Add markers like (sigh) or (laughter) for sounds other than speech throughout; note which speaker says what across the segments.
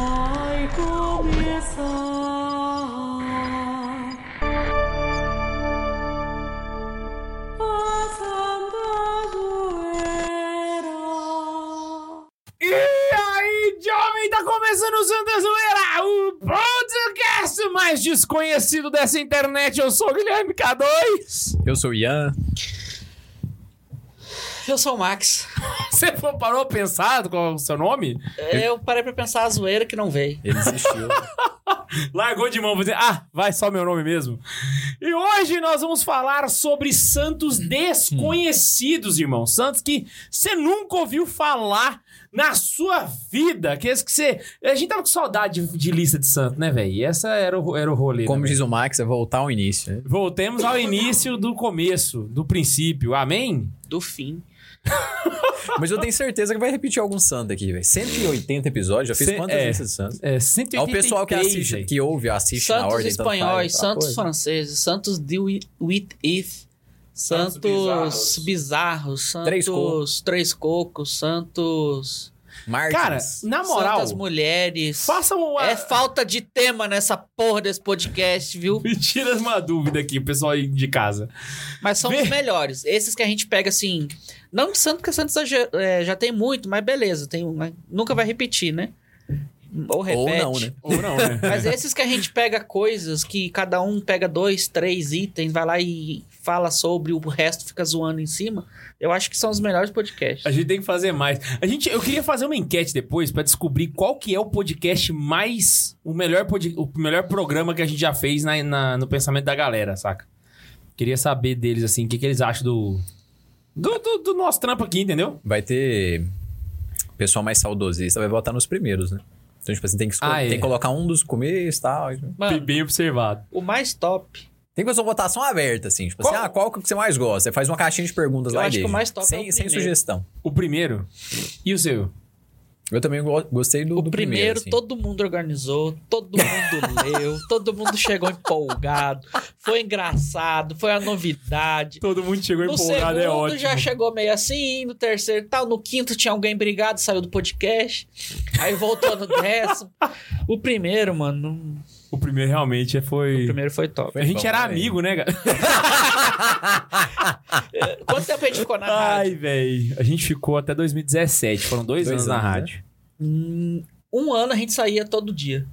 Speaker 1: vai começar. A Santa Zoeira.
Speaker 2: E aí, jovem, tá começando o Santa Zoeira, o podcast mais desconhecido dessa internet. Eu sou o Guilherme K2.
Speaker 3: Eu sou o Ian.
Speaker 4: Eu sou o Max.
Speaker 2: Você pô- parou a pensar qual é o seu nome?
Speaker 4: Eu parei pra pensar a zoeira que não veio.
Speaker 3: Ele (laughs) existiu.
Speaker 2: Largou de mão, vou dizer, ah, vai só meu nome mesmo. E hoje nós vamos falar sobre santos
Speaker 3: Hum.
Speaker 2: desconhecidos, irmão. Santos que você nunca ouviu falar na sua vida. Aqueles que você. A gente tava com saudade de, de lista de santo, né, velho? E essa era o, era o rolê. né,
Speaker 3: Como
Speaker 2: véi?
Speaker 3: diz o Max, é voltar ao início. né?
Speaker 2: Voltemos ao início do começo, do princípio. Amém?
Speaker 4: Do fim.
Speaker 3: Mas eu tenho certeza que vai repetir algum santo aqui, velho. 180 episódios, já fiz
Speaker 2: Cê-
Speaker 3: quantas
Speaker 2: é.
Speaker 3: vezes de santo?
Speaker 2: É,
Speaker 3: É o pessoal que
Speaker 2: 183,
Speaker 3: assiste,
Speaker 2: gente.
Speaker 3: que ouve, assiste na
Speaker 4: Santos
Speaker 3: ordem. tanto faz,
Speaker 4: espanhóis,
Speaker 3: aquela
Speaker 4: Santos
Speaker 3: coisa.
Speaker 4: franceses, Santos de wi- with if, Santos bizarros, Santos
Speaker 3: Três cocos.
Speaker 4: Três Cocos, Santos.
Speaker 3: Mártires.
Speaker 2: Cara, na moral,
Speaker 4: Santas Mulheres.
Speaker 2: façam uma... (laughs)
Speaker 4: É falta de tema nessa porra desse podcast, viu?
Speaker 2: Me tira uma dúvida aqui, o pessoal aí de casa.
Speaker 4: Mas são
Speaker 2: Vê.
Speaker 4: os melhores. Esses que a gente pega assim. Não de santo, porque santo exager- é, já tem muito, mas beleza, tem, um, né? nunca vai repetir, né? Ou
Speaker 3: Ou
Speaker 4: repete.
Speaker 3: não, né?
Speaker 2: Ou não, né?
Speaker 4: Mas esses que a gente pega coisas que cada um pega dois, três itens, vai lá e fala sobre, o resto fica zoando em cima, eu acho que são os melhores podcasts.
Speaker 2: A gente tem que fazer mais. A gente, eu queria fazer uma enquete depois pra descobrir qual que é o podcast mais... O melhor, pod, o melhor programa que a gente já fez na, na- no pensamento da galera, saca? Queria saber deles, assim, o que, que eles acham do... Do, do, do nosso trampo aqui, entendeu?
Speaker 3: (laughs) Vai ter pessoal mais saudosista, vai voltar nos primeiros, né? Então, tipo assim, tem que, escolher,
Speaker 2: Ah, é.
Speaker 3: tem que colocar um dos começos e tal.
Speaker 2: Bem-
Speaker 4: Mano,
Speaker 2: Bem observado.
Speaker 4: o mais top.
Speaker 3: Tem que fazer uma votação aberta, assim. Tipo
Speaker 2: Qual-
Speaker 3: assim, ah, qual que você mais gosta? Você faz uma caixinha de perguntas
Speaker 4: Eu
Speaker 3: lá e
Speaker 4: acho que o
Speaker 3: deixa.
Speaker 4: mais top é
Speaker 3: sem,
Speaker 4: o
Speaker 3: sem
Speaker 4: primeiro.
Speaker 3: sugestão.
Speaker 2: O primeiro. E o seu?
Speaker 3: Eu também go- gostei do,
Speaker 4: O
Speaker 3: do
Speaker 4: primeiro,
Speaker 3: assim.
Speaker 4: todo mundo organizou, todo
Speaker 3: (laughs)
Speaker 4: mundo leu, todo mundo chegou empolgado, foi engraçado, foi a novidade.
Speaker 2: Todo mundo chegou
Speaker 4: No
Speaker 3: é
Speaker 4: segundo já chegou meio assim, no terceiro tal, no quinto tinha alguém brigado, saiu do podcast, aí voltou
Speaker 3: (laughs)
Speaker 4: no décimo. O primeiro, mano, não-
Speaker 2: O primeiro realmente é,
Speaker 4: O
Speaker 2: foi.
Speaker 4: primeiro foi top.
Speaker 2: A gente
Speaker 3: Bom,
Speaker 2: era
Speaker 3: né?
Speaker 2: amigo, né, cara?
Speaker 4: Quanto tempo a gente ficou na
Speaker 2: (laughs)
Speaker 4: rádio?
Speaker 2: Ai, velho. A gente ficou até 2017. Foram dois,
Speaker 3: Dois
Speaker 2: anos, na
Speaker 3: anos,
Speaker 2: rádio.
Speaker 4: Hum, Um ano a gente saía todo dia.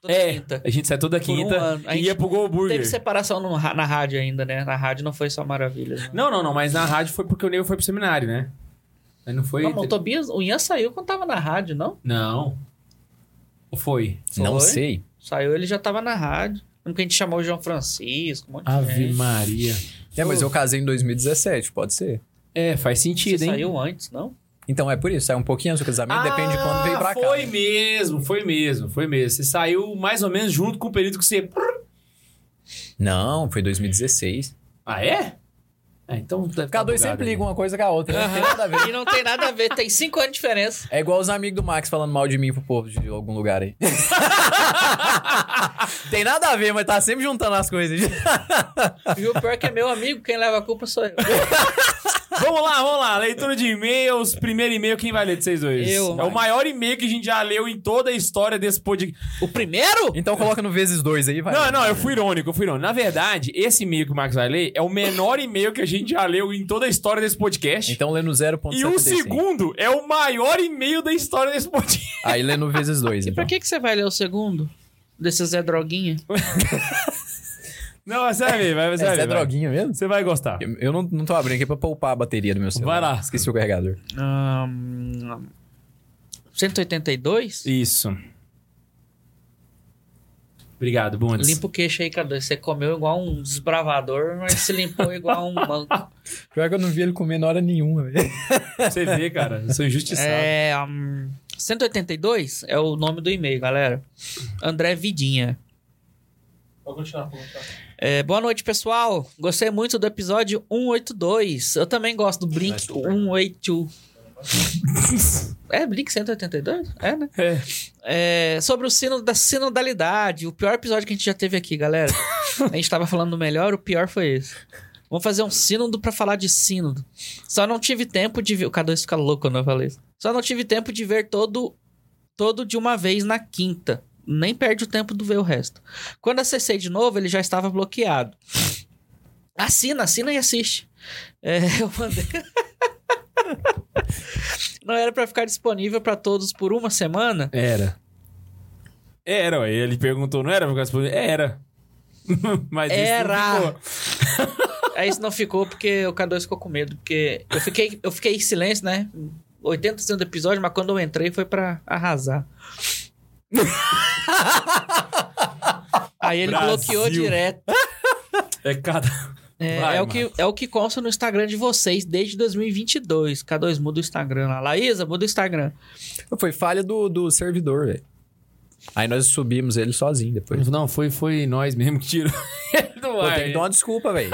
Speaker 4: Toda quinta.
Speaker 2: É, A gente saiu toda
Speaker 4: Por um
Speaker 2: quinta
Speaker 4: ano. A
Speaker 2: e ia
Speaker 4: gente
Speaker 2: pro Gol Burger.
Speaker 4: Teve separação no ra- na rádio ainda, né? Na rádio não foi só maravilha. Não,
Speaker 2: Não, não, não. Mas na rádio foi porque o Nego foi pro seminário, né? Aí não foi.
Speaker 4: não, mas o Tobias, o Ian saiu quando tava na rádio, não?
Speaker 2: Não. Ou foi?
Speaker 3: Não
Speaker 4: Foi?
Speaker 3: sei.
Speaker 4: Saiu, ele já tava na rádio. Lembra que a gente chamou o João Francisco, um monte de
Speaker 2: Ave
Speaker 4: gente.
Speaker 2: Maria.
Speaker 3: É, mas eu casei em 2017, pode ser.
Speaker 2: É, faz sentido,
Speaker 4: Você
Speaker 2: hein?
Speaker 4: saiu antes, não?
Speaker 3: Então é por isso, sai um pouquinho antes do casamento,
Speaker 2: Ah,
Speaker 3: depende de quando veio pra cá.
Speaker 2: Foi
Speaker 3: né?
Speaker 2: mesmo, foi mesmo, foi mesmo. Você saiu mais ou menos junto com o período que você.
Speaker 3: Não, foi 2016.
Speaker 2: Ah, é? Ah, então. deve tá
Speaker 3: K2
Speaker 2: bugado
Speaker 3: sempre
Speaker 2: ali.
Speaker 3: liga uma coisa com a outra, né? não tem nada a ver.
Speaker 4: E não tem nada a ver, tem cinco anos de diferença.
Speaker 3: É igual os amigos do Max falando mal de mim pro povo de algum lugar aí. tem nada a ver, mas tá sempre juntando as coisas.
Speaker 4: E o pior que é meu amigo, quem leva a culpa sou eu.
Speaker 2: (laughs) Vamos lá, vamos lá. Leitura de e-mails. Primeiro e-mail, quem vai ler de vocês dois?
Speaker 4: Eu,
Speaker 2: É o
Speaker 4: Max.
Speaker 2: maior e-mail que a gente já leu em toda a história desse podcast.
Speaker 4: O primeiro?
Speaker 3: (laughs) Então coloca no vezes dois aí, vai.
Speaker 2: Não, não, eu fui irônico, eu fui irônico. Na verdade, esse e-mail que o Max vai ler é o menor e-mail que a gente já leu em toda a história desse podcast.
Speaker 3: Então lê no 0.75.
Speaker 2: e o segundo é o maior e-mail da história desse podcast.
Speaker 3: Aí lê no vezes dois.
Speaker 4: E
Speaker 3: Então.
Speaker 4: pra que, que você vai ler o segundo? Desse Zé Droguinha?
Speaker 2: (laughs) Não, você vai ver, vai, você
Speaker 3: É,
Speaker 2: vai ver.
Speaker 3: você é
Speaker 2: vai.
Speaker 3: droguinha mesmo?
Speaker 2: Você vai gostar.
Speaker 3: Eu- Eu não, não tô abrindo aqui pra poupar a bateria do meu celular.
Speaker 2: Vai lá.
Speaker 3: Esqueci o carregador.
Speaker 4: Ahn, 182?
Speaker 2: Isso. Obrigado, Bundes.
Speaker 4: Limpa o queixo aí, Cadu. Você comeu igual um desbravador, mas se limpou igual um (laughs) manco.
Speaker 3: Pior que eu não vi ele comer na hora nenhuma, velho. (laughs)
Speaker 2: Você vê, cara, eu sou injustiçado.
Speaker 4: É, ahn, 182 é o nome do e-mail, galera. André Vidinha.
Speaker 2: (laughs) Pode continuar, pode continuar.
Speaker 4: É, boa noite, pessoal. Gostei muito do episódio 182. Eu também gosto do Blink 182. É, Blink 182? É, né?
Speaker 2: É.
Speaker 4: É, sobre o sino da sinodalidade, o pior episódio que a gente já teve aqui, galera. a gente tava falando do melhor, o pior foi esse. Vamos fazer um sínodo pra falar de sínodo. Só não tive tempo de ver. O K2 fica louco quando eu falei isso. Só não tive tempo de ver todo, todo de uma vez na quinta. nem perde o tempo do ver o resto. Quando acessei de novo, ele já estava bloqueado. Assina, assina e assiste. É, (laughs) eu mandei. Não era pra ficar disponível pra todos por uma semana?
Speaker 2: Era. Era, ué. ele perguntou, não era? Porque eu Era. (laughs) Mas isso não
Speaker 4: Era.
Speaker 2: ficou.
Speaker 4: Aí isso não ficou porque o K2 ficou com medo. Porque eu fiquei, eu fiquei em silêncio, né? 80% do episódio, mas quando eu entrei foi pra arrasar. Aí ele
Speaker 2: Brasil.
Speaker 4: bloqueou direto.
Speaker 2: É cada.
Speaker 4: É,
Speaker 2: Vai,
Speaker 4: é o
Speaker 2: mano.
Speaker 4: que, é o que consta no Instagram de vocês desde 2022. K2 muda o Instagram lá. Laísa, muda o Instagram.
Speaker 3: Foi falha do, do servidor, velho. Aí nós subimos ele sozinho depois.
Speaker 2: Não, foi, foi nós mesmo que tirou. (laughs) ele do
Speaker 3: Pô,
Speaker 2: ar,
Speaker 3: tem que
Speaker 2: hein?
Speaker 3: dar uma desculpa, velho.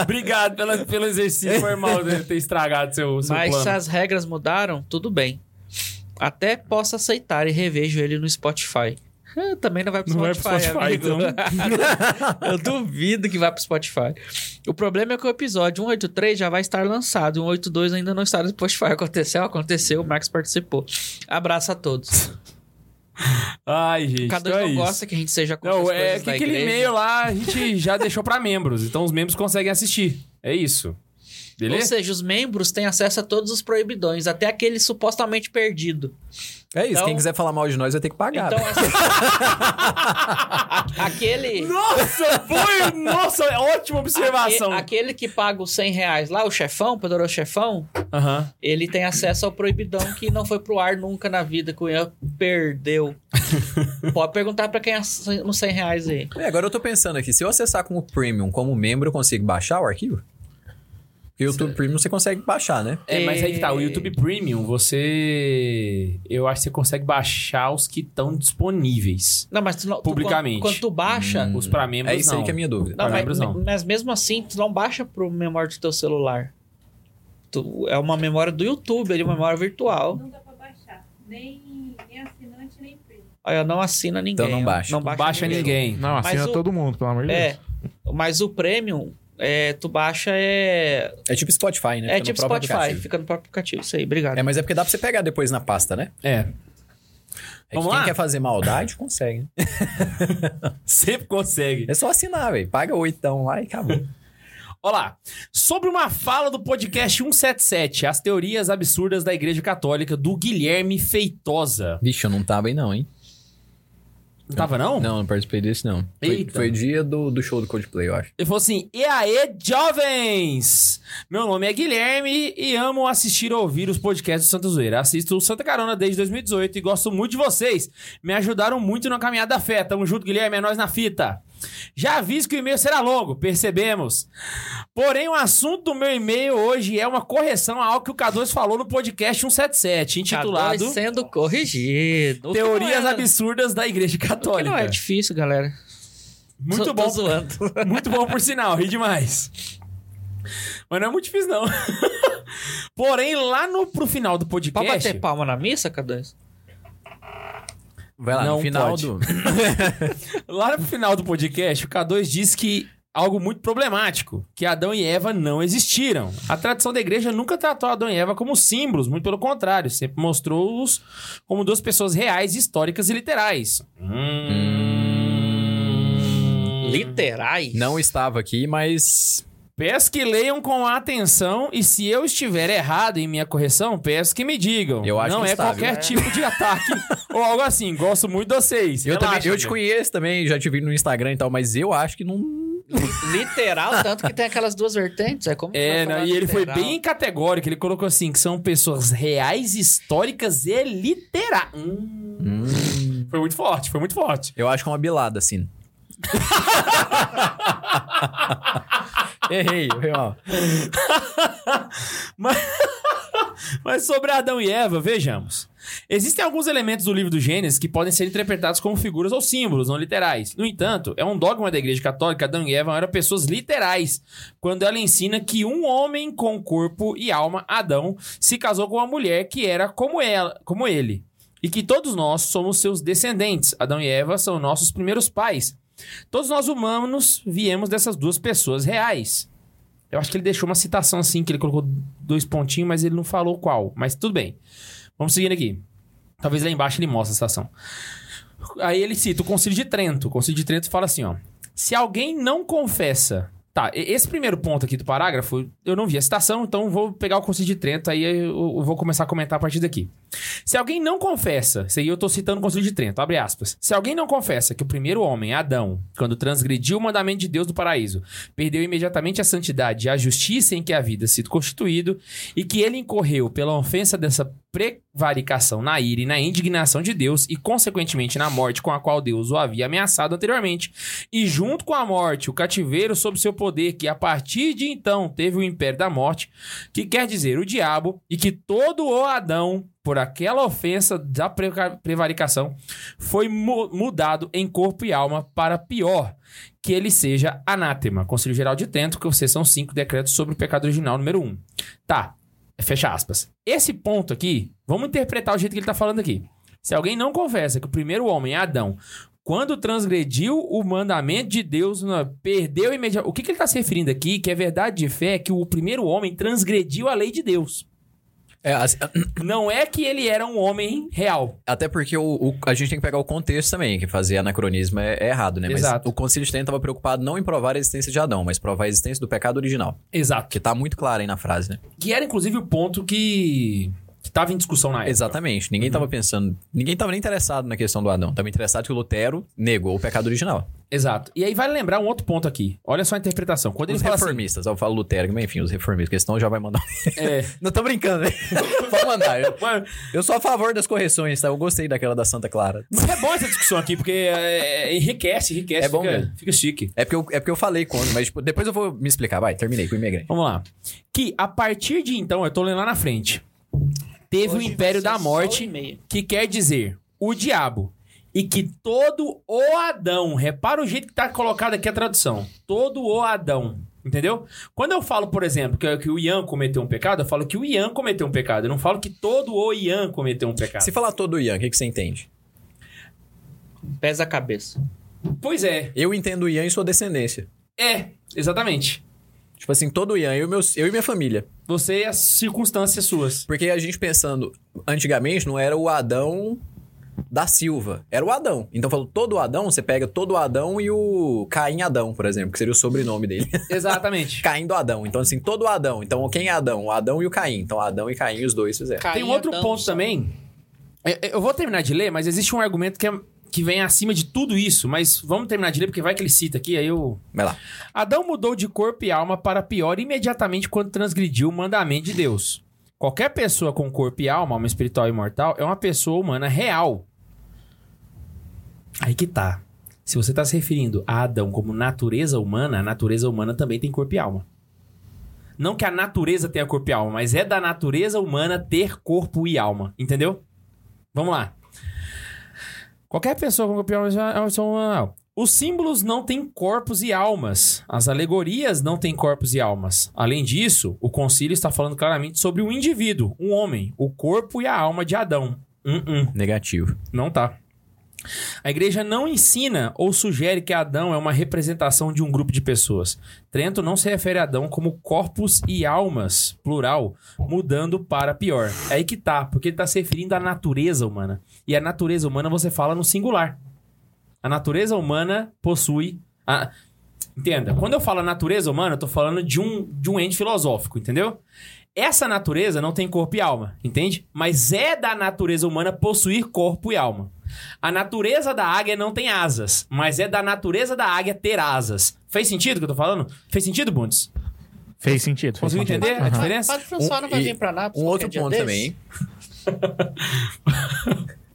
Speaker 2: Obrigado pela, pelo exercício. Foi mal de ter estragado seu, seu
Speaker 4: Mas se
Speaker 2: é plano.
Speaker 4: as regras mudaram, tudo bem. Até posso aceitar e revejo ele no Spotify. Ah, Também não vai pro
Speaker 2: Não vai pro
Speaker 4: Spotify,
Speaker 2: Spotify, então.
Speaker 4: amigo. (laughs) Eu duvido que vá pro Spotify. O problema é que o episódio 183 já vai estar lançado. e O 182 ainda não está no Spotify. Aconteceu, aconteceu. O Max participou. Abraço a todos.
Speaker 2: Ai, gente.
Speaker 4: Cada
Speaker 2: então
Speaker 4: um
Speaker 2: é
Speaker 4: não
Speaker 2: isso.
Speaker 4: gosta que a gente seja contra as
Speaker 2: Não,
Speaker 4: coisas
Speaker 2: é que
Speaker 4: da
Speaker 2: aquele
Speaker 4: igreja.
Speaker 2: e-mail lá a gente já deixou pra membros. Então os membros conseguem assistir. É isso.
Speaker 4: Ou
Speaker 2: Beleza?
Speaker 4: seja, os membros têm acesso a todos os proibidões, até aquele supostamente perdido.
Speaker 3: É isso,
Speaker 4: Então-
Speaker 3: quem quiser falar mal de nós vai ter que pagar.
Speaker 4: Então,
Speaker 2: (laughs)
Speaker 3: velho.
Speaker 4: assim, aquele.
Speaker 2: Nossa, foi. Nossa, é ótima observação.
Speaker 4: aque- Aquele que paga os 100 reais lá, o chefão, o poderoso chefão,
Speaker 2: Aham.
Speaker 4: ele tem acesso ao proibidão que não foi pro ar nunca na vida, que o Ian
Speaker 2: (laughs)
Speaker 4: perdeu. Pode perguntar pra quem é nos 100 reais aí.
Speaker 3: É, agora eu tô pensando aqui, se eu acessar como premium, como membro, eu consigo baixar o arquivo? Porque o YouTube Premium você consegue baixar, né?
Speaker 2: É, mas aí que tá, o
Speaker 4: É.
Speaker 2: YouTube Premium, você. Eu acho que você consegue baixar os que estão disponíveis.
Speaker 4: Não, mas tu não, tu-
Speaker 2: Publicamente. Hum.
Speaker 4: quando tu baixa.
Speaker 2: Os pra membros.
Speaker 3: é isso
Speaker 2: não.
Speaker 3: aí que é a minha dúvida.
Speaker 4: Não,
Speaker 2: Pra
Speaker 4: mas,
Speaker 2: membros, não.
Speaker 4: mas mesmo assim, tu não baixa pro memória do teu celular. Tu- é uma memória do YouTube, ele é uma memória virtual.
Speaker 5: Não dá pra baixar. Nem, nem assinante, nem primo.
Speaker 4: Aí eu não assina ninguém.
Speaker 3: Então não
Speaker 4: ó.
Speaker 3: baixa.
Speaker 4: Não
Speaker 3: Não
Speaker 4: baixa,
Speaker 2: Baixa ninguém.
Speaker 6: Não,
Speaker 4: Mas
Speaker 6: assina
Speaker 4: o-
Speaker 6: todo mundo, pelo amor de Deus.
Speaker 4: É. Mas o premium, é, tu baixa é.
Speaker 3: É tipo Spotify, né?
Speaker 4: É
Speaker 3: Fica no
Speaker 4: tipo
Speaker 3: próprio
Speaker 4: Spotify,
Speaker 3: aplicativo.
Speaker 4: fica no próprio aplicativo. Isso aí, obrigado.
Speaker 3: É, mas é porque dá pra você pegar depois na pasta, né?
Speaker 2: É. (laughs)
Speaker 3: É
Speaker 2: Vamos
Speaker 3: que
Speaker 2: lá?
Speaker 3: quem quer fazer maldade, consegue. né?
Speaker 2: Sempre consegue.
Speaker 3: É só assinar, velho. Paga oitão lá e acabou.
Speaker 2: Olha lá. Sobre uma fala do podcast 177, As Teorias Absurdas da Igreja Católica, do Guilherme Feitosa.
Speaker 3: Vixe, eu não tava aí não, hein?
Speaker 2: Não tava, não?
Speaker 3: Não, não participei desse não. Foi,
Speaker 2: Eita.
Speaker 3: foi dia do, do show do Coldplay, eu acho.
Speaker 2: Ele falou assim: E aí, jovens! Meu nome é Guilherme e amo assistir e ouvir os podcasts do Santa Zoeira. Assisto o Santa Carona desde 2018 e gosto muito de vocês. Me ajudaram muito na caminhada da fé. Tamo junto, Guilherme, é nós na fita. Já aviso que o e-mail será longo, percebemos. Porém, o assunto do meu e-mail hoje é uma correção a algo que o K2 falou no podcast 177,
Speaker 4: Tá
Speaker 2: intitulado
Speaker 4: K2 sendo corrigido. O que
Speaker 2: Teorias
Speaker 4: não é-
Speaker 2: Absurdas da Igreja
Speaker 4: o que
Speaker 2: Católica.
Speaker 4: não é difícil, galera.
Speaker 2: Muito
Speaker 4: Tô-
Speaker 2: bom.
Speaker 4: Tô zoando.
Speaker 3: (laughs)
Speaker 2: Muito bom, por sinal, ri demais. Mas não é muito difícil, não. (laughs) Porém, lá no, pro final do
Speaker 4: Pode
Speaker 2: podcast.
Speaker 4: bater palma na missa, K2?
Speaker 3: Vai lá,
Speaker 2: Não
Speaker 3: no final
Speaker 2: pode.
Speaker 3: do...
Speaker 2: (laughs) Lá no final do podcast, o K2 diz que algo muito problemático, que Adão e Eva não existiram. A tradição da igreja nunca tratou Adão e Eva como símbolos, muito pelo contrário, sempre mostrou-os como duas pessoas reais, históricas e literais.
Speaker 3: Hum.
Speaker 2: Hum.
Speaker 4: Literais?
Speaker 3: Não estava aqui, mas...
Speaker 2: Peço que leiam com atenção e se eu estiver errado em minha correção, peço que me digam.
Speaker 3: Eu acho
Speaker 2: Não
Speaker 3: que
Speaker 2: é
Speaker 3: está,
Speaker 2: qualquer tipo de ataque ou algo assim. Gosto muito de vocês.
Speaker 3: Eu, também,
Speaker 2: Relaxa,
Speaker 3: eu te
Speaker 2: velho.
Speaker 3: conheço também, já te vi no Instagram e tal, mas eu acho que não...
Speaker 4: Literal, tanto que tem aquelas duas vertentes. É como
Speaker 2: É,
Speaker 4: tu vai
Speaker 2: não,
Speaker 4: falar
Speaker 2: e ele foi
Speaker 4: literal?
Speaker 2: bem categórico. Ele colocou assim, que são pessoas reais, históricas e literais. Hum. Foi muito forte, foi muito forte.
Speaker 3: Eu acho que é uma
Speaker 2: (laughs)
Speaker 3: bilada, assim. Errei, foi mal.
Speaker 2: Mas sobre Adão e Eva, vejamos. Existem alguns elementos do livro do Gênesis que podem ser interpretados como figuras ou símbolos, não literais. No entanto, é um dogma da Igreja Católica, Adão e Eva eram pessoas literais, quando ela ensina que um homem com corpo e alma, Adão, se casou com uma mulher que era como ela, como ele, e que todos nós somos seus descendentes. Adão e Eva são nossos primeiros pais. Todos nós humanos viemos dessas duas pessoas reais. Eu acho que ele deixou uma citação assim, que ele colocou dois pontinhos, mas ele não falou qual. Mas tudo bem. Vamos seguindo aqui. Talvez lá embaixo ele mostre a citação. Aí ele cita o Concílio de Trento. O Concílio de Trento fala assim, ó. Se alguém não confessa... Tá, e- esse primeiro ponto aqui do parágrafo, eu não vi a citação, então vou pegar o Concílio de Trento, aí eu, eu vou começar a comentar a partir daqui. Se alguém não confessa, isso aí eu tô citando o Concílio de Trento, abre aspas. Se alguém não confessa que o primeiro homem, Adão, quando transgrediu o mandamento de Deus do paraíso, perdeu imediatamente a santidade e a justiça em que havia sido constituído, e que ele incorreu pela ofensa dessa prevaricação na ira e na indignação de Deus, e consequentemente na morte com a qual Deus o havia ameaçado anteriormente, e junto com a morte, o cativeiro sob seu poder, que a partir de então teve o império da morte, que quer dizer o diabo, e que todo o Adão, por aquela ofensa da preca- prevaricação, foi mu- mudado em corpo e alma para pior, que ele seja anátema. Conselho Geral de Trento, que sessão 5, decreto sobre o pecado original número 1. Tá, fecha aspas. Esse ponto aqui, vamos interpretar o jeito que ele tá falando aqui. Se alguém não confessa que o primeiro homem, Adão, quando transgrediu o mandamento de Deus, né, perdeu imediatamente. O que, que ele está se referindo aqui, que é verdade de fé, é que o primeiro homem transgrediu a lei de Deus.
Speaker 3: É, as-
Speaker 2: Não é que ele era um homem real.
Speaker 3: até porque o, o- a gente tem que pegar o contexto também, que fazer anacronismo é, é errado, né?
Speaker 2: Exato.
Speaker 3: Mas o Concílio de Trento estava preocupado não em provar a existência de Adão, mas provar a existência do pecado original.
Speaker 2: Exato.
Speaker 3: Que tá muito claro aí na frase, né?
Speaker 2: Que era, inclusive, o ponto que estava em discussão na época.
Speaker 3: Exatamente. Ninguém
Speaker 2: Uhum.
Speaker 3: tava pensando. Ninguém tava nem interessado na questão do Adão. Tava interessado que o Lutero negou o pecado original.
Speaker 2: Exato. E aí vale lembrar um outro ponto aqui. Olha só a interpretação. Quando ele
Speaker 3: Os
Speaker 2: fala assim,
Speaker 3: reformistas. Eu falo Lutero, mas enfim, os reformistas, porque senão já vai mandar.
Speaker 2: É.
Speaker 3: (laughs) Não tô brincando, né? (laughs) Pode mandar. Eu,
Speaker 2: Mano,
Speaker 3: eu sou a favor das correções, tá? Eu gostei daquela da Santa Clara.
Speaker 2: mas é bom essa discussão aqui, porque é, é, enriquece, enriquece.
Speaker 3: É bom
Speaker 2: fica,
Speaker 3: mesmo.
Speaker 2: fica chique.
Speaker 3: É porque, eu, é porque eu falei quando, mas tipo, depois eu vou me explicar. Vai, terminei com o imigrante.
Speaker 2: Vamos lá. Que a partir de então, eu tô lendo lá na frente. Teve
Speaker 4: Hoje
Speaker 2: o império
Speaker 4: vai
Speaker 2: da
Speaker 4: ser só um
Speaker 3: um
Speaker 2: morte,
Speaker 4: e meia.
Speaker 2: que quer dizer o diabo. E que todo o Adão, repara o jeito que tá colocado aqui a tradução. Todo o Adão, entendeu? Quando eu falo, por exemplo, que, que o Ian cometeu um pecado, eu falo que o Ian cometeu um pecado. Eu não falo que todo o Ian cometeu um pecado.
Speaker 3: Se falar todo Ian, o que, que você entende?
Speaker 4: Pesa a cabeça.
Speaker 2: Pois é,
Speaker 3: Eu entendo o Ian e sua descendência.
Speaker 2: é, exatamente.
Speaker 3: Tipo assim, todo Ian, eu, e meus, eu e minha família.
Speaker 2: Você e as circunstâncias suas.
Speaker 3: Porque a gente pensando, antigamente não era o Adão da Silva, era o Adão. Então falou todo Adão, você pega todo Adão e o Caim Adão, por exemplo, que seria o sobrenome dele.
Speaker 2: Exatamente.
Speaker 3: Caim do Adão. Então assim, todo Adão. Então quem é Adão? O Adão e o Caim. Então Adão e Caim os dois fizeram.
Speaker 2: (laughs) Tem um
Speaker 4: Caim,
Speaker 2: outro
Speaker 4: Adão,
Speaker 2: ponto
Speaker 4: só.
Speaker 2: também. É, é, Eu vou terminar de ler, mas existe um argumento que, é- que vem acima de tudo isso. Mas vamos terminar de ler, porque vai que ele cita aqui, aí eu.
Speaker 3: Vai lá.
Speaker 2: Adão mudou de corpo e alma para pior imediatamente quando transgrediu o mandamento de Deus. Qualquer pessoa com corpo e alma, alma espiritual e imortal, é uma pessoa humana real. Aí que tá. Se você está se referindo a Adão como natureza humana, a natureza humana também tem corpo e alma. Não que a natureza tenha corpo e alma, mas é da natureza humana ter corpo e alma. Entendeu? Vamos lá. Qualquer pessoa com corpo e alma já é uma pessoa humana. Os símbolos não têm corpos e almas. As alegorias não têm corpos e almas. Além disso, o concílio está falando claramente sobre o indivíduo, um homem, o corpo e a alma de Adão. Uh -uh.
Speaker 3: Negativo.
Speaker 2: Não tá. A igreja não ensina ou sugere que Adão é uma representação de um grupo de pessoas. Trento não se refere a Adão como corpos e almas, plural, mudando para pior. É aí que tá, porque ele tá se referindo à natureza humana. E a natureza humana você fala no singular. A natureza humana possui. a- Entenda, quando eu falo natureza humana, eu tô falando de um, de um ente filosófico, entendeu? Essa natureza não tem corpo e alma, entende? Mas é da natureza humana possuir corpo e alma. A natureza da águia não tem asas, mas é da natureza da águia ter asas. Fez sentido o que eu tô falando? Fez sentido, Bundes?
Speaker 6: Fez sentido. fez
Speaker 2: Conseguiu
Speaker 6: sentido.
Speaker 2: entender a
Speaker 6: Aham.
Speaker 2: né? diferença?
Speaker 4: Padre François
Speaker 3: Um-
Speaker 4: não vai
Speaker 3: e-
Speaker 4: vir pra Nápoles.
Speaker 3: Um
Speaker 4: qualquer
Speaker 3: outro
Speaker 4: dia
Speaker 3: ponto
Speaker 4: desse?
Speaker 3: também. hein?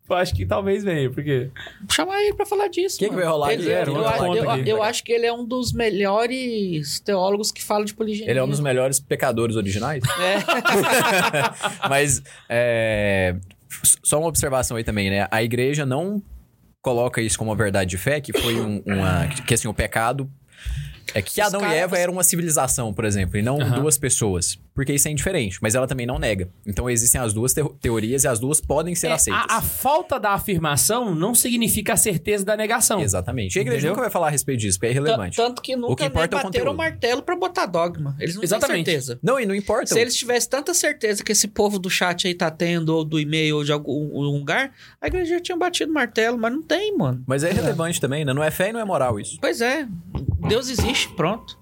Speaker 2: Eu acho que talvez venha, porque.
Speaker 4: Chama ele pra falar disso.
Speaker 3: Que que
Speaker 4: mano.
Speaker 3: vai rolar
Speaker 4: Ele,
Speaker 3: aqui?
Speaker 4: eu,
Speaker 3: Era um
Speaker 4: eu-
Speaker 3: outro
Speaker 2: ponto
Speaker 4: eu-
Speaker 2: aqui.
Speaker 4: eu acho que ele é um dos melhores teólogos que fala de poligenia.
Speaker 3: Ele é um dos melhores pecadores
Speaker 4: (laughs)
Speaker 3: originais. (laughs)
Speaker 4: É.
Speaker 3: Mas é, s- só uma observação aí também, né? A igreja não coloca isso como uma verdade de fé, que foi um, uma. Que assim, o pecado. É que
Speaker 4: Os
Speaker 3: Adão
Speaker 4: caras-
Speaker 3: e Eva eram uma civilização, por exemplo, e não
Speaker 2: Aham.
Speaker 3: duas pessoas. porque isso é indiferente. Mas ela também não nega. Então existem as duas teo- teorias e as duas podem ser
Speaker 2: É,
Speaker 3: aceitas.
Speaker 2: a, a falta da afirmação não significa a certeza da negação.
Speaker 3: Exatamente. E a igreja
Speaker 2: Entendeu?
Speaker 3: nunca vai falar a respeito disso, porque é
Speaker 4: Tan-
Speaker 3: irrelevante.
Speaker 4: Tanto que nunca
Speaker 3: que importa é
Speaker 4: nem
Speaker 3: o
Speaker 4: bateram o
Speaker 3: conteúdo.
Speaker 4: martelo pra botar dogma. Eles não
Speaker 2: Exatamente.
Speaker 4: têm certeza.
Speaker 3: Não, e não importa.
Speaker 4: Se eles tivessem tanta certeza que esse povo do chat aí tá tendo, ou do e-mail, ou de algum um lugar, a igreja já tinha batido o martelo, mas não tem, mano.
Speaker 3: Mas é irrelevante também, né? Não é fé e não é moral isso.
Speaker 4: Pois é, Deus existe, pronto.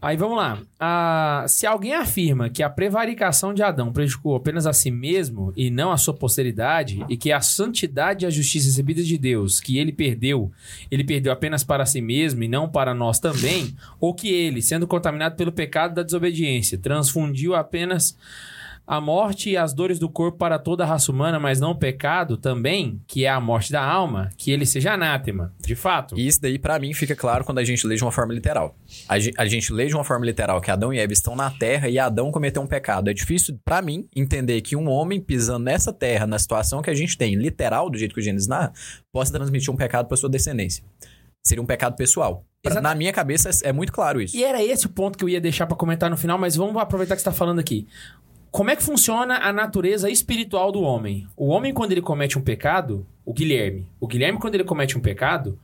Speaker 2: Aí vamos lá. Ah, se alguém afirma que a prevaricação de Adão prejudicou apenas a si mesmo e não a sua posteridade, e que a santidade e a justiça recebida de Deus, que ele perdeu, ele perdeu apenas para si mesmo e não para nós também, ou que ele, sendo contaminado pelo pecado da desobediência, transfundiu apenas a morte e as dores do corpo para toda a raça humana, mas não o pecado também, que é a morte da alma, que ele seja anátema. De fato.
Speaker 3: E isso daí, pra mim, fica claro quando a gente lê de uma forma literal. A ge- a gente, lê de uma forma literal que Adão e Eva estão na terra e Adão cometeu um pecado. É difícil, pra mim, entender que um homem pisando nessa terra, na situação que a gente tem, literal, do jeito que o Gênesis narra, possa transmitir um pecado pra sua descendência. Seria um pecado pessoal. Pra-
Speaker 2: Exata-
Speaker 3: na minha cabeça, é- é muito claro isso.
Speaker 2: E era esse o ponto que eu ia deixar pra comentar no final, mas vamos aproveitar que você tá falando aqui. Como é que funciona a natureza espiritual do homem? O homem, quando ele comete um pecado, o Guilherme. O Guilherme, quando ele comete um pecado,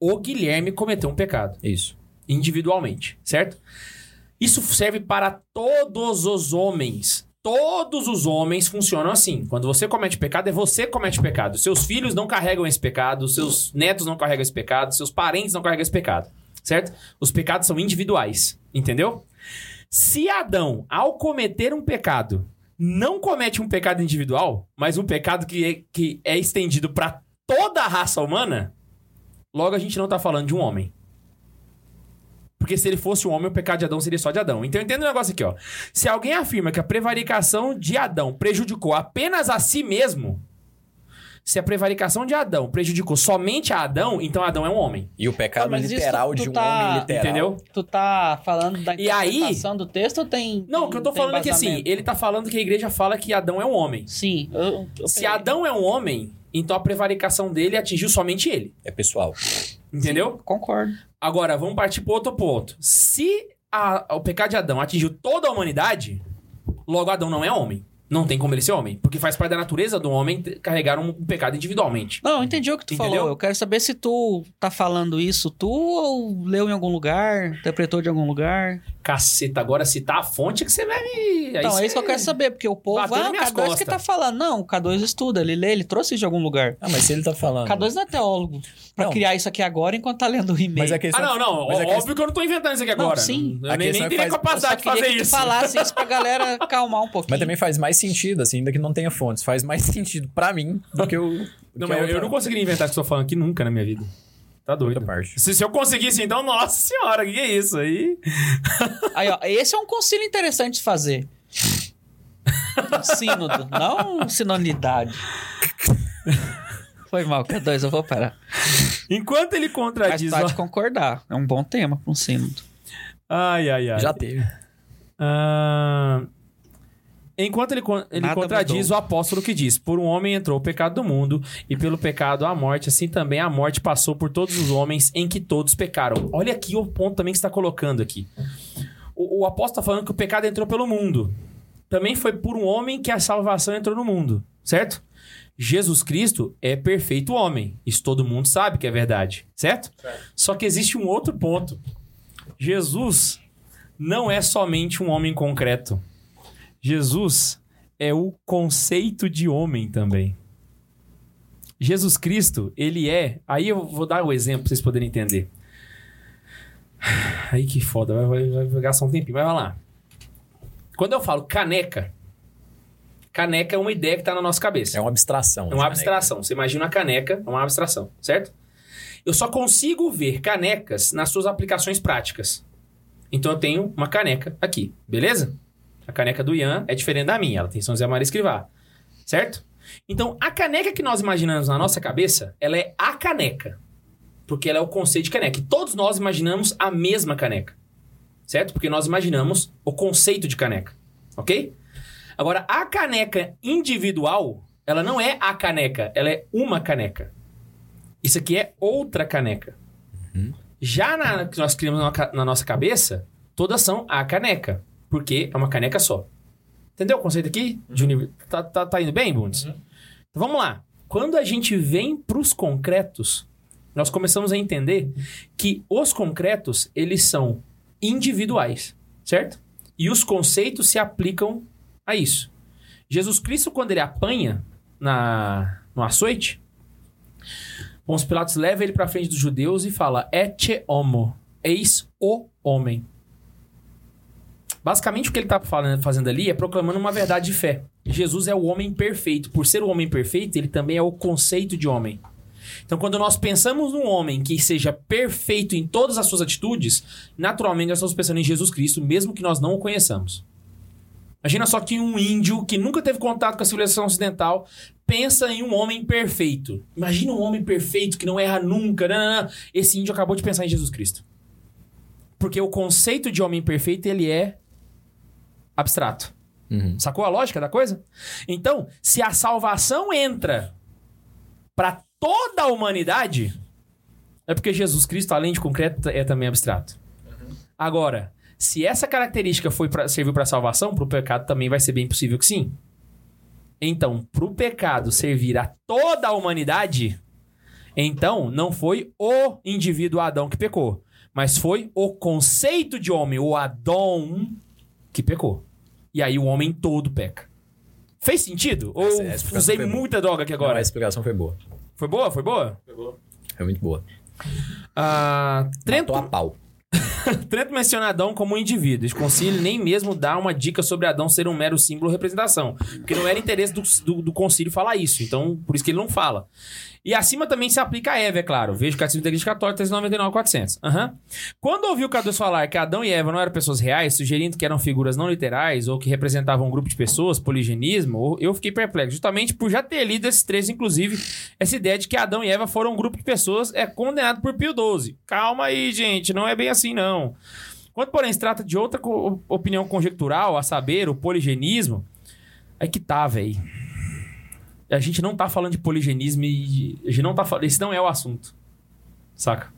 Speaker 2: o Guilherme cometeu um pecado
Speaker 3: Isso.
Speaker 2: individualmente, certo? Isso serve para todos os homens. Todos os homens funcionam assim. Quando você comete pecado, é você que comete pecado. Seus filhos não carregam esse pecado, seus netos não carregam esse pecado, seus parentes não carregam esse pecado, certo? Os pecados são individuais, entendeu? Se Adão, ao cometer um pecado, não comete um pecado individual, mas um pecado que é, que é estendido para toda a raça humana, logo a gente não tá falando de um homem. Porque se ele fosse um homem, o pecado de Adão seria só de Adão. Então entenda um negócio aqui, ó. Se alguém afirma que a prevaricação de Adão prejudicou apenas a si mesmo, se a prevaricação de Adão prejudicou somente a Adão, então Adão é um homem.
Speaker 3: E o pecado
Speaker 4: Ah, mas isso
Speaker 3: literal
Speaker 4: tu
Speaker 3: de um
Speaker 4: tá-
Speaker 3: homem literal.
Speaker 2: Entendeu?
Speaker 4: Tu tá falando da
Speaker 2: E aí-
Speaker 4: interpretação do texto ou tem.
Speaker 2: Não,
Speaker 4: tem-
Speaker 2: o que eu tô
Speaker 4: tem
Speaker 2: falando é que assim,
Speaker 4: embasamento?
Speaker 2: ele tá falando que a igreja fala que Adão é um homem.
Speaker 4: Sim. eu- eu
Speaker 2: Se
Speaker 4: peguei.
Speaker 2: Adão é um homem, então a prevaricação dele atingiu somente ele.
Speaker 3: É pessoal.
Speaker 2: Entendeu?
Speaker 4: Concordo.
Speaker 2: Agora, vamos partir para outro ponto. Se a- o pecado de Adão atingiu toda a humanidade, logo Adão não é homem. Não tem como ele ser homem. Porque faz parte da natureza do homem t- carregar um pecado individualmente.
Speaker 4: Não, eu entendi o que tu
Speaker 2: Entendeu?
Speaker 4: falou. Eu quero saber se tu tá falando isso tu ou leu em algum lugar, interpretou de algum lugar.
Speaker 2: Caceta, agora citar a fonte é que você vai me. aí
Speaker 4: então, é
Speaker 2: você-
Speaker 4: isso que eu quero saber, porque o povo.
Speaker 2: Bateu nas
Speaker 4: Ah, o
Speaker 2: minhas
Speaker 4: K2 que
Speaker 2: costas.
Speaker 4: tá falando. Não, o K2 estuda, ele lê, ele trouxe isso de algum lugar.
Speaker 3: Ah, mas se ele tá falando.
Speaker 4: K2 não é teólogo. Pra
Speaker 3: Não.
Speaker 4: criar isso aqui agora enquanto tá lendo o e-mail.
Speaker 3: Mas é a
Speaker 2: Ah,
Speaker 3: questão.
Speaker 2: não, não.
Speaker 3: Mas
Speaker 2: ó-
Speaker 3: a
Speaker 2: Óbvio que eu não tô inventando isso aqui
Speaker 4: é Não,
Speaker 2: agora.
Speaker 4: sim.
Speaker 2: Eu
Speaker 3: A
Speaker 2: nem,
Speaker 3: questão
Speaker 2: nem
Speaker 3: é que
Speaker 2: teria
Speaker 3: faz-
Speaker 4: Eu só
Speaker 2: capacidade de
Speaker 4: queria
Speaker 2: fazer
Speaker 4: que tu
Speaker 2: isso.
Speaker 4: falasse isso pra
Speaker 6: (laughs)
Speaker 4: galera calmar um pouquinho.
Speaker 3: Mas também faz mais sentido, assim, ainda que não tenha fontes. Faz mais (laughs) sentido pra mim do que o.
Speaker 2: Não,
Speaker 3: que a
Speaker 2: mas eu,
Speaker 3: é outra-
Speaker 2: eu não conseguiria inventar o que eu tô falando aqui nunca na minha vida. Tá doido.
Speaker 3: outra parte.
Speaker 2: Se, se eu conseguisse, então, nossa senhora, que que é isso aí?
Speaker 4: Aí, ó, esse é um concílio interessante de fazer. Um sínodo, não um sinonidade. Foi mal, K2, eu vou parar.
Speaker 2: Enquanto ele
Speaker 6: Tá
Speaker 4: Mas
Speaker 2: contradiz.
Speaker 4: pode
Speaker 2: o-
Speaker 4: concordar, é um bom tema pra um sínodo.
Speaker 2: Ai, ai, ai.
Speaker 3: Já teve.
Speaker 2: Ah, enquanto ele, con- ele
Speaker 4: Nada
Speaker 2: contradiz
Speaker 4: mudou.
Speaker 2: o apóstolo que diz: Por um homem entrou o pecado do mundo, e pelo pecado a morte, assim também a morte passou por todos os homens, em que todos pecaram. Olha aqui o ponto também que está colocando aqui. O, o apóstolo está falando que o pecado entrou pelo mundo. Também foi por um homem que a salvação entrou no mundo, certo? Jesus Cristo é perfeito homem. Isso todo mundo sabe que é verdade, certo? Só que existe um outro ponto. Jesus não é somente um homem concreto. Jesus é o conceito de homem também. Jesus Cristo, ele é. Aí eu vou dar o exemplo pra vocês poderem entender. (sighs) Aí que foda, vai, vai, vai, vai gastar um tempinho, mas vai lá. Quando eu falo caneca, caneca é uma ideia que tá na nossa cabeça.
Speaker 3: É uma abstração.
Speaker 2: É uma abstração. Você imagina a caneca, é uma abstração, certo? Eu só consigo ver canecas nas suas aplicações práticas. Então eu tenho uma caneca aqui, beleza? A caneca do Ian é diferente da minha, ela tem São José Maria Escrivá, certo? Então a caneca que nós imaginamos na nossa cabeça, ela é a caneca. Porque ela é o conceito de caneca. E todos nós imaginamos a mesma caneca, certo? Porque nós imaginamos o conceito de caneca, ok? Agora, a caneca individual, ela não é a caneca, ela é uma caneca. Isso aqui é outra caneca. Já na que nós criamos na ca- na nossa cabeça, todas são a caneca, porque é uma caneca só. Entendeu o conceito aqui? De univer- tá, tá- tá indo bem, Bundes? Então, vamos lá. Quando a gente vem para os concretos, nós começamos a entender que os concretos, eles são individuais, certo? E os conceitos se aplicam a É isso. Jesus Cristo, quando ele apanha na, no açoite, Pôncio Pilatos leva ele para frente dos judeus e fala, ete homo, eis o homem. Basicamente, o que ele está fazendo ali é proclamando uma verdade de fé. Jesus é o homem perfeito. Por ser o homem perfeito, ele também é o conceito de homem. Então, quando nós pensamos num homem que seja perfeito em todas as suas atitudes, naturalmente nós estamos pensando em Jesus Cristo, mesmo que nós não o conheçamos. Imagina só que um índio que nunca teve contato com a civilização ocidental pensa em um homem perfeito. Imagina um homem perfeito que não erra nunca. nananã. Esse índio acabou de pensar em Jesus Cristo. Porque o conceito de homem perfeito, ele é abstrato. Sacou a lógica da coisa? Então, se a salvação entra para toda a humanidade, é porque Jesus Cristo, além de concreto, é também abstrato.
Speaker 3: Uhum.
Speaker 2: Agora, se essa característica foi pra, serviu para salvação, para o pecado também vai ser bem possível que sim. Então, para o pecado servir a toda a humanidade, então não foi o indivíduo Adão que pecou, mas foi o conceito de homem, o Adão, que pecou. E aí o homem todo peca. Fez sentido? Ou
Speaker 3: Essa- essa explicação
Speaker 2: usei
Speaker 3: foi boa.
Speaker 2: muita droga aqui
Speaker 3: Agora,
Speaker 2: agora?
Speaker 3: a explicação foi boa.
Speaker 2: Foi boa? Foi boa?
Speaker 3: Foi muito boa.
Speaker 2: Ah, Trento,
Speaker 3: Matou a pau.
Speaker 2: (laughs) Trento menciona Adão como um indivíduo. Esse concílio nem mesmo dá uma dica sobre Adão ser um mero símbolo ou representação. Porque não era interesse do, do, do concílio falar isso. Então, por isso que ele não fala. E acima também se aplica a Eva, é claro. Veja o Catecismo da Igreja Católica 399.400. Aham. Quando ouvi o Cadu falar que Adão e Eva não eram pessoas reais, sugerindo que eram figuras não literais ou que representavam um grupo de pessoas, poligenismo, ou- eu fiquei perplexo. Justamente por já ter lido esses três, inclusive, essa ideia de que Adão e Eva foram um grupo de pessoas é condenado por Pio XII. Calma aí, gente, não é bem assim, não. Quando, porém, se trata de outra co- opinião conjectural, a saber, o poligenismo, aí que tá, velho. A gente não tá falando de poligenismo e. A gente não tá falando. Esse não é o assunto. Saca?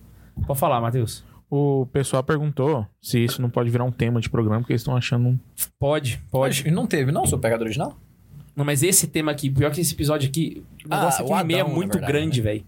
Speaker 2: Pode falar, Matheus.
Speaker 6: O pessoal perguntou se isso não pode virar um tema de programa, porque eles estão achando um.
Speaker 2: Pode, pode.
Speaker 3: Mas Não teve, não? Sou pecado original?
Speaker 2: Não, mas esse tema aqui, pior que esse episódio aqui, o
Speaker 3: Ah,
Speaker 2: negócio aqui
Speaker 3: o
Speaker 2: no meio é
Speaker 3: Adão, na
Speaker 2: muito
Speaker 3: verdade, né?
Speaker 2: grande, velho.
Speaker 4: Não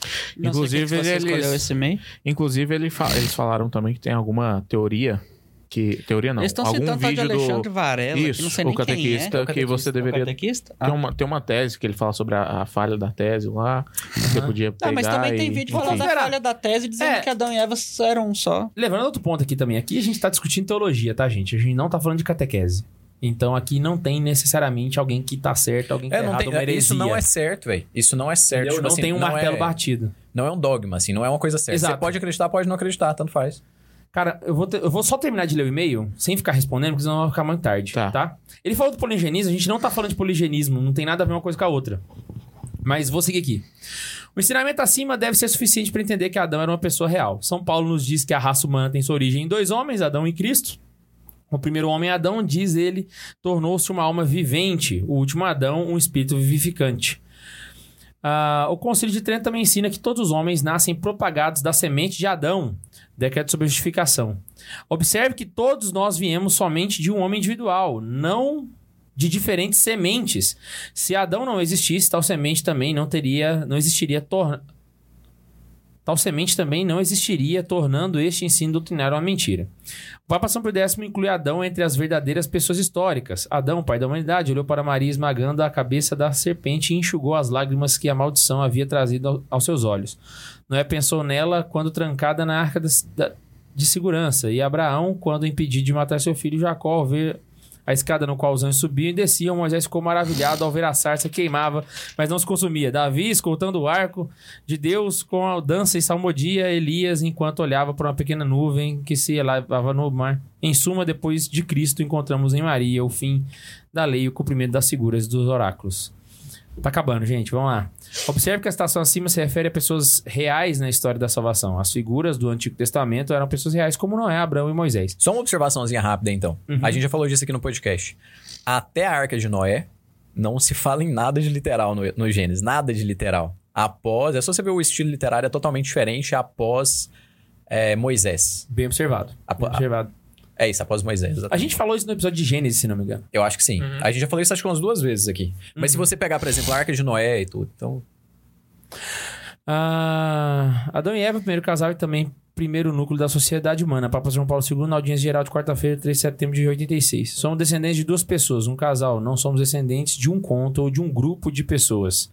Speaker 4: sei
Speaker 6: Inclusive,
Speaker 4: quem que você
Speaker 6: eles-
Speaker 4: escolheu esse e-mail.
Speaker 6: Inclusive, ele fa- eles falaram também que tem alguma teoria. que Teoria não.
Speaker 4: Eles estão
Speaker 6: algum
Speaker 4: citando tal de
Speaker 6: vídeo
Speaker 4: Alexandre
Speaker 6: do.
Speaker 4: Varela, que
Speaker 6: Isso,
Speaker 4: não sei
Speaker 6: o
Speaker 4: nem
Speaker 6: catequista
Speaker 4: quem é.
Speaker 6: que você
Speaker 4: o
Speaker 6: deveria- um
Speaker 4: Catequista? Ah.
Speaker 6: Tem uma, tem uma tese que ele fala sobre a, a falha da tese lá. que Você podia pegar.
Speaker 4: Ah, mas também tem
Speaker 6: e-
Speaker 4: vídeo
Speaker 6: enfim.
Speaker 4: falando da
Speaker 2: Será?
Speaker 4: falha da tese dizendo
Speaker 2: É.
Speaker 4: que Adão e Eva eram um só.
Speaker 2: Levando outro ponto aqui também. Aqui a gente tá discutindo teologia, tá, gente? A gente não tá falando de catequese. Então aqui não tem necessariamente alguém que tá certo, alguém que
Speaker 3: É,
Speaker 2: tá
Speaker 3: não
Speaker 2: errado,
Speaker 3: tem,
Speaker 2: uma heresia.
Speaker 3: isso não é certo, velho. Isso não é certo.
Speaker 2: Entendeu?
Speaker 3: tipo
Speaker 2: não
Speaker 3: assim,
Speaker 2: tem um
Speaker 3: não
Speaker 2: martelo
Speaker 3: é,
Speaker 2: batido.
Speaker 3: Não é um dogma, assim. Não é uma coisa certa.
Speaker 2: Exato.
Speaker 3: Você pode acreditar, pode não acreditar. Tanto faz.
Speaker 2: Cara, eu vou, te- eu vou só terminar de ler o e-mail, sem ficar respondendo, porque senão vai ficar muito tarde, tá.
Speaker 6: Tá.
Speaker 2: Ele falou do poligenismo, a gente não tá falando de poligenismo, não tem nada a ver uma coisa com a outra. Mas vou seguir aqui. O ensinamento acima deve ser suficiente para entender que Adão era uma pessoa real. São Paulo nos diz que a raça humana tem sua origem em dois homens, Adão e Cristo. O primeiro homem, Adão, diz ele, tornou-se uma alma vivente. O último Adão, um espírito vivificante. Ah, o Conselho de Trento também ensina que todos os homens nascem propagados da semente de Adão. Decreto sobre a justificação. Observe que todos nós viemos somente de um homem individual, não de diferentes sementes. Se Adão não existisse, tal semente também não teria, não existiria tor- Tal semente também não existiria, tornando este ensino doutrinário uma mentira. O Papa São Pio X inclui Adão entre as verdadeiras pessoas históricas. Adão, pai da humanidade, olhou para Maria esmagando a cabeça da serpente e enxugou as lágrimas que a maldição havia trazido ao- aos seus olhos. Noé pensou nela quando trancada na arca das- da- de segurança, e Abraão, quando impedido de matar seu filho Jacó, ao ver a escada no qual os anjos subiam e desciam, Moisés ficou maravilhado ao ver a sarça queimava, mas não se consumia. Davi, escoltando o arco de Deus com a dança e salmodia, Elias, enquanto olhava para uma pequena nuvem que se elevava no mar. Em suma, depois de Cristo, encontramos em Maria o fim da lei e o cumprimento das figuras dos oráculos. Tá acabando, gente. Vamos lá. Observe que a citação acima se refere a pessoas reais na história da salvação. As figuras do Antigo Testamento eram pessoas reais, como Noé, Abraão e Moisés.
Speaker 3: Só uma observaçãozinha rápida, então. A
Speaker 2: Uhum.
Speaker 3: gente já falou disso aqui no podcast. Até a Arca de Noé, não se fala em nada de literal no, no Gênesis. Nada de literal. Após... É só você ver o estilo literário é totalmente diferente após é, Moisés.
Speaker 2: Bem observado.
Speaker 3: A-
Speaker 2: Bem observado.
Speaker 3: É isso, após Moisés.
Speaker 2: A
Speaker 3: exatamente.
Speaker 2: gente Uhum. falou isso no episódio de Gênesis, se não me engano.
Speaker 3: Eu acho que sim. A gente já falou isso acho que umas duas vezes aqui. Mas
Speaker 2: Uhum.
Speaker 3: se você pegar, por exemplo, a Arca de Noé e tudo, então...
Speaker 2: Ah, Adão e Eva, primeiro casal e também primeiro núcleo da sociedade humana. Papa João Paulo II, na audiência geral de quarta-feira, 3 de setembro de 86. Somos descendentes de duas pessoas, um casal. Não somos descendentes de um conto ou de um grupo de pessoas.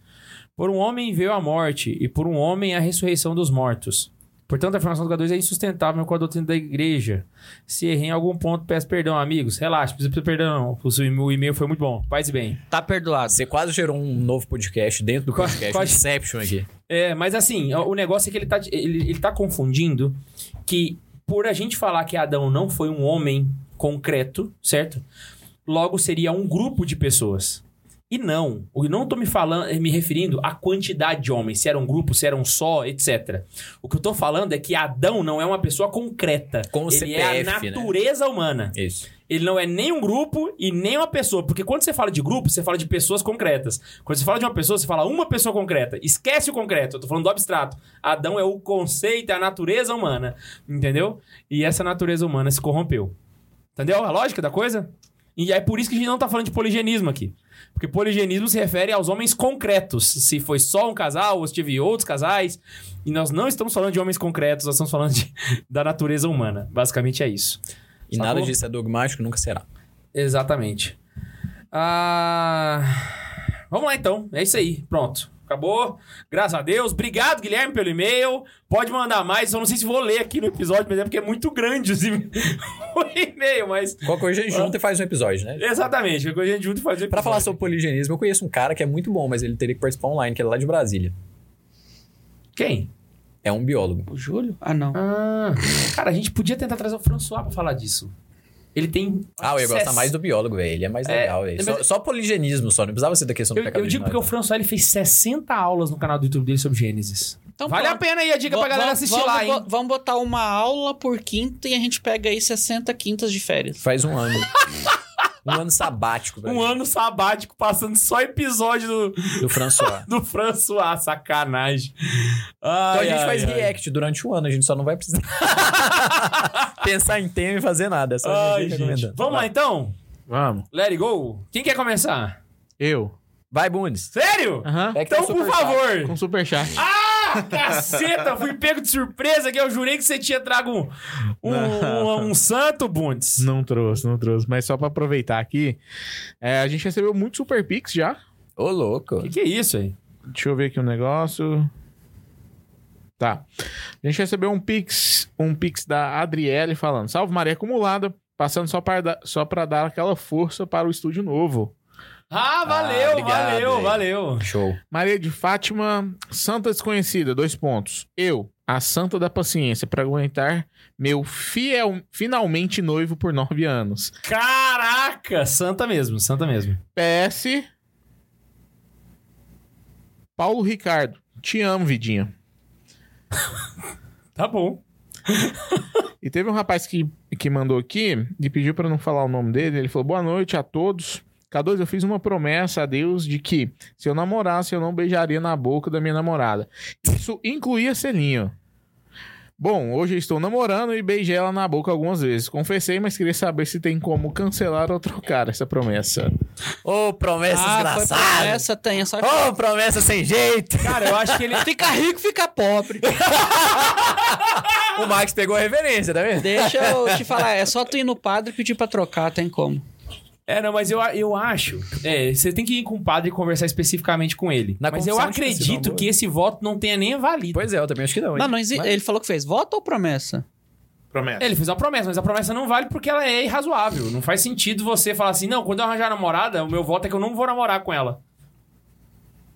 Speaker 2: Por um homem veio a morte, e por um homem a ressurreição dos mortos. Portanto, a afirmação do K2 é insustentável com a doutrina da igreja. Se errei em algum ponto, peço perdão, amigos. Relaxa, não precisa pedir perdão. não. O seu- O e-mail foi muito bom. Paz e bem.
Speaker 4: Tá perdoado.
Speaker 3: Você quase gerou um novo podcast dentro do
Speaker 2: Quase-
Speaker 3: podcast,
Speaker 2: quase-
Speaker 3: Inception aqui.
Speaker 2: É, mas assim, o o negócio é que ele tá, ele, ele tá confundindo que por a gente falar que Adão não foi um homem concreto, certo? Logo seria um grupo de pessoas. E não, eu não tô me falando, me referindo à quantidade de homens, se era um grupo, se era um só, etc. O que eu tô falando é que Adão não é uma pessoa concreta.
Speaker 3: Com
Speaker 2: ele é a
Speaker 3: CPF, né?
Speaker 2: natureza humana.
Speaker 3: Isso.
Speaker 2: Ele não é nem um grupo e nem uma pessoa. Porque quando você fala de grupo, você fala de pessoas concretas. Quando você fala de uma pessoa, você fala uma pessoa concreta. Esquece o concreto. Eu tô falando do abstrato. Adão é o conceito, é a natureza humana. Entendeu? E essa natureza humana se corrompeu. Entendeu a lógica da coisa? E é por isso que a gente não tá falando de poligenismo aqui. Porque poligenismo se refere aos homens concretos. Se foi só um casal ou se teve outros casais. E nós não estamos falando de homens concretos, nós estamos falando de- (laughs) da natureza humana. Basicamente é isso.
Speaker 3: E
Speaker 2: Sacou?
Speaker 3: nada disso é dogmático, nunca será.
Speaker 2: Exatamente. Ah, vamos lá então. É isso aí. Pronto. Acabou. Graças a Deus. Obrigado, Guilherme, pelo e-mail. Pode mandar mais. Eu não sei se vou ler aqui no episódio, mas é porque é muito grande os e- (laughs) o e-mail, mas.
Speaker 3: Qualquer coisa a gente junta e faz um episódio, né?
Speaker 2: Exatamente. Qualquer coisa a gente junta e faz o
Speaker 3: Pra
Speaker 2: episódio.
Speaker 3: falar sobre poligenismo, eu conheço um cara que é muito bom, mas ele teria que participar online, que ele é lá de Brasília.
Speaker 2: Quem?
Speaker 3: É um biólogo.
Speaker 4: O Júlio? Ah, não.
Speaker 2: Ah, cara, a gente podia tentar trazer o François pra falar disso. Ele tem.
Speaker 3: Ah, eu ia gostar
Speaker 2: acesso-
Speaker 3: mais do biólogo, velho. Ele é mais
Speaker 2: É,
Speaker 3: legal, velho.
Speaker 2: mas-
Speaker 3: Só, só poligenismo, só. Não precisava ser da questão do
Speaker 2: Eu,
Speaker 3: pecado
Speaker 2: eu digo porque
Speaker 3: original.
Speaker 2: o François ele fez 60 aulas no canal do YouTube dele sobre Gênesis.
Speaker 4: Então,
Speaker 2: vale
Speaker 4: pronto.
Speaker 2: a pena aí a dica
Speaker 4: Va-
Speaker 2: pra galera
Speaker 4: va-
Speaker 2: assistir
Speaker 4: vamos
Speaker 2: lá, hein?
Speaker 4: bo- Vamos botar uma aula por quinta e a gente pega aí 60 quintas de férias.
Speaker 3: Faz um ano. (laughs) um ano sabático, velho.
Speaker 2: Um ano sabático passando só episódio do,
Speaker 3: Do François.
Speaker 2: do François, sacanagem.
Speaker 3: Então
Speaker 2: Ai,
Speaker 3: a gente
Speaker 2: ai,
Speaker 3: faz
Speaker 2: ai.
Speaker 3: react durante um ano, a gente só não vai precisar (laughs) pensar em tema e fazer nada. É só a
Speaker 2: Ai,
Speaker 3: gente
Speaker 2: gente.
Speaker 3: recomendando.
Speaker 2: Vamos lá então?
Speaker 6: Vamos.
Speaker 2: Let it go. Quem quer começar?
Speaker 6: Eu.
Speaker 3: Vai, Bundes.
Speaker 2: Sério?
Speaker 6: Aham.
Speaker 3: É que
Speaker 2: Então,
Speaker 3: tá
Speaker 2: por
Speaker 3: super
Speaker 2: favor.
Speaker 6: Com superchat.
Speaker 2: (laughs) Caceta, fui pego de surpresa que eu jurei que você tinha trago um, um,
Speaker 6: Não.
Speaker 2: um- um santo, Bundes.
Speaker 6: Não trouxe, não trouxe. Mas só pra aproveitar aqui, é, a gente recebeu muito Super Pix já.
Speaker 3: Ô, louco.
Speaker 2: O que, que é isso aí?
Speaker 6: Deixa eu ver aqui um negócio. Tá. A gente recebeu um pix, um pix da Adriele falando: "Salve Maria acumulada, passando só para da- só para dar aquela força para o estúdio novo".
Speaker 2: Ah, valeu,
Speaker 3: obrigado,
Speaker 2: valeu,
Speaker 3: velho.
Speaker 2: valeu.
Speaker 3: Show.
Speaker 6: Maria de Fátima, santa desconhecida, dois pontos. Eu, a santa da paciência para aguentar meu fiel finalmente noivo por nove anos.
Speaker 2: Caraca, santa mesmo, santa mesmo.
Speaker 6: PS Paulo Ricardo, te amo, vidinha.
Speaker 2: Tá bom.
Speaker 6: E teve um rapaz que, que mandou aqui e pediu pra eu não falar o nome dele. Ele falou: Boa noite a todos. K2, eu fiz uma promessa a Deus de que se eu namorasse, eu não beijaria na boca da minha namorada. Isso incluía selinho. Bom, hoje eu estou namorando e beijei ela na boca algumas vezes. Confessei, mas queria saber se tem como cancelar ou trocar essa promessa.
Speaker 3: Ô, promessa
Speaker 4: ah, foi
Speaker 3: desgraçada.
Speaker 4: promessa, tem. É só...
Speaker 3: Ô, promessa sem jeito.
Speaker 2: Cara, eu acho que ele.
Speaker 4: Fica rico,
Speaker 2: (laughs)
Speaker 4: fica pobre.
Speaker 3: O Max pegou a referência, tá vendo?
Speaker 4: Deixa eu te falar, é só tu ir no padre e pedir pra trocar, tem como.
Speaker 2: É, não, mas eu, a- eu acho. É, você tem que ir com o padre e conversar especificamente com ele.
Speaker 3: Na
Speaker 2: mas eu
Speaker 3: confissão de confissão,
Speaker 2: acredito
Speaker 3: amor.
Speaker 2: que esse voto não tenha nem valido.
Speaker 3: Pois é, eu também acho que não. hein?
Speaker 4: Não, não exi-
Speaker 3: Mas-
Speaker 4: ele falou que fez voto ou promessa?
Speaker 6: Promessa.
Speaker 2: Ele fez uma promessa, mas a promessa não vale porque ela é irrazoável. Não faz sentido você falar assim, não, quando eu arranjar namorada, o meu voto é que eu não vou namorar com ela.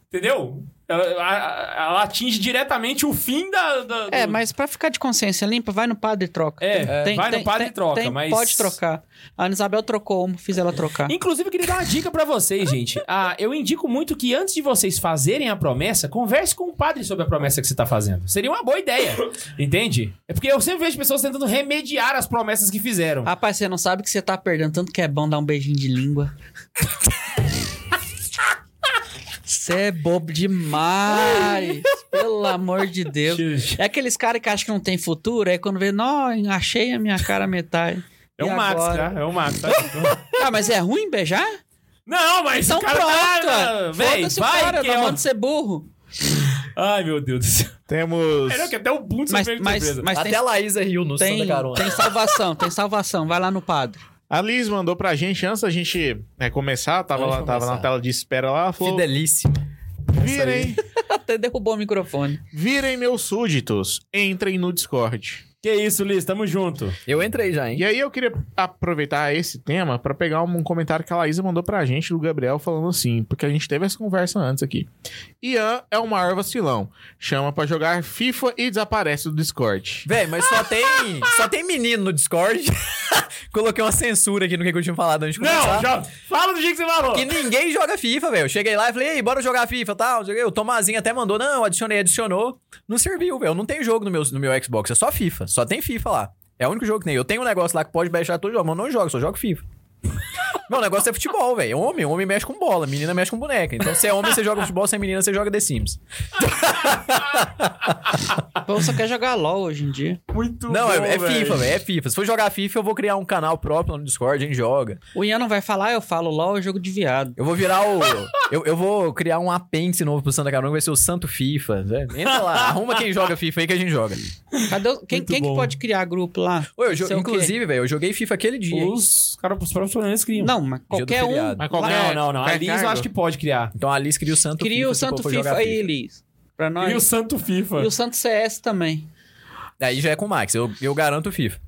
Speaker 2: Entendeu? Ela, a- a- ela atinge diretamente o fim da. da-
Speaker 4: É,
Speaker 2: do-
Speaker 4: mas pra ficar de consciência limpa, vai no padre e troca.
Speaker 2: É, vai no padre e troca,
Speaker 4: tem-
Speaker 2: mas-
Speaker 4: Pode trocar. A Ana Isabel trocou uma, fiz ela
Speaker 2: (laughs)
Speaker 4: trocar.
Speaker 2: Inclusive, eu queria dar uma dica pra vocês, gente. Ah, eu indico muito que antes de vocês fazerem a promessa, converse com o padre sobre a promessa que você tá fazendo. Seria uma boa ideia, entende? É porque eu sempre vejo pessoas tentando remediar as promessas que fizeram.
Speaker 4: Rapaz, você não sabe que você tá perdendo, tanto que é bom dar um beijinho de língua. Você é bobo demais, pelo amor de Deus. É aqueles caras que acham que não tem futuro, aí quando vê, não, achei a minha cara metade.
Speaker 2: É
Speaker 4: E
Speaker 2: o Max,
Speaker 4: agora?
Speaker 2: tá? É o Max, tá?
Speaker 4: Ah, mas é ruim beijar?
Speaker 2: (laughs) Não, mas
Speaker 4: Então
Speaker 2: o cara
Speaker 4: pronto.
Speaker 2: tá... Véi,
Speaker 4: Foda-se o cara,
Speaker 2: vai, que
Speaker 4: não
Speaker 2: é uma-
Speaker 4: manda ser burro.
Speaker 2: Ai, meu Deus do céu.
Speaker 6: Temos.
Speaker 2: Melhor que até o Bundes
Speaker 4: Mas,
Speaker 2: veio de
Speaker 4: mas,
Speaker 2: surpresa.
Speaker 4: mas
Speaker 3: Até
Speaker 4: tem,
Speaker 3: a Laísa riu no Santa
Speaker 4: tem,
Speaker 3: Carona.
Speaker 4: tem salvação, tem salvação. Vai lá no padre.
Speaker 6: A Liz mandou pra gente antes da gente né, começar. Tava,
Speaker 3: Antes
Speaker 6: lá,
Speaker 3: de
Speaker 6: tava
Speaker 3: começar.
Speaker 6: na tela de espera lá.
Speaker 3: Que
Speaker 6: Falou,
Speaker 3: delícia.
Speaker 6: virem,
Speaker 4: Até derrubou o microfone.
Speaker 6: virem meus súditos. Entrem no Discord.
Speaker 2: Que isso, Liz, tamo junto.
Speaker 3: Eu entrei já, hein?
Speaker 6: E aí eu queria aproveitar esse tema pra pegar um comentário que a Laísa mandou pra gente do Gabriel falando assim, porque a gente teve essa conversa antes aqui. Ian é o maior vacilão. Chama pra jogar FIFA e desaparece do Discord.
Speaker 3: Véi, mas só tem, só tem menino no Discord. (laughs) Coloquei uma censura aqui no que eu tinha falado antes de começar.
Speaker 2: Não, já fala do jeito que você falou.
Speaker 3: Que ninguém joga FIFA, velho. Eu cheguei lá e falei, ei, bora jogar FIFA e tal. não sei o quê. O Tomazinho até mandou, não, adicionei, adicionou. Não serviu, velho. Não tem jogo no meu, no meu Xbox, é só FIFA. Só tem FIFA lá. É o único jogo que tem. Eu tenho um negócio lá que pode baixar todo jogo, mas eu não jogo, só jogo FIFA. (laughs) meu negócio é futebol, velho. Homem, homem mexe com bola, menina mexe com boneca. Então, se é homem, você joga futebol, se é menina, você joga The Sims.
Speaker 4: O povo só quer jogar LOL hoje em dia.
Speaker 2: Muito
Speaker 3: não,
Speaker 2: bom,
Speaker 3: é, é
Speaker 2: véi.
Speaker 3: FIFA, velho. É FIFA. Se for jogar FIFA, eu vou criar um canal próprio lá no Discord, a gente joga.
Speaker 4: O Ian não vai falar, eu falo, LOL é jogo de viado.
Speaker 3: Eu vou virar o. eu, eu vou criar um apêndice novo pro Santa Carona, que vai ser o Santo FIFA. Né? Entra
Speaker 4: (laughs)
Speaker 3: lá, arruma quem joga FIFA aí que a gente joga.
Speaker 4: Cadê o- quem
Speaker 2: Muito
Speaker 4: quem que
Speaker 2: bom.
Speaker 4: pode criar grupo lá?
Speaker 3: Ô, eu jo-
Speaker 4: Sei é o quê.
Speaker 3: Inclusive, velho, eu joguei FIFA aquele dia. hein?
Speaker 2: Os caras, os profissionais criam.
Speaker 4: Não,
Speaker 3: Dia
Speaker 4: mas
Speaker 3: do
Speaker 4: qualquer um
Speaker 3: feriado.
Speaker 6: Mas
Speaker 2: não,
Speaker 6: qualquer.
Speaker 2: não. não. A
Speaker 6: qualquer
Speaker 2: é? Liz eu
Speaker 6: cargo.
Speaker 2: acho que pode criar.
Speaker 3: Então a Alice cria o Santo
Speaker 4: cria
Speaker 3: FIFA.
Speaker 4: o
Speaker 3: se o
Speaker 4: Santo
Speaker 3: povo jogar
Speaker 4: FIFA aí, Liz. Pra nós.
Speaker 2: E o Santo FIFA.
Speaker 4: E o Santo CS também.
Speaker 3: Aí já é com o Max, eu, eu garanto o FIFA.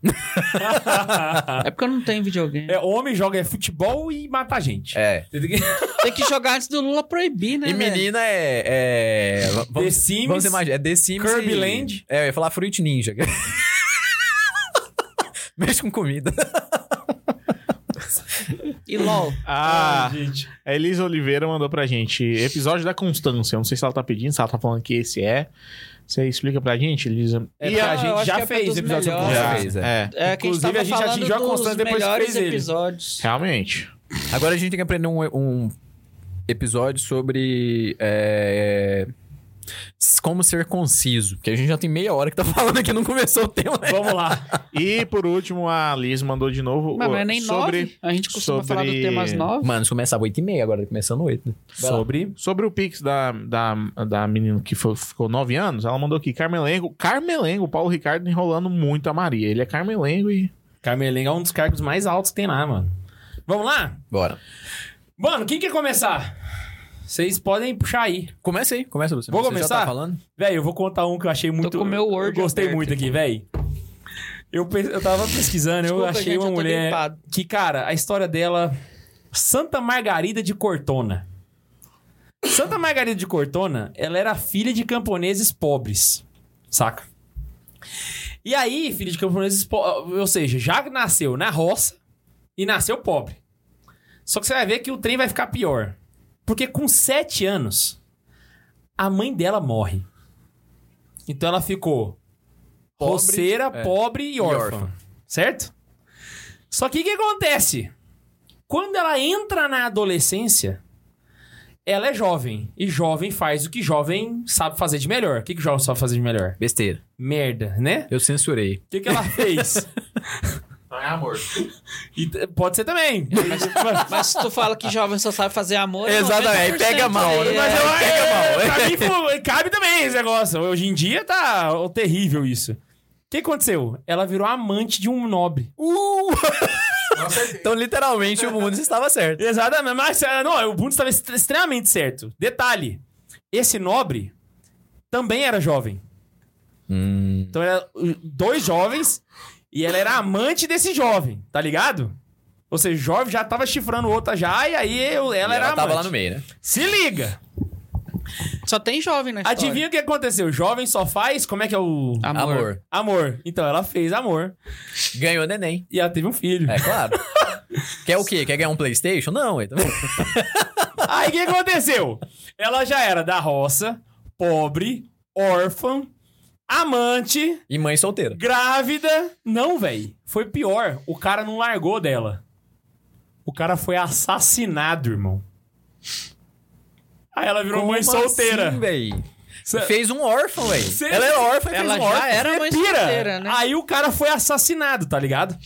Speaker 4: É porque eu não tenho videogame.
Speaker 2: É homem, joga é futebol e mata a gente.
Speaker 3: É.
Speaker 4: Tem que jogar antes do Lula proibir, né?
Speaker 3: E
Speaker 4: velho?
Speaker 3: menina é. é v-
Speaker 2: The
Speaker 3: vamos,
Speaker 2: Sims.
Speaker 3: vamos imaginar. É The Sims.
Speaker 2: Kirby
Speaker 3: e-
Speaker 2: Land.
Speaker 3: É, eu ia falar Fruit Ninja. (laughs) Mexe com comida.
Speaker 4: E LOL.
Speaker 6: Ah,
Speaker 2: gente.
Speaker 6: a Elisa Oliveira mandou pra gente episódio da Constância. Eu não sei se ela tá pedindo, se ela tá falando que esse é. Você explica pra gente, Elisa?
Speaker 2: É,
Speaker 6: E
Speaker 2: porque a
Speaker 6: a-
Speaker 4: eu acho
Speaker 2: gente
Speaker 4: que
Speaker 2: já
Speaker 4: é
Speaker 2: fez
Speaker 4: dos
Speaker 2: episódio sobre
Speaker 4: melhores.
Speaker 6: Já
Speaker 2: futebol.
Speaker 3: fez, é.
Speaker 6: é.
Speaker 4: É que
Speaker 2: Inclusive,
Speaker 4: a
Speaker 2: a
Speaker 4: gente
Speaker 2: gente
Speaker 4: tava
Speaker 2: atingiu a
Speaker 4: falando
Speaker 2: constância
Speaker 4: dos
Speaker 2: depois que
Speaker 4: melhores
Speaker 2: fez ele.
Speaker 4: episódios.
Speaker 6: É, Realmente.
Speaker 3: Agora a gente tem que aprender um, um episódio sobre. é, como ser conciso. Porque a gente já tem meia hora que tá (laughs) falando aqui, não começou o tema. né?
Speaker 2: Vamos lá.
Speaker 6: E por último, a Liz mandou de novo
Speaker 4: Mas
Speaker 6: o-
Speaker 4: não é nem
Speaker 6: sobre,
Speaker 4: nove. A gente costuma
Speaker 6: sobre-
Speaker 4: falar do tema às
Speaker 3: (laughs)
Speaker 4: nove.
Speaker 3: Mano, se começava 8h30, agora tá começando 8. Vai lá.
Speaker 2: Sobre.
Speaker 6: sobre o Pix da, da, da menina que fo- ficou nove anos. Ela mandou aqui, Carmelengo. Carmelengo, o Paulo Ricardo enrolando muito a Maria. Ele é Carmelengo e.
Speaker 2: Carmelengo é um dos cargos mais altos que tem lá, mano. Vamos lá?
Speaker 3: Bora.
Speaker 2: Mano, quem quer começar? Vocês podem puxar aí.
Speaker 3: Começa aí, começa você.
Speaker 2: Vou
Speaker 3: você
Speaker 2: começar?
Speaker 3: Já tá falando?
Speaker 2: Véi, eu vou contar um que eu achei muito.
Speaker 4: com o meu Word
Speaker 2: Eu gostei
Speaker 4: aberto
Speaker 2: muito aqui, véi. Eu, pe- eu tava pesquisando, eu
Speaker 4: Desculpa,
Speaker 2: achei
Speaker 4: gente,
Speaker 2: uma
Speaker 4: eu tô
Speaker 2: mulher
Speaker 4: gripado.
Speaker 2: que, cara, a história dela. Santa Margarida de Cortona. Santa Margarida de Cortona, ela era filha de camponeses pobres. Saca? E aí, filha de camponeses pobres. Ou seja, já nasceu na roça e nasceu pobre. Só que você vai ver que o trem vai ficar pior. Porque com sete anos, a mãe dela morre. Então ela ficou
Speaker 3: Pobre,
Speaker 2: roceira,
Speaker 3: é,
Speaker 2: pobre e órfã.
Speaker 3: órfã.
Speaker 2: Certo? Só que o que acontece? Quando ela entra na adolescência, ela é jovem. E jovem faz o que jovem sabe fazer de melhor. O que, que jovem sabe fazer de melhor?
Speaker 3: Besteira.
Speaker 2: Merda, né?
Speaker 3: Eu censurei.
Speaker 2: O que, que ela
Speaker 6: (laughs)
Speaker 2: fez?
Speaker 6: Não é amor.
Speaker 2: E t- pode ser também.
Speaker 4: Mas se tu fala que jovem só sabe fazer amor... é
Speaker 3: Exatamente,
Speaker 4: 90%
Speaker 3: pega mal,
Speaker 4: aí,
Speaker 3: né?
Speaker 4: é.
Speaker 2: Mas
Speaker 3: É, (laughs)
Speaker 2: eu,
Speaker 3: pega
Speaker 2: é,
Speaker 3: mal.
Speaker 2: pra mim, foi- cabe também esse negócio. Hoje em dia tá ó, terrível isso. O que aconteceu? Ela virou amante de um nobre.
Speaker 3: Uh! então, literalmente, o mundo estava certo.
Speaker 2: (laughs) Exatamente. Mas ah, não, o Bundes estava est- extremamente certo. Detalhe: esse nobre também era jovem.
Speaker 3: Hum.
Speaker 2: Então era uh, dois jovens e ela era amante desse jovem, tá ligado? Ou seja, o jovem já tava chifrando outra já, e aí eu- ela
Speaker 3: E
Speaker 2: era
Speaker 3: tava
Speaker 2: amante.
Speaker 3: lá no meio, né?
Speaker 2: Se liga!
Speaker 4: Só tem jovem na história.
Speaker 2: Adivinha o que aconteceu? Jovem só faz. Como é que é o.
Speaker 4: Amor.
Speaker 3: Amor.
Speaker 2: Amor. Então ela fez amor
Speaker 3: Ganhou neném.
Speaker 2: e ela teve um filho.
Speaker 3: É claro. Quer o quê? Quer ganhar um Playstation? Não. Então...
Speaker 2: (laughs) Aí o que aconteceu? Ela já era da roça, pobre, órfã, amante,
Speaker 3: E mãe solteira.
Speaker 2: grávida. Não, velho. Foi pior. O cara não largou dela. O cara foi assassinado, irmão. Aí ela virou mãe solteira.
Speaker 3: Assim, véi?
Speaker 2: Cê-
Speaker 3: Fez um órfão, véi.
Speaker 2: Cê-
Speaker 3: Ela era órfã e
Speaker 4: Ela
Speaker 3: fez um
Speaker 4: já
Speaker 3: órfão.
Speaker 4: era
Speaker 2: É
Speaker 4: mãe
Speaker 2: pira.
Speaker 4: solteira, né?
Speaker 2: Aí o cara foi assassinado, tá ligado?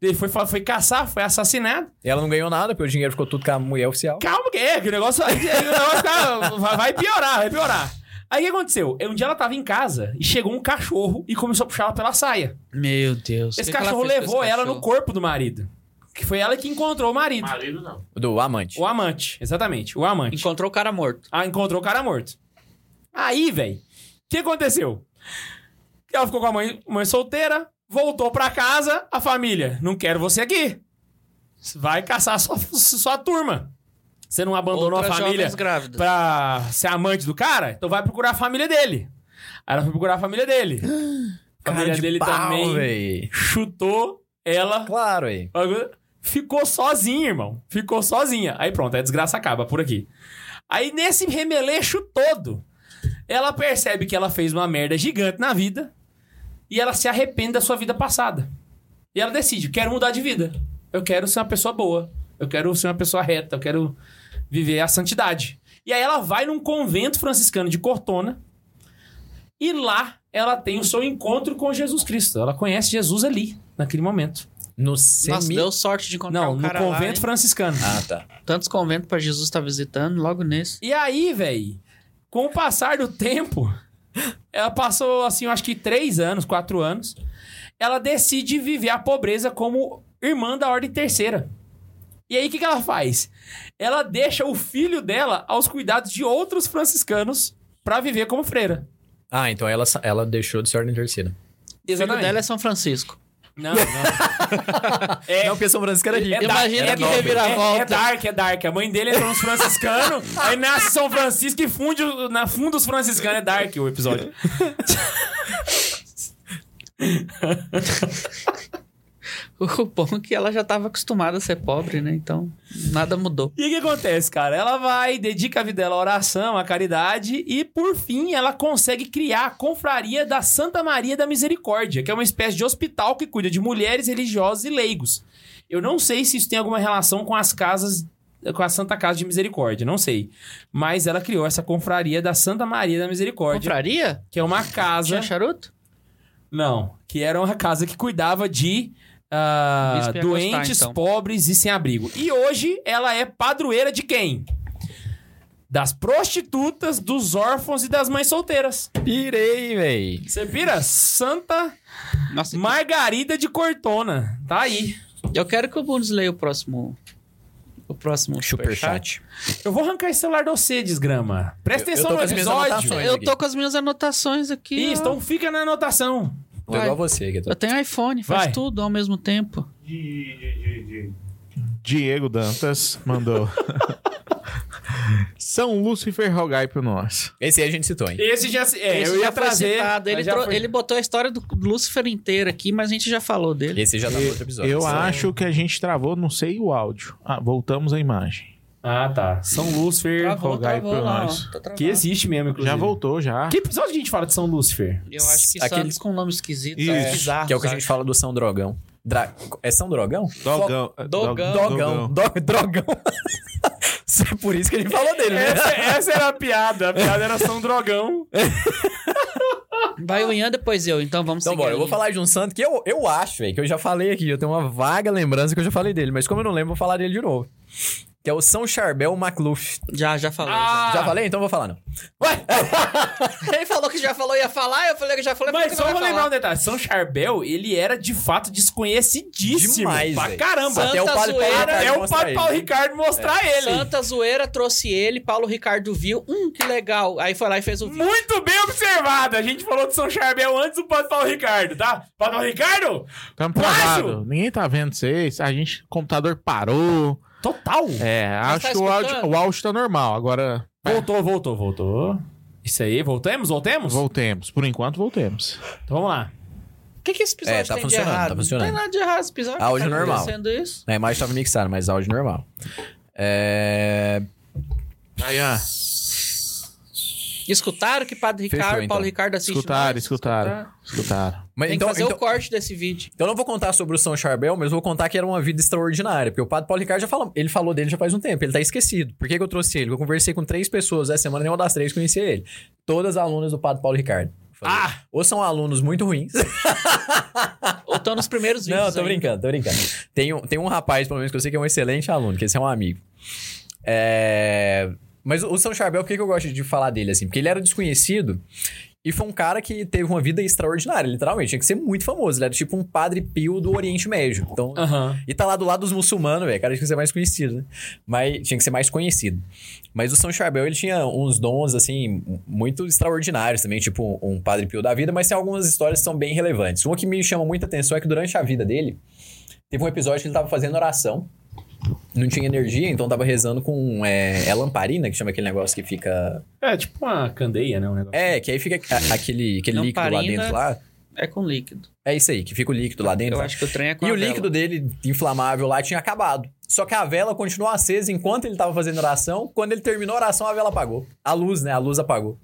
Speaker 2: Ele foi, fa- foi caçar, foi assassinado.
Speaker 3: E ela não ganhou nada, porque o dinheiro ficou tudo com a mulher oficial.
Speaker 2: Calma que é, que (laughs) o negócio, que o negócio tá- vai- vai piorar, vai piorar. Aí o que aconteceu? Um dia ela tava em casa e chegou um cachorro e começou a puxar ela pela saia.
Speaker 4: Meu Deus.
Speaker 2: Esse
Speaker 4: O que que
Speaker 2: cachorro
Speaker 4: fez com
Speaker 2: levou
Speaker 4: esse
Speaker 2: ela no
Speaker 4: cachorro?
Speaker 2: corpo do marido. Que foi ela que encontrou o marido.
Speaker 6: Marido não.
Speaker 3: Do amante.
Speaker 2: O amante, exatamente, o amante.
Speaker 4: Encontrou o cara morto.
Speaker 2: Ah, encontrou o cara morto. Aí, velho, o que aconteceu? Ela ficou com a mãe, mãe solteira, voltou pra casa, a família, não quero você aqui. Vai caçar sua, (laughs) sua turma. Você não abandonou
Speaker 4: Outras
Speaker 2: a família
Speaker 4: jovens grávidas.
Speaker 2: pra ser amante do cara? Então vai procurar a família dele. Aí ela foi procurar a família
Speaker 4: (gasps)
Speaker 2: dele. A família dele também
Speaker 3: Véi.
Speaker 2: chutou ela.
Speaker 3: Claro, aí.
Speaker 2: Ficou sozinha, irmão. Ficou sozinha. Aí pronto, a desgraça acaba por aqui. Aí nesse remeleixo todo, ela percebe que ela fez uma merda gigante na vida e ela se arrepende da sua vida passada. E ela decide: quero mudar de vida. Eu quero ser uma pessoa boa. Eu quero ser uma pessoa reta. Eu quero viver a santidade. E aí ela vai num convento franciscano de Cortona e lá ela tem o seu encontro com Jesus Cristo. Ela conhece Jesus ali, naquele momento.
Speaker 3: No
Speaker 4: Nossa,
Speaker 3: semi...
Speaker 4: deu sorte de encontrar
Speaker 2: Não,
Speaker 4: o
Speaker 2: no
Speaker 4: cara lá,
Speaker 2: convento
Speaker 4: hein?
Speaker 2: franciscano.
Speaker 3: Ah, tá.
Speaker 4: Tantos conventos pra Jesus estar visitando, logo nesse.
Speaker 2: E aí, velho, com o passar do tempo, (laughs) ela passou, assim, eu acho que três anos, quatro anos, ela decide viver a pobreza como irmã da Ordem Terceira. E aí, o que, que ela faz? Ela deixa o filho dela aos cuidados de outros franciscanos pra viver como freira.
Speaker 3: Ah, então ela, ela deixou de ser ordem terceira.
Speaker 4: O filho dela é São Francisco. (laughs)
Speaker 2: Não, (laughs) não. É,
Speaker 3: Não, porque São Francisco era rica.
Speaker 2: É
Speaker 4: Imagina
Speaker 2: dark,
Speaker 4: que
Speaker 2: é nobre.
Speaker 4: reviravolta.
Speaker 2: É, é dark, é dark. A mãe dele entrou nos (laughs) franciscanos, aí nasce São Francisco e funde, o- na funda os franciscanos. É dark o episódio.
Speaker 4: O bom é que ela já tava acostumada a ser pobre, né? Então, nada mudou.
Speaker 2: E o que acontece, cara? Ela vai, dedica a vida dela à oração, à caridade e, por fim, ela consegue criar a confraria da Santa Maria da Misericórdia, que é uma espécie de hospital que cuida de mulheres religiosas e leigos. Eu não sei se isso tem alguma relação com as casas, com a Santa Casa de Misericórdia, não sei. Mas ela criou essa confraria da Santa Maria da Misericórdia,
Speaker 4: Compraria?
Speaker 2: que é uma casa...
Speaker 4: Tinha charuto?
Speaker 2: Não, que era uma casa que cuidava de ah,
Speaker 4: Bispo ia
Speaker 2: doentes,
Speaker 4: gostar, então.
Speaker 2: pobres e sem abrigo. E hoje ela é padroeira de quem? Das prostitutas, dos órfãos e das mães solteiras.
Speaker 3: Pirei, véi.
Speaker 2: Você vira Santa
Speaker 4: Nossa,
Speaker 2: Margarida de Cortona. Tá aí.
Speaker 4: eu quero que o Bundes leia o próximo. O próximo superchat.
Speaker 3: Superchat.
Speaker 2: Eu vou arrancar esse celular de você, desgrama. Presta
Speaker 3: Eu- eu
Speaker 2: atenção
Speaker 3: tô
Speaker 2: no
Speaker 3: com as minhas
Speaker 2: episódio.
Speaker 3: anotações.
Speaker 4: Eu tô com as minhas anotações aqui.
Speaker 2: Isso,
Speaker 4: ó.
Speaker 2: então fica na anotação.
Speaker 3: Tô igual você, Gueto.
Speaker 4: Eu tenho iPhone, faz
Speaker 2: Vai.
Speaker 4: tudo ao mesmo tempo.
Speaker 6: Diego Dantas mandou. São Lúcifer, rogai por nós.
Speaker 3: Esse aí a gente citou, hein?
Speaker 2: Esse já. se- É,
Speaker 4: Esse
Speaker 2: eu ia
Speaker 4: já foi
Speaker 2: trazer.
Speaker 4: citado, Ele,
Speaker 2: mas já
Speaker 4: trou-
Speaker 2: foi-
Speaker 4: ele botou a história do Lúcifer inteira aqui, mas a gente já falou dele.
Speaker 3: Esse já tá no outro episódio.
Speaker 6: Eu
Speaker 3: Esse aí.
Speaker 6: acho que a gente travou, não sei o áudio. Ah, voltamos à imagem.
Speaker 2: Ah, tá. São Lúcifer.
Speaker 4: Travou,
Speaker 6: rogai
Speaker 4: travou
Speaker 6: por
Speaker 4: lá, ó.
Speaker 6: nós.
Speaker 4: Tá travado.
Speaker 2: Que existe mesmo, inclusive.
Speaker 6: Já voltou, já.
Speaker 2: Que episódio que a gente fala de São Lúcifer?
Speaker 4: Eu acho que
Speaker 3: Aqueles-
Speaker 4: Santos com nome esquisito,
Speaker 6: Isso.
Speaker 4: é bizarro.
Speaker 3: Que é o que a gente fala do São Drogão. Dra- É São Drogão?
Speaker 6: Dogão.
Speaker 4: Dogão.
Speaker 3: Dogão. Do- Drogão. (laughs) Isso é por isso que a gente falou dele,
Speaker 4: é
Speaker 3: né?
Speaker 2: Essa, essa era a piada. A piada era São Drogão.
Speaker 4: Vai o Ian, depois eu. Então vamos
Speaker 3: Então,
Speaker 4: seguir
Speaker 3: bora, eu
Speaker 4: aí.
Speaker 3: vou falar de um santo que eu, eu acho, velho, que eu já falei aqui. Eu tenho uma vaga lembrança que eu já falei dele, mas como eu não lembro, eu vou falar dele de novo. Que é o São Charbel Macluf.
Speaker 4: Já, já falou.
Speaker 2: Ah,
Speaker 3: Já falei? Então eu vou falar, não.
Speaker 4: já. (laughs) Ele falou que já falou, ia falar, eu falei que já
Speaker 3: é
Speaker 4: falei.
Speaker 2: Mas
Speaker 4: falou que
Speaker 2: só
Speaker 4: não
Speaker 2: vou
Speaker 4: vai
Speaker 2: lembrar um
Speaker 4: falar.
Speaker 2: detalhe. São Charbel, ele era de fato desconhecidísimo.
Speaker 3: Demais,
Speaker 2: pra
Speaker 3: velho.
Speaker 2: caramba.
Speaker 4: Santa
Speaker 3: Até o Padre Paulo
Speaker 4: zoeira.
Speaker 3: Ricardo
Speaker 2: É o
Speaker 3: mostrar
Speaker 2: Padre Paulo
Speaker 3: ele.
Speaker 2: Ricardo mostrar ele.
Speaker 4: É. Santa Zoeira trouxe ele, Paulo Ricardo viu. Hum, que legal. Aí foi lá e fez o vídeo.
Speaker 2: Muito bem observado. A gente falou de São Charbel antes do Padre Paulo Ricardo, tá? Padre Paulo Ricardo?
Speaker 6: Tamo
Speaker 2: Plágio!
Speaker 6: travado. Ninguém tá vendo vocês. A gente, o computador parou.
Speaker 2: Total.
Speaker 6: É,
Speaker 4: Mas
Speaker 6: acho
Speaker 4: tá
Speaker 6: que o áudio,
Speaker 4: escutando?
Speaker 6: o áudio tá normal. Agora
Speaker 2: Voltou, voltou, voltou. Isso aí, voltemos, voltemos?
Speaker 6: voltemos. Por enquanto, voltemos.
Speaker 2: Então vamos lá.
Speaker 4: O que, que esse episódio
Speaker 3: É, tá
Speaker 4: tem de
Speaker 3: funcionando,
Speaker 4: errado?
Speaker 3: tá funcionando.
Speaker 4: Não tem nada de errado esse episódio.
Speaker 3: Áudio
Speaker 4: tá
Speaker 3: normal.
Speaker 4: acontecendo isso.
Speaker 3: A imagem tava mixada, É, mas áudio normal. É...
Speaker 6: Ayan,
Speaker 4: Escutaram que Padre
Speaker 3: Fechou,
Speaker 4: Ricardo,
Speaker 3: então.
Speaker 4: Paulo Ricardo assiste
Speaker 6: escutaram,
Speaker 4: nós?
Speaker 6: escutaram, escutaram.
Speaker 3: Mas
Speaker 4: Tem
Speaker 3: então,
Speaker 4: que fazer
Speaker 3: então,
Speaker 4: o corte desse vídeo.
Speaker 3: então eu não vou contar sobre o São Charbel, mas eu vou contar que era uma vida extraordinária. Porque o Padre Paulo Ricardo já falou, ele falou dele já faz um tempo, ele tá esquecido. Por que, que eu trouxe ele? Eu conversei com três pessoas essa semana, nenhuma das três conhecia ele. Todas alunas do Padre Paulo Ricardo. fazer.
Speaker 2: Ah!
Speaker 3: Ou são alunos muito ruins.
Speaker 4: Ou estão nos primeiros
Speaker 3: (laughs)
Speaker 4: vídeos.
Speaker 3: Não, tô
Speaker 4: ainda.
Speaker 3: brincando, tô brincando. Tem um, tem um rapaz, pelo menos, que eu sei que é um excelente aluno, que esse é um amigo. É... Mas o o São Charbel, por que, que eu gosto de falar dele, assim? Porque ele era desconhecido e foi um cara que teve uma vida extraordinária, literalmente. Tinha que ser muito famoso. Ele era tipo um padre pio do Oriente Médio. Então,
Speaker 2: Aham.
Speaker 3: e tá lá do lado dos muçulmanos, velho. Cara, tinha que ser mais conhecido, né? Mas tinha que ser mais conhecido. Mas o São Charbel, ele tinha uns dons, assim, muito extraordinários também, tipo um um Padre Pio da vida, mas tem algumas histórias que são bem relevantes. Uma que me chama muita atenção é que durante a vida dele, teve um episódio que ele tava fazendo oração. Não tinha energia, então tava rezando com. É, é lamparina, que chama aquele negócio que fica.
Speaker 2: É tipo uma candeia, né? Um negócio.
Speaker 3: É, que aí fica a- aquele, aquele líquido lá
Speaker 4: Lamparina.
Speaker 3: dentro lá.
Speaker 4: É com líquido.
Speaker 3: É isso aí, que fica o líquido lá dentro. né?
Speaker 4: Eu
Speaker 3: lá.
Speaker 4: acho que o trem é com
Speaker 3: Então. E
Speaker 4: a
Speaker 3: o
Speaker 4: vela.
Speaker 3: líquido dele, inflamável lá, tinha acabado. Só que a vela continuou acesa enquanto ele tava fazendo oração. Quando ele terminou a oração, a vela apagou. A luz, né? A luz apagou.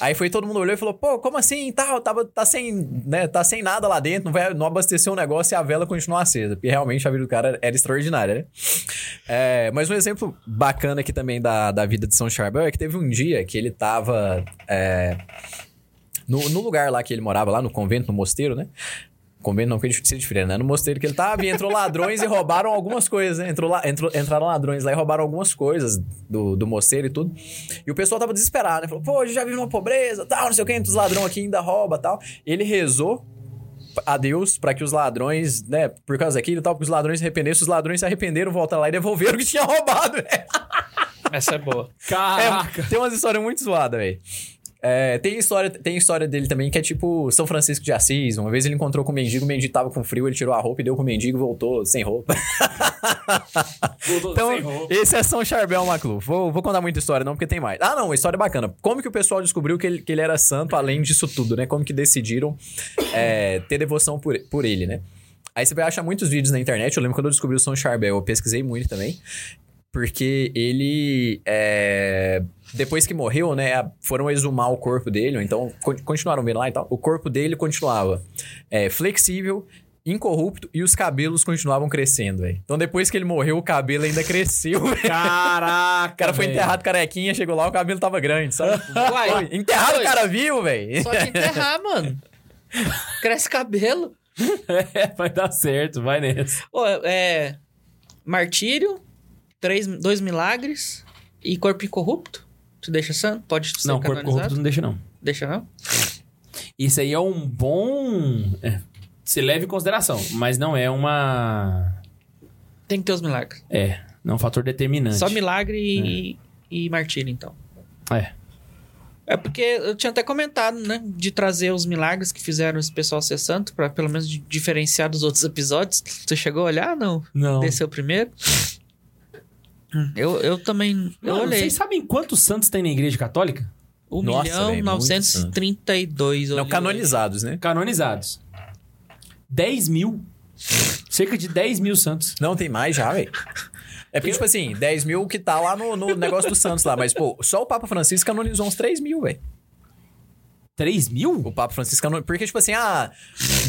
Speaker 3: Aí foi todo mundo olhou e falou: pô, como assim? Tá, tava, tá, sem, né? tá sem nada lá dentro, não, vai, não abasteceu o negócio e a vela continuou acesa. Porque realmente a vida do cara era extraordinária, né? É, mas um exemplo bacana aqui também da, da vida de São Charbel é que teve um dia que ele tava. é, no, no lugar lá que ele morava, lá no convento, no mosteiro, né? Convento não, porque é difícil de freio, né? No mosteiro que ele tava, e entrou ladrões e roubaram algumas coisas, né? Entrou lá, entrou, entraram ladrões lá e roubaram algumas coisas do, do mosteiro e tudo. E o pessoal tava desesperado, né? Falou, pô, a gente já vive numa pobreza, tal, não sei o que, os ladrões aqui ainda rouba tal. Ele rezou a Deus pra que os ladrões, né, por causa daquilo e tal, que os ladrões se arrependessem, os ladrões se arrependeram, voltaram lá e devolveram o que tinha roubado, né?
Speaker 4: Essa é boa.
Speaker 2: Caraca!
Speaker 3: (laughs) É, tem umas histórias muito zoadas, velho. É, tem, história, tem história dele também que é tipo São Francisco de Assis. Uma vez ele encontrou com o mendigo, o mendigo tava com frio, ele tirou a roupa e deu com o mendigo e voltou sem roupa.
Speaker 2: Voltou
Speaker 3: Então,
Speaker 2: sem roupa.
Speaker 3: esse é São Charbel Macluf. Vou, vou contar muita história, não, porque tem mais. Ah, não, uma história bacana. Como que o pessoal descobriu que ele, que ele era santo além disso tudo, né? Como que decidiram é, ter devoção por, por ele, né? Aí você vai achar muitos vídeos na internet. Eu lembro quando eu descobri o São Charbel, eu pesquisei muito também. Porque ele. é, depois que morreu, né? a- Foram exumar o corpo dele, ou então con- continuaram vendo lá e tal. O corpo dele continuava é, flexível, incorrupto e os cabelos continuavam crescendo, velho. Então depois que ele morreu, o cabelo ainda cresceu, (laughs) velho.
Speaker 2: Caraca!
Speaker 3: O cara foi enterrado carequinha, chegou lá, o cabelo tava grande,
Speaker 2: (laughs)
Speaker 3: sabe? Foi,
Speaker 4: Uai,
Speaker 3: enterrado o
Speaker 4: Oi.
Speaker 3: cara vivo, velho.
Speaker 4: só que enterrar,
Speaker 2: (laughs)
Speaker 4: mano. Cresce cabelo.
Speaker 2: É, (laughs) vai dar certo, vai nessa.
Speaker 4: Ô, é... Martírio, três, dois milagres e corpo incorrupto. Tu deixa santo? Pode ser
Speaker 2: não, corpo
Speaker 4: canonizado?
Speaker 2: corrupto não deixa, não.
Speaker 4: Deixa não?
Speaker 2: Isso aí é um bom. é, se leve em consideração, mas não é uma.
Speaker 4: Tem que ter os milagres.
Speaker 2: É, não é um fator determinante.
Speaker 4: Só milagre e, e martírio, então.
Speaker 2: É.
Speaker 4: É porque eu tinha até comentado, né? De trazer os milagres que fizeram esse pessoal ser santo, pra pelo menos di- diferenciar dos outros episódios. Você chegou a olhar? Não.
Speaker 2: Não. (laughs)
Speaker 4: Desceu primeiro. Hum, Eu, eu também. Eu
Speaker 2: Mano,
Speaker 4: olhei.
Speaker 2: Vocês sabem quantos santos tem na igreja católica?
Speaker 4: 1
Speaker 3: Nossa,
Speaker 4: milhão
Speaker 3: velho,
Speaker 4: 932. eu
Speaker 3: Não,
Speaker 4: li
Speaker 3: canonizados, né?
Speaker 2: Canonizados. 10 mil. Cerca de 10 mil santos.
Speaker 3: Não, tem mais já, velho. É porque, tipo assim, 10 mil que tá lá no, no negócio do Santos lá. Mas, pô, só o Papa Francisco canonizou uns 3 mil, velho.
Speaker 2: 3 mil?
Speaker 3: O Papa Francisco canonizou. Porque, tipo assim, ah,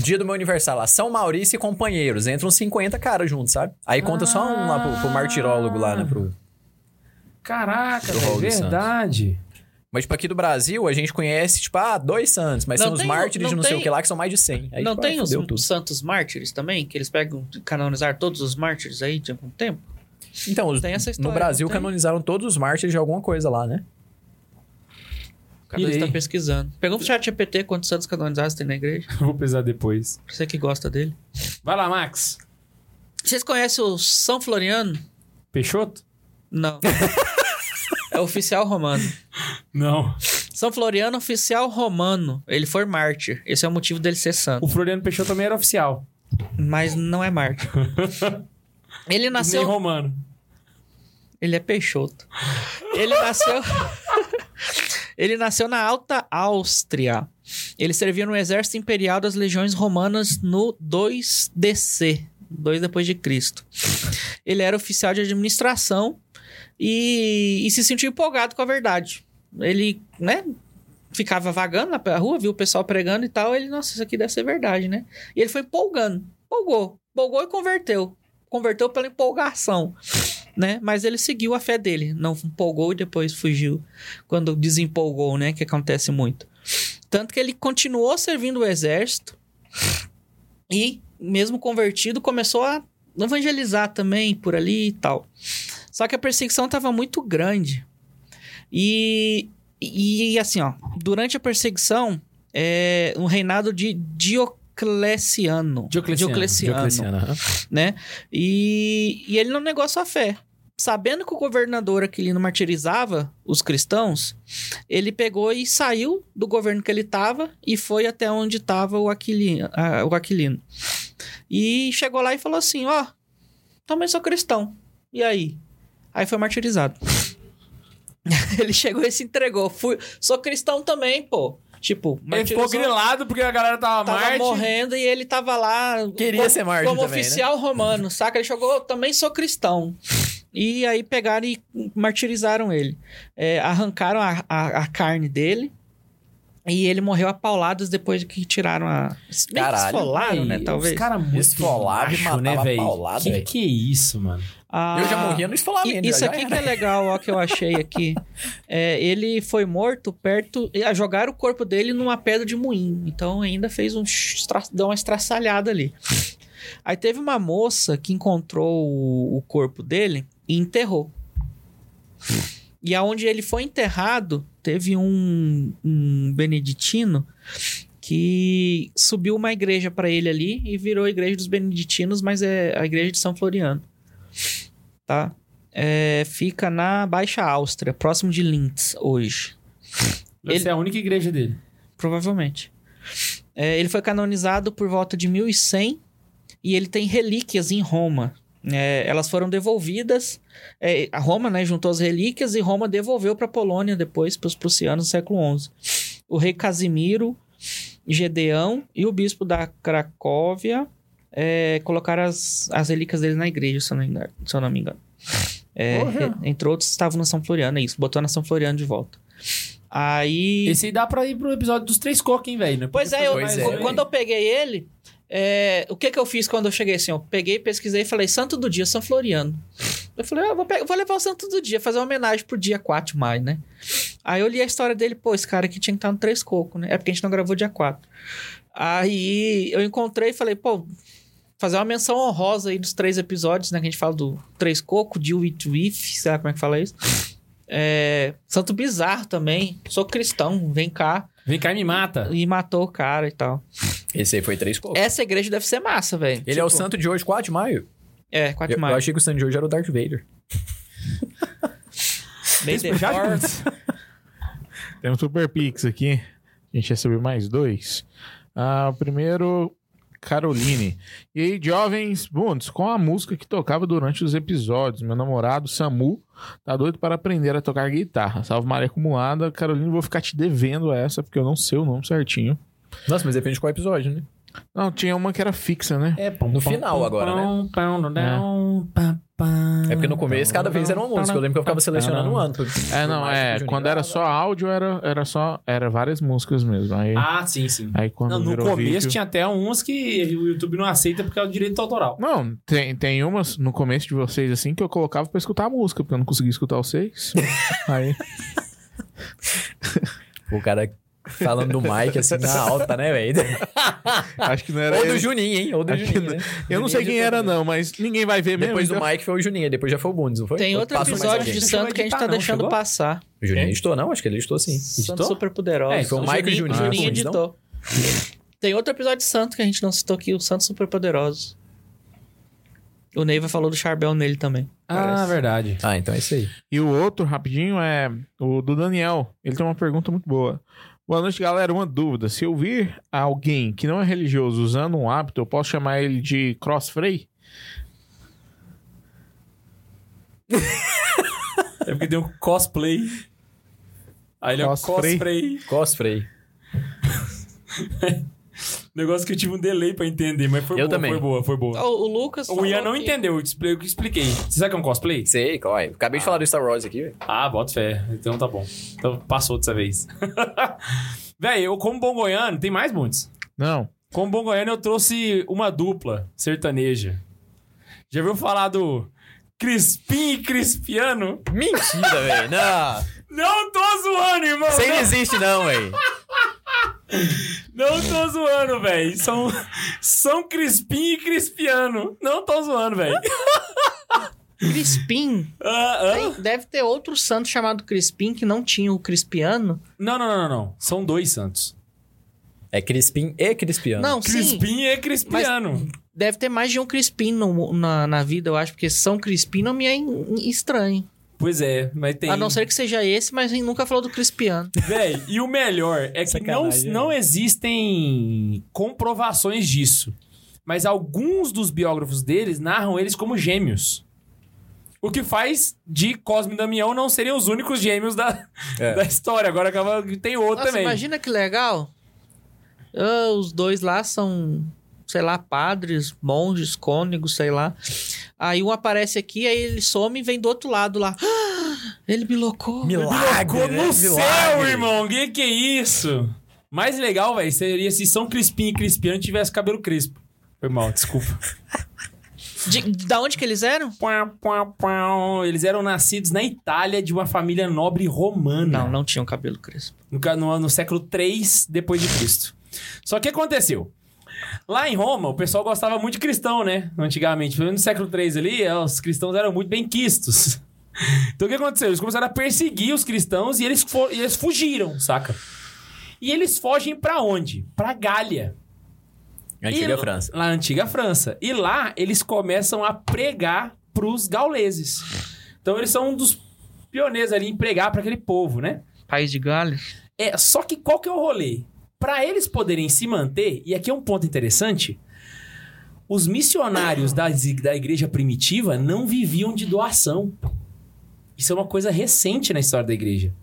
Speaker 3: dia do meu aniversário lá, São Maurício e companheiros. Entram 50 caras juntos, sabe? Aí conta só um lá pro, pro martirólogo lá, né? Pro...
Speaker 2: Caraca,
Speaker 3: Do
Speaker 2: é
Speaker 3: Hall dos
Speaker 2: verdade.
Speaker 3: Mas, tipo, aqui do Brasil, a gente conhece, tipo, ah, dois santos. Mas
Speaker 4: Não
Speaker 3: são os
Speaker 4: tem-
Speaker 3: mártires de
Speaker 4: não
Speaker 3: não sei
Speaker 4: tem-
Speaker 3: o que lá, que são mais de 100. Aí,
Speaker 4: Não
Speaker 3: tipo, ah,
Speaker 4: tem os
Speaker 3: fudeu tudo.
Speaker 4: santos mártires também? Que eles pegam canonizar todos os mártires aí de algum tempo?
Speaker 3: Então, os-
Speaker 4: Tem essa história,
Speaker 3: no Brasil
Speaker 4: não tem?
Speaker 3: canonizaram todos os mártires de alguma coisa lá, né?
Speaker 4: Cada um
Speaker 2: Irei.
Speaker 4: está pesquisando. Pegou pro chat GPT quantos santos canonizados tem na igreja?
Speaker 2: (laughs) Vou pesar depois.
Speaker 4: Pra você que gosta dele.
Speaker 2: Vai lá, Max.
Speaker 4: Vocês conhecem o São Floriano?
Speaker 2: Peixoto?
Speaker 3: (laughs)
Speaker 4: Não. é oficial romano.
Speaker 2: Não.
Speaker 4: São Floriano, oficial romano. Ele foi mártir. Esse é o motivo dele ser santo.
Speaker 2: O Floriano Peixoto também era oficial.
Speaker 4: Mas não
Speaker 3: (laughs)
Speaker 4: é mártir. Ele
Speaker 2: Nem
Speaker 4: nasceu.
Speaker 2: romano.
Speaker 4: Ele é Peixoto. Ele nasceu. (laughs) Ele nasceu na Alta Áustria. Ele servia no exército imperial das legiões romanas no 2DC, 2 depois de Cristo. Ele era oficial de administração e, e se sentiu empolgado com a verdade. Ele, né, ficava vagando na pe- rua, viu o pessoal pregando e tal, ele, nossa, isso aqui deve ser verdade, né? E ele foi empolgando, empolgou, empolgou e converteu. Converteu pela empolgação, né? Mas ele seguiu a fé dele, não empolgou e depois fugiu quando desempolgou, né? Que acontece muito. Tanto que ele continuou servindo o exército e, mesmo convertido, começou a evangelizar também por ali e tal. Só que a perseguição estava muito grande. E, e assim, ó, durante a perseguição, é, um reinado de Diocleciano.
Speaker 2: Diocleciano.
Speaker 4: Diocleciano
Speaker 3: aham.
Speaker 4: né? E, e ele não negou sua fé. Sabendo que o governador Aquilino martirizava os cristãos, ele pegou e saiu do governo que ele estava e foi até onde estava o Aquilino, ah, o Aquilino. E chegou lá e falou assim: Ó, também sou cristão. E aí? Aí foi martirizado. (laughs) ele chegou e se entregou. Fui, sou cristão também, pô. Tipo,
Speaker 2: Ele ficou
Speaker 4: martirizou-
Speaker 2: grilado porque a galera tava,
Speaker 4: tava
Speaker 2: Marte.
Speaker 4: morrendo e ele tava lá.
Speaker 3: Queria
Speaker 4: como,
Speaker 3: ser mártir
Speaker 4: Como
Speaker 3: também, né?
Speaker 4: oficial romano, saca? Ele chegou, "Eu também sou cristão. E aí pegaram e martirizaram ele. É, arrancaram a, a- a carne dele. E ele morreu a pauladas depois que tiraram a. meio que
Speaker 3: Caralho.
Speaker 4: esfolaram, né? Talvez.
Speaker 2: Os caras muito
Speaker 3: Esfolava e
Speaker 2: macho, né,
Speaker 3: matava
Speaker 2: velho?
Speaker 3: paulada,
Speaker 2: Que
Speaker 3: velho.
Speaker 2: que é isso, mano?
Speaker 4: A-
Speaker 3: Eu já morria no
Speaker 4: I-
Speaker 3: esfolamento.
Speaker 4: Isso
Speaker 3: já
Speaker 4: aqui
Speaker 3: era.
Speaker 4: que é legal, ó, que eu achei aqui. É, ele foi morto perto. e- ah, Jogaram o corpo dele numa pedra de moinho. Então ainda fez um. estra- Deu uma estraçalhada ali. Aí teve uma moça que encontrou o, o corpo dele e enterrou. E aonde ele foi enterrado, teve um, um beneditino que subiu uma igreja para ele ali e virou a igreja dos beneditinos, mas é a igreja de São Floriano. Tá? É, fica na Baixa Áustria, próximo de Linz, hoje.
Speaker 2: Deve
Speaker 4: Ele-
Speaker 2: ser a única igreja dele.
Speaker 4: Provavelmente. É, ele foi canonizado por volta de 1100 e ele tem relíquias em Roma. É, elas foram devolvidas. é, a Roma né, juntou as relíquias e Roma devolveu para a Polônia depois, para os prussianos, no século XI. O rei Casimiro, Gedeão e o bispo da Cracóvia é, colocaram as, as relíquias dele na igreja, se eu não, engan- se eu não me engano. É,
Speaker 2: Porra.
Speaker 4: entre outros, estavam na São Floriano, é isso, botou na São Floriano de volta. Aí.
Speaker 2: Esse aí dá pra ir pro episódio dos três cocos, hein, né? velho? Não
Speaker 4: Pois é, eu-
Speaker 3: Pois
Speaker 4: eu-
Speaker 3: é.
Speaker 4: quando eu peguei ele, é, o que que eu fiz quando eu cheguei assim? Eu peguei, pesquisei e falei, Santo do Dia, São Floriano. Eu falei, ah, vou, pe- vou levar o Santo do Dia, fazer uma homenagem pro dia 4 de maio, né? Aí eu li a história dele, pô, esse cara aqui tinha que estar no Três Coco, né? É porque a gente não gravou dia 4. Aí eu encontrei e falei, pô, fazer uma menção honrosa aí dos três episódios, né? Que a gente fala do Três Coco, Deal with If, sei lá como é que fala isso. É, Santo Bizarro também, sou cristão, vem cá.
Speaker 2: Vem cá e me mata.
Speaker 4: E matou o cara e tal. é-
Speaker 3: Esse aí foi três cocos.
Speaker 4: Essa igreja deve ser massa, velho.
Speaker 3: Ele é o santo de hoje, 4 de maio.
Speaker 4: É, 4
Speaker 3: Eu,
Speaker 4: tipo- de
Speaker 3: eu
Speaker 4: maio.
Speaker 3: achei que o santo de hoje era o Darth Vader. (laughs)
Speaker 4: Day the Fourth.
Speaker 6: Tem um Super Pix aqui. A gente recebeu mais dois. Ah, o primeiro, Caroline. E aí, jovens bundes, qual a música que tocava durante os episódios? Meu namorado, Samu, tá doido para aprender a tocar guitarra. Salve Maria acumulada. Caroline, vou ficar te devendo essa, porque eu não sei o nome certinho.
Speaker 3: Nossa, mas depende de qual episódio, né?
Speaker 6: Não, tinha uma que era fixa, né?
Speaker 2: É, pom,
Speaker 3: No final agora,
Speaker 2: pom, pom, pom, pam, pam.
Speaker 3: É porque
Speaker 6: Hum,
Speaker 3: no começo
Speaker 6: tá
Speaker 3: cada vez era uma música. Eu lembro que eu ficava selecionando um ano.
Speaker 6: É, não, é. Quando era só áudio, era, era só. Era várias músicas mesmo. Aí,
Speaker 2: Ah, sim, sim.
Speaker 6: aí quando
Speaker 2: Não, no
Speaker 6: virou
Speaker 2: começo
Speaker 6: vídeo...
Speaker 2: tinha até uns que o YouTube não aceita porque é o direito autoral.
Speaker 6: Não, tem, tem umas no começo de vocês, assim, que eu colocava pra escutar a música, porque eu não conseguia escutar vocês. Aí,
Speaker 3: O cara falando do Mike assim na alta, né, velho?
Speaker 6: acho que não era
Speaker 3: Ou do
Speaker 6: ele.
Speaker 3: Juninho, hein? Ou do
Speaker 6: Acho que
Speaker 3: Juninho. né?
Speaker 6: Eu não sei
Speaker 3: Juninho
Speaker 6: quem
Speaker 3: já tá
Speaker 6: era,
Speaker 3: vendo.
Speaker 6: não, mas ninguém vai ver
Speaker 3: Depois
Speaker 6: mesmo. então.
Speaker 3: do Mike foi o Juninho, aí depois já foi o Bundes, não foi?
Speaker 4: Tem
Speaker 3: Eu
Speaker 4: outro
Speaker 3: passo mais
Speaker 4: episódio
Speaker 3: alguém.
Speaker 4: de
Speaker 2: Não
Speaker 4: santo que a gente tá
Speaker 2: chegou a editar, não,
Speaker 4: deixando
Speaker 2: chegou?
Speaker 4: passar.
Speaker 3: O Juninho editou, não? Acho que ele editou sim.
Speaker 4: Santo
Speaker 2: Editou?
Speaker 4: super poderoso.
Speaker 2: É, foi
Speaker 3: o Mike e o Juninho.
Speaker 4: Juninho
Speaker 3: Ah, então.
Speaker 4: editou. Tem outro episódio de santo que a gente não citou aqui, o santo super poderoso. O Neiva falou do Charbel nele também.
Speaker 2: Ah, verdade.
Speaker 3: Ah, então é isso aí.
Speaker 6: E o outro, rapidinho, é o do Daniel. Ele tem uma pergunta muito boa. Boa noite, galera. Uma dúvida. Se eu vir alguém que não é religioso usando um hábito, eu posso chamar ele de crossfrey?
Speaker 2: É porque tem um cosplay. Aí ele é um
Speaker 6: Cosplay.
Speaker 2: cosplay.
Speaker 3: Cosplay.
Speaker 2: Negócio que eu tive um delay pra entender, mas foi
Speaker 3: Eu
Speaker 2: boa,
Speaker 3: também.
Speaker 2: foi boa, foi boa.
Speaker 4: O, o Lucas.
Speaker 2: O Ian não
Speaker 4: falou que-
Speaker 2: entendeu, eu expli- eu que expliquei. Você sabe que é um cosplay?
Speaker 3: Sei, uai, Acabei de falar do Star Wars aqui, velho.
Speaker 2: Ah, bota fé. Então tá bom. Então passou dessa vez. (laughs) Véi, eu como bom goiano, tem mais muitos.
Speaker 6: Não.
Speaker 2: Como bom goiano, eu trouxe uma dupla sertaneja. Já viu falar do Crispim e Crispiano?
Speaker 3: Mentira, velho. Não.
Speaker 2: Não tô zoando, irmão!
Speaker 3: Isso aí não
Speaker 2: não.
Speaker 3: existe, não, velho.
Speaker 2: Não tô zoando, velho. São, são Crispim e Crispiano. Não tô zoando, velho.
Speaker 7: Crispim.
Speaker 2: Ah, ah.
Speaker 7: Tem- deve ter outro santo chamado Crispim que não tinha o Crispiano.
Speaker 2: Não, não, não, não, não. São dois santos.
Speaker 3: É Crispim e Crispiano.
Speaker 7: Não, sim.
Speaker 2: Crispim e Crispiano.
Speaker 7: Deve ter mais de um Crispim no- na, na vida, eu acho, porque São Crispim não me é in- in- estranho.
Speaker 2: Pois é, mas tem.
Speaker 7: A não ser que seja esse, mas a gente nunca falou do Crispiano.
Speaker 2: Véi, e o melhor é que não,
Speaker 3: Sacanagem,
Speaker 2: não existem comprovações disso. Mas alguns dos biógrafos deles narram eles como gêmeos. O que faz de Cosme e Damião não serem os únicos gêmeos da,
Speaker 3: É.
Speaker 2: da história. Agora acaba que tem outro
Speaker 7: Nossa,
Speaker 2: também.
Speaker 7: imagina que legal. Ah, os dois lá são, sei lá, padres, monges, cônegos, sei lá. Aí um aparece aqui, aí ele some e vem do outro lado lá. (gasps) Ah, ele bilocou.
Speaker 3: Milagre,
Speaker 2: Ah, Ficou
Speaker 3: né?
Speaker 2: no céu,
Speaker 3: Milagre.
Speaker 2: irmão! Que que é isso? Mais legal, velho, seria se São Crispim e Crispiano tivesse cabelo crespo. Foi mal, desculpa.
Speaker 7: De, da onde que eles eram?
Speaker 2: Pá, pá, pá. Eles eram nascidos na Itália de uma família nobre romana.
Speaker 7: Não, não tinham cabelo crespo.
Speaker 2: no, ca- no, no século 3 depois de Cristo. Só que aconteceu. Lá em Roma, o pessoal gostava muito de cristão, né? Antigamente, pelo menos no século 3 ali, eh, os cristãos eram muito bem quistos. (laughs) Então o que aconteceu? Eles começaram a perseguir os cristãos e eles, fo- e eles fugiram, saca? E eles fogem pra onde? Pra Gália.
Speaker 3: Antiga
Speaker 2: E-
Speaker 3: França.
Speaker 2: Na antiga França. E lá eles começam a pregar pros gauleses. Então eles são um dos pioneiros ali em pregar pra aquele povo, né?
Speaker 7: País de Gales?
Speaker 2: É, só que qual que é o rolê? Pra eles poderem se manter, e aqui é um ponto interessante, os missionários das ig- da igreja primitiva não viviam de doação. Isso é uma coisa recente na história da igreja.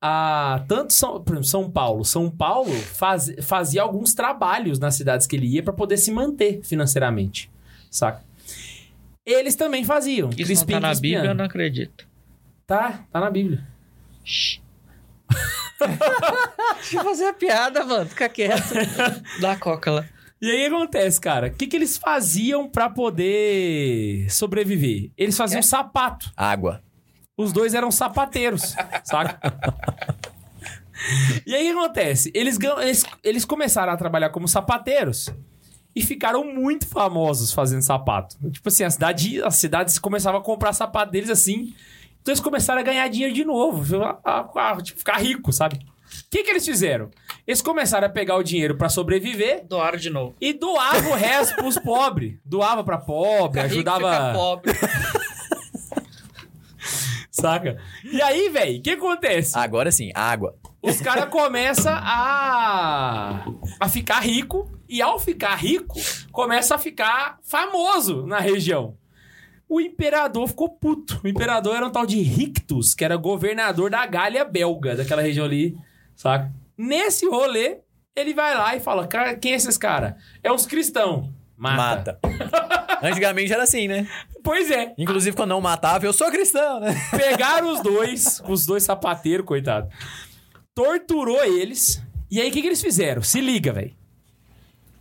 Speaker 2: Ah, tanto São, por exemplo, São Paulo. São Paulo faz- fazia alguns trabalhos nas cidades que ele ia pra poder se manter financeiramente, saca? Eles também faziam.
Speaker 4: Isso
Speaker 2: Crispim,
Speaker 4: não tá na
Speaker 2: Crispiano.
Speaker 4: Bíblia, eu não acredito.
Speaker 2: Tá, tá na Bíblia.
Speaker 7: Deixa eu fazer a piada, mano. Fica quieto.
Speaker 2: (laughs)
Speaker 4: Dá a coca lá.
Speaker 2: E aí o que acontece, cara? O que, que eles faziam pra poder sobreviver? Eles faziam sapato.
Speaker 3: Água.
Speaker 2: Os dois eram sapateiros, (laughs) saca? E aí o que acontece? Eles, gan- eles, eles começaram a trabalhar como sapateiros e ficaram muito famosos fazendo sapato. Tipo assim, a cidade, a cidade começava a comprar sapato deles assim. Então eles começaram a ganhar dinheiro de novo, a- a- a- tipo, ficar rico, sabe? O que, que eles fizeram? Eles começaram a pegar o dinheiro pra sobreviver
Speaker 4: Doaram de novo.
Speaker 2: e doava o resto pros pobres. Doava pra
Speaker 4: (laughs)
Speaker 2: pobre,
Speaker 4: Fica rico, fica
Speaker 2: ajudava.
Speaker 4: pobre.
Speaker 2: Saca? E aí, velho, o que acontece?
Speaker 3: Agora sim, água.
Speaker 2: Os caras começam a. a ficar rico. E ao ficar rico, começa a ficar famoso na região. O imperador ficou puto. O imperador era um tal de Rictus, que era governador da Gália belga, daquela região ali, saca? Nesse rolê, ele vai lá e fala: cara, quem é esses caras? É os cristãos. Mata.
Speaker 3: Mata. Antigamente era assim, né?
Speaker 2: Pois é.
Speaker 3: Inclusive, quando não matava, eu sou cristão, né?
Speaker 2: Pegaram os dois, os dois sapateiros, coitado. Torturou eles. E aí, o que, que eles fizeram? Se liga, velho.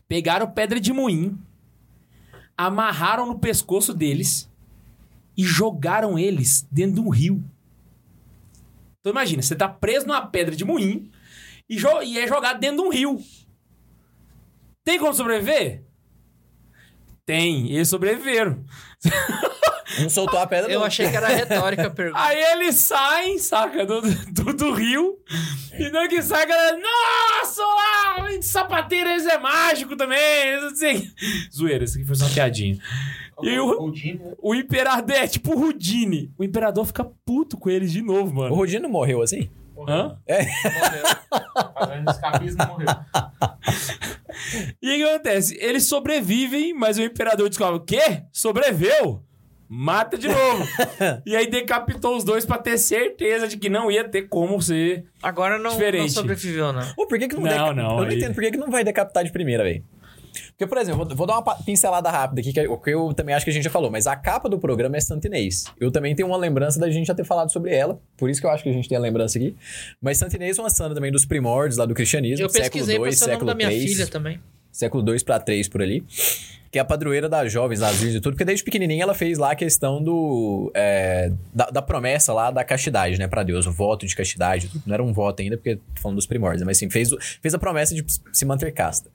Speaker 2: Pegaram pedra de moinho, amarraram no pescoço deles e jogaram eles dentro de um rio. Então, imagina, você tá preso numa pedra de moinho e, jo- e é jogado dentro de um rio. Tem como sobreviver? Tem, eles sobreviveram.
Speaker 3: Um soltou a pedra.
Speaker 7: Eu
Speaker 3: não.
Speaker 7: achei que era
Speaker 2: (laughs)
Speaker 7: retórica a pergunta.
Speaker 2: Aí eles saem, saca, do, do, do rio. E na hora que sai, a galera. Nossa, lá! o Sapateiro, eles é mágico também. eles Não sei. Zoeira, isso aqui foi só uma piadinha. E o, o imperador é tipo o Houdini. O imperador fica puto com eles de novo,
Speaker 3: O
Speaker 2: mano.
Speaker 3: Rodino morreu assim?
Speaker 2: Hã?
Speaker 6: Fazendo escapismo, morreu.
Speaker 2: E aí o que acontece? Eles sobrevivem, mas o imperador descobre: o quê? Sobreviveu? Mata de novo. e aí decapitou os dois pra ter certeza de que não ia ter como ser
Speaker 7: Agora não, não
Speaker 2: Diferente.
Speaker 7: sobreviveu, não.
Speaker 3: Ô, por que, que não
Speaker 2: Não,
Speaker 3: deca-
Speaker 2: não,
Speaker 3: Eu não
Speaker 2: aí-
Speaker 3: entendo por que, que não vai decapitar de primeira, velho. Porque, por exemplo, vou, vou dar uma pa- pincelada rápida aqui, que eu, que eu também acho que a gente já falou, mas a capa do programa é Santinês. Eu também tenho uma lembrança da gente já ter falado sobre ela, por isso que eu acho que a gente tem a lembrança aqui. Mas Santinês é uma santa também dos primórdios lá do cristianismo,
Speaker 7: Eu
Speaker 3: século
Speaker 7: pesquisei pra
Speaker 3: II,
Speaker 7: ser o nome
Speaker 3: século
Speaker 7: da minha
Speaker 3: III,
Speaker 7: filha também.
Speaker 3: século II pra 3 por ali. que é a padroeira das jovens, das virgens e tudo, porque desde pequenininha ela fez lá a questão do é, da, da promessa lá da castidade, né, pra Deus, o voto de castidade, não era um voto ainda, porque tô falando dos primórdios, né, mas sim, fez, o- fez a promessa de se manter casta.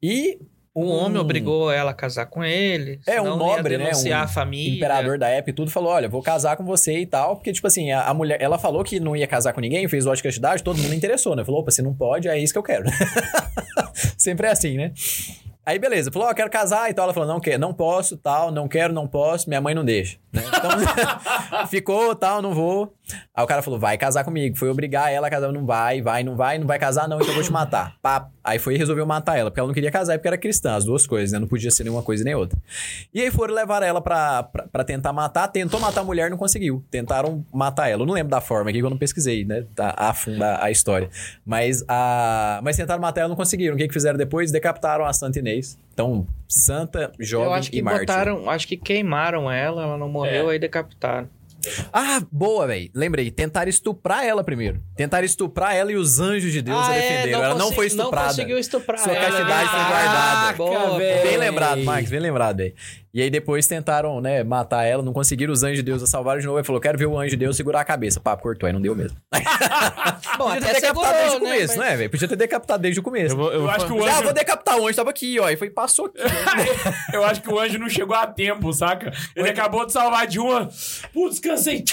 Speaker 3: E um
Speaker 7: Um homem
Speaker 4: Hum.
Speaker 7: obrigou ela a casar com ele.
Speaker 3: É, um
Speaker 7: senão
Speaker 3: nobre,
Speaker 7: ia
Speaker 3: né,
Speaker 7: denunciar
Speaker 3: um
Speaker 7: a família.
Speaker 3: imperador da época e tudo, falou: olha, vou casar com você e tal. Porque, tipo assim, a, a mulher, ela falou que não ia casar com ninguém, fez voto de castidade, todo mundo interessou, né? Falou: opa, se não pode, é isso que eu quero. (laughs) Sempre é assim, né? Aí, beleza, falou: ó, quero casar e tal. Ela falou: não quer, não posso, tal, não quero, não posso, minha mãe não deixa. né? Então, (laughs) ficou, tal, não vou. Aí o cara falou: vai casar comigo. Foi obrigar ela a casar, não vai, vai, não vai, não vai casar, não, então eu vou
Speaker 7: (laughs)
Speaker 3: te matar. Pá. Aí foi e resolveu matar ela, porque ela não queria casar, e porque era cristã, as duas coisas, né? Não podia ser nenhuma coisa nem outra. E aí foram levar ela pra, pra, pra tentar matar. Tentou matar a mulher, não conseguiu. Tentaram matar ela. Eu não lembro da forma aqui, que eu não pesquisei, né? Tá, a fundo a, a história. Mas, a, mas tentaram matar ela, não conseguiram. O que, que fizeram depois? Decapitaram a Santa Inês. Então, santa, jovem
Speaker 7: Eu acho que
Speaker 3: e mártir. É.
Speaker 7: botaram, acho que queimaram ela, ela não morreu, aí decapitaram.
Speaker 3: Ah, boa, velho. Lembrei. Tentaram estuprar ela primeiro. Tentaram estuprar ela e os anjos de Deus
Speaker 4: Ah, é,
Speaker 3: a defenderam. ela não
Speaker 7: consegui-
Speaker 3: foi estuprada.
Speaker 7: Ah, é, Não conseguiu estuprar
Speaker 3: Sua
Speaker 7: ela. Ah,
Speaker 3: castidade foi guardada.
Speaker 7: Boa,
Speaker 2: velho.
Speaker 3: Bem lembrado, Max, bem lembrado aí. E aí depois tentaram, né, matar ela, não conseguiram, os anjos de Deus a salvaram de novo. Ele falou, quero ver o anjo de Deus segurar a cabeça. Papo, cortou, aí não deu mesmo.
Speaker 7: Bom,
Speaker 3: Podia
Speaker 7: até
Speaker 3: ter decapitado
Speaker 7: segurou,
Speaker 3: desde o
Speaker 7: né?
Speaker 3: começo, né, velho? Podia ter decapitado desde o começo.
Speaker 6: Eu, vou, eu
Speaker 2: Eu
Speaker 6: vou
Speaker 2: acho
Speaker 6: fa-
Speaker 2: que o
Speaker 3: Ah,
Speaker 2: anjo.
Speaker 3: vou decapitar o anjo, tava aqui, ó. E foi, passou aqui.
Speaker 2: Eu acho que o anjo não chegou a tempo, saca? Ele acabou de salvar de uma. Putz, cansei.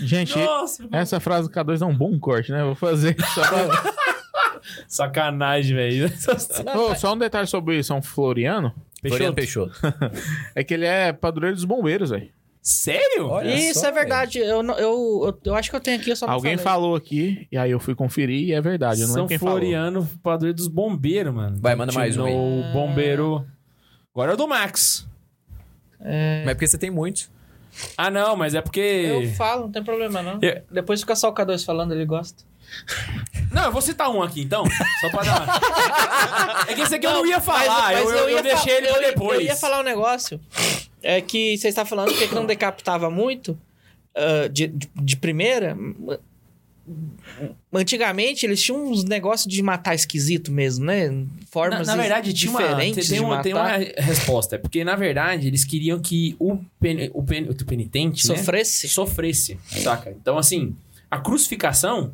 Speaker 6: Gente,
Speaker 2: Nossa,
Speaker 6: essa frase do K2 é um bom corte, né? Eu Vou (laughs) fazer só pra...
Speaker 2: sacanagem, velho.
Speaker 6: Ô, só um detalhe sobre São Floriano.
Speaker 3: Floriano Peixoto.
Speaker 6: É que ele é padroeiro dos bombeiros, velho.
Speaker 2: Sério?
Speaker 3: Olha
Speaker 7: Isso
Speaker 3: só,
Speaker 7: é verdade. Eu, não- eu, eu, eu acho que eu tenho aqui, eu só não
Speaker 6: Alguém
Speaker 7: falei.
Speaker 6: falou aqui, e aí eu fui conferir e é verdade. Eu não
Speaker 2: São
Speaker 6: lembro quem
Speaker 2: Floriano, padroeiro dos bombeiros, mano.
Speaker 3: Vai, manda mais um aí.
Speaker 2: O bombeiro. Agora é o do Max.
Speaker 3: Mas é porque você tem muitos.
Speaker 2: Ah, não, mas é porque.
Speaker 7: Eu falo, não tem problema, não.
Speaker 2: Eu-
Speaker 7: Depois fica só o K2 falando, ele gosta.
Speaker 2: Não, eu vou citar um aqui então. Só pra dar. é que esse aqui eu não ia falar. eu, eu, eu
Speaker 7: ia
Speaker 2: deixei
Speaker 7: fa-
Speaker 2: ele pra
Speaker 7: eu ia-
Speaker 2: depois.
Speaker 7: Eu ia falar um negócio. É que você está falando que ele não decapitava muito ah, de, de- de primeira. Antigamente eles tinham uns negócios de matar esquisito mesmo, né?
Speaker 2: Na,
Speaker 7: Formas
Speaker 2: na verdade, tinha uma,
Speaker 7: diferentes
Speaker 2: tem,
Speaker 7: de
Speaker 2: uma,
Speaker 7: matar.
Speaker 2: tem uma resposta. É Porque, na verdade, eles queriam que o, pen, o, pen, o penitente né,
Speaker 7: Sofresse. É.
Speaker 2: sofresse, saca? Então, assim, a crucificação,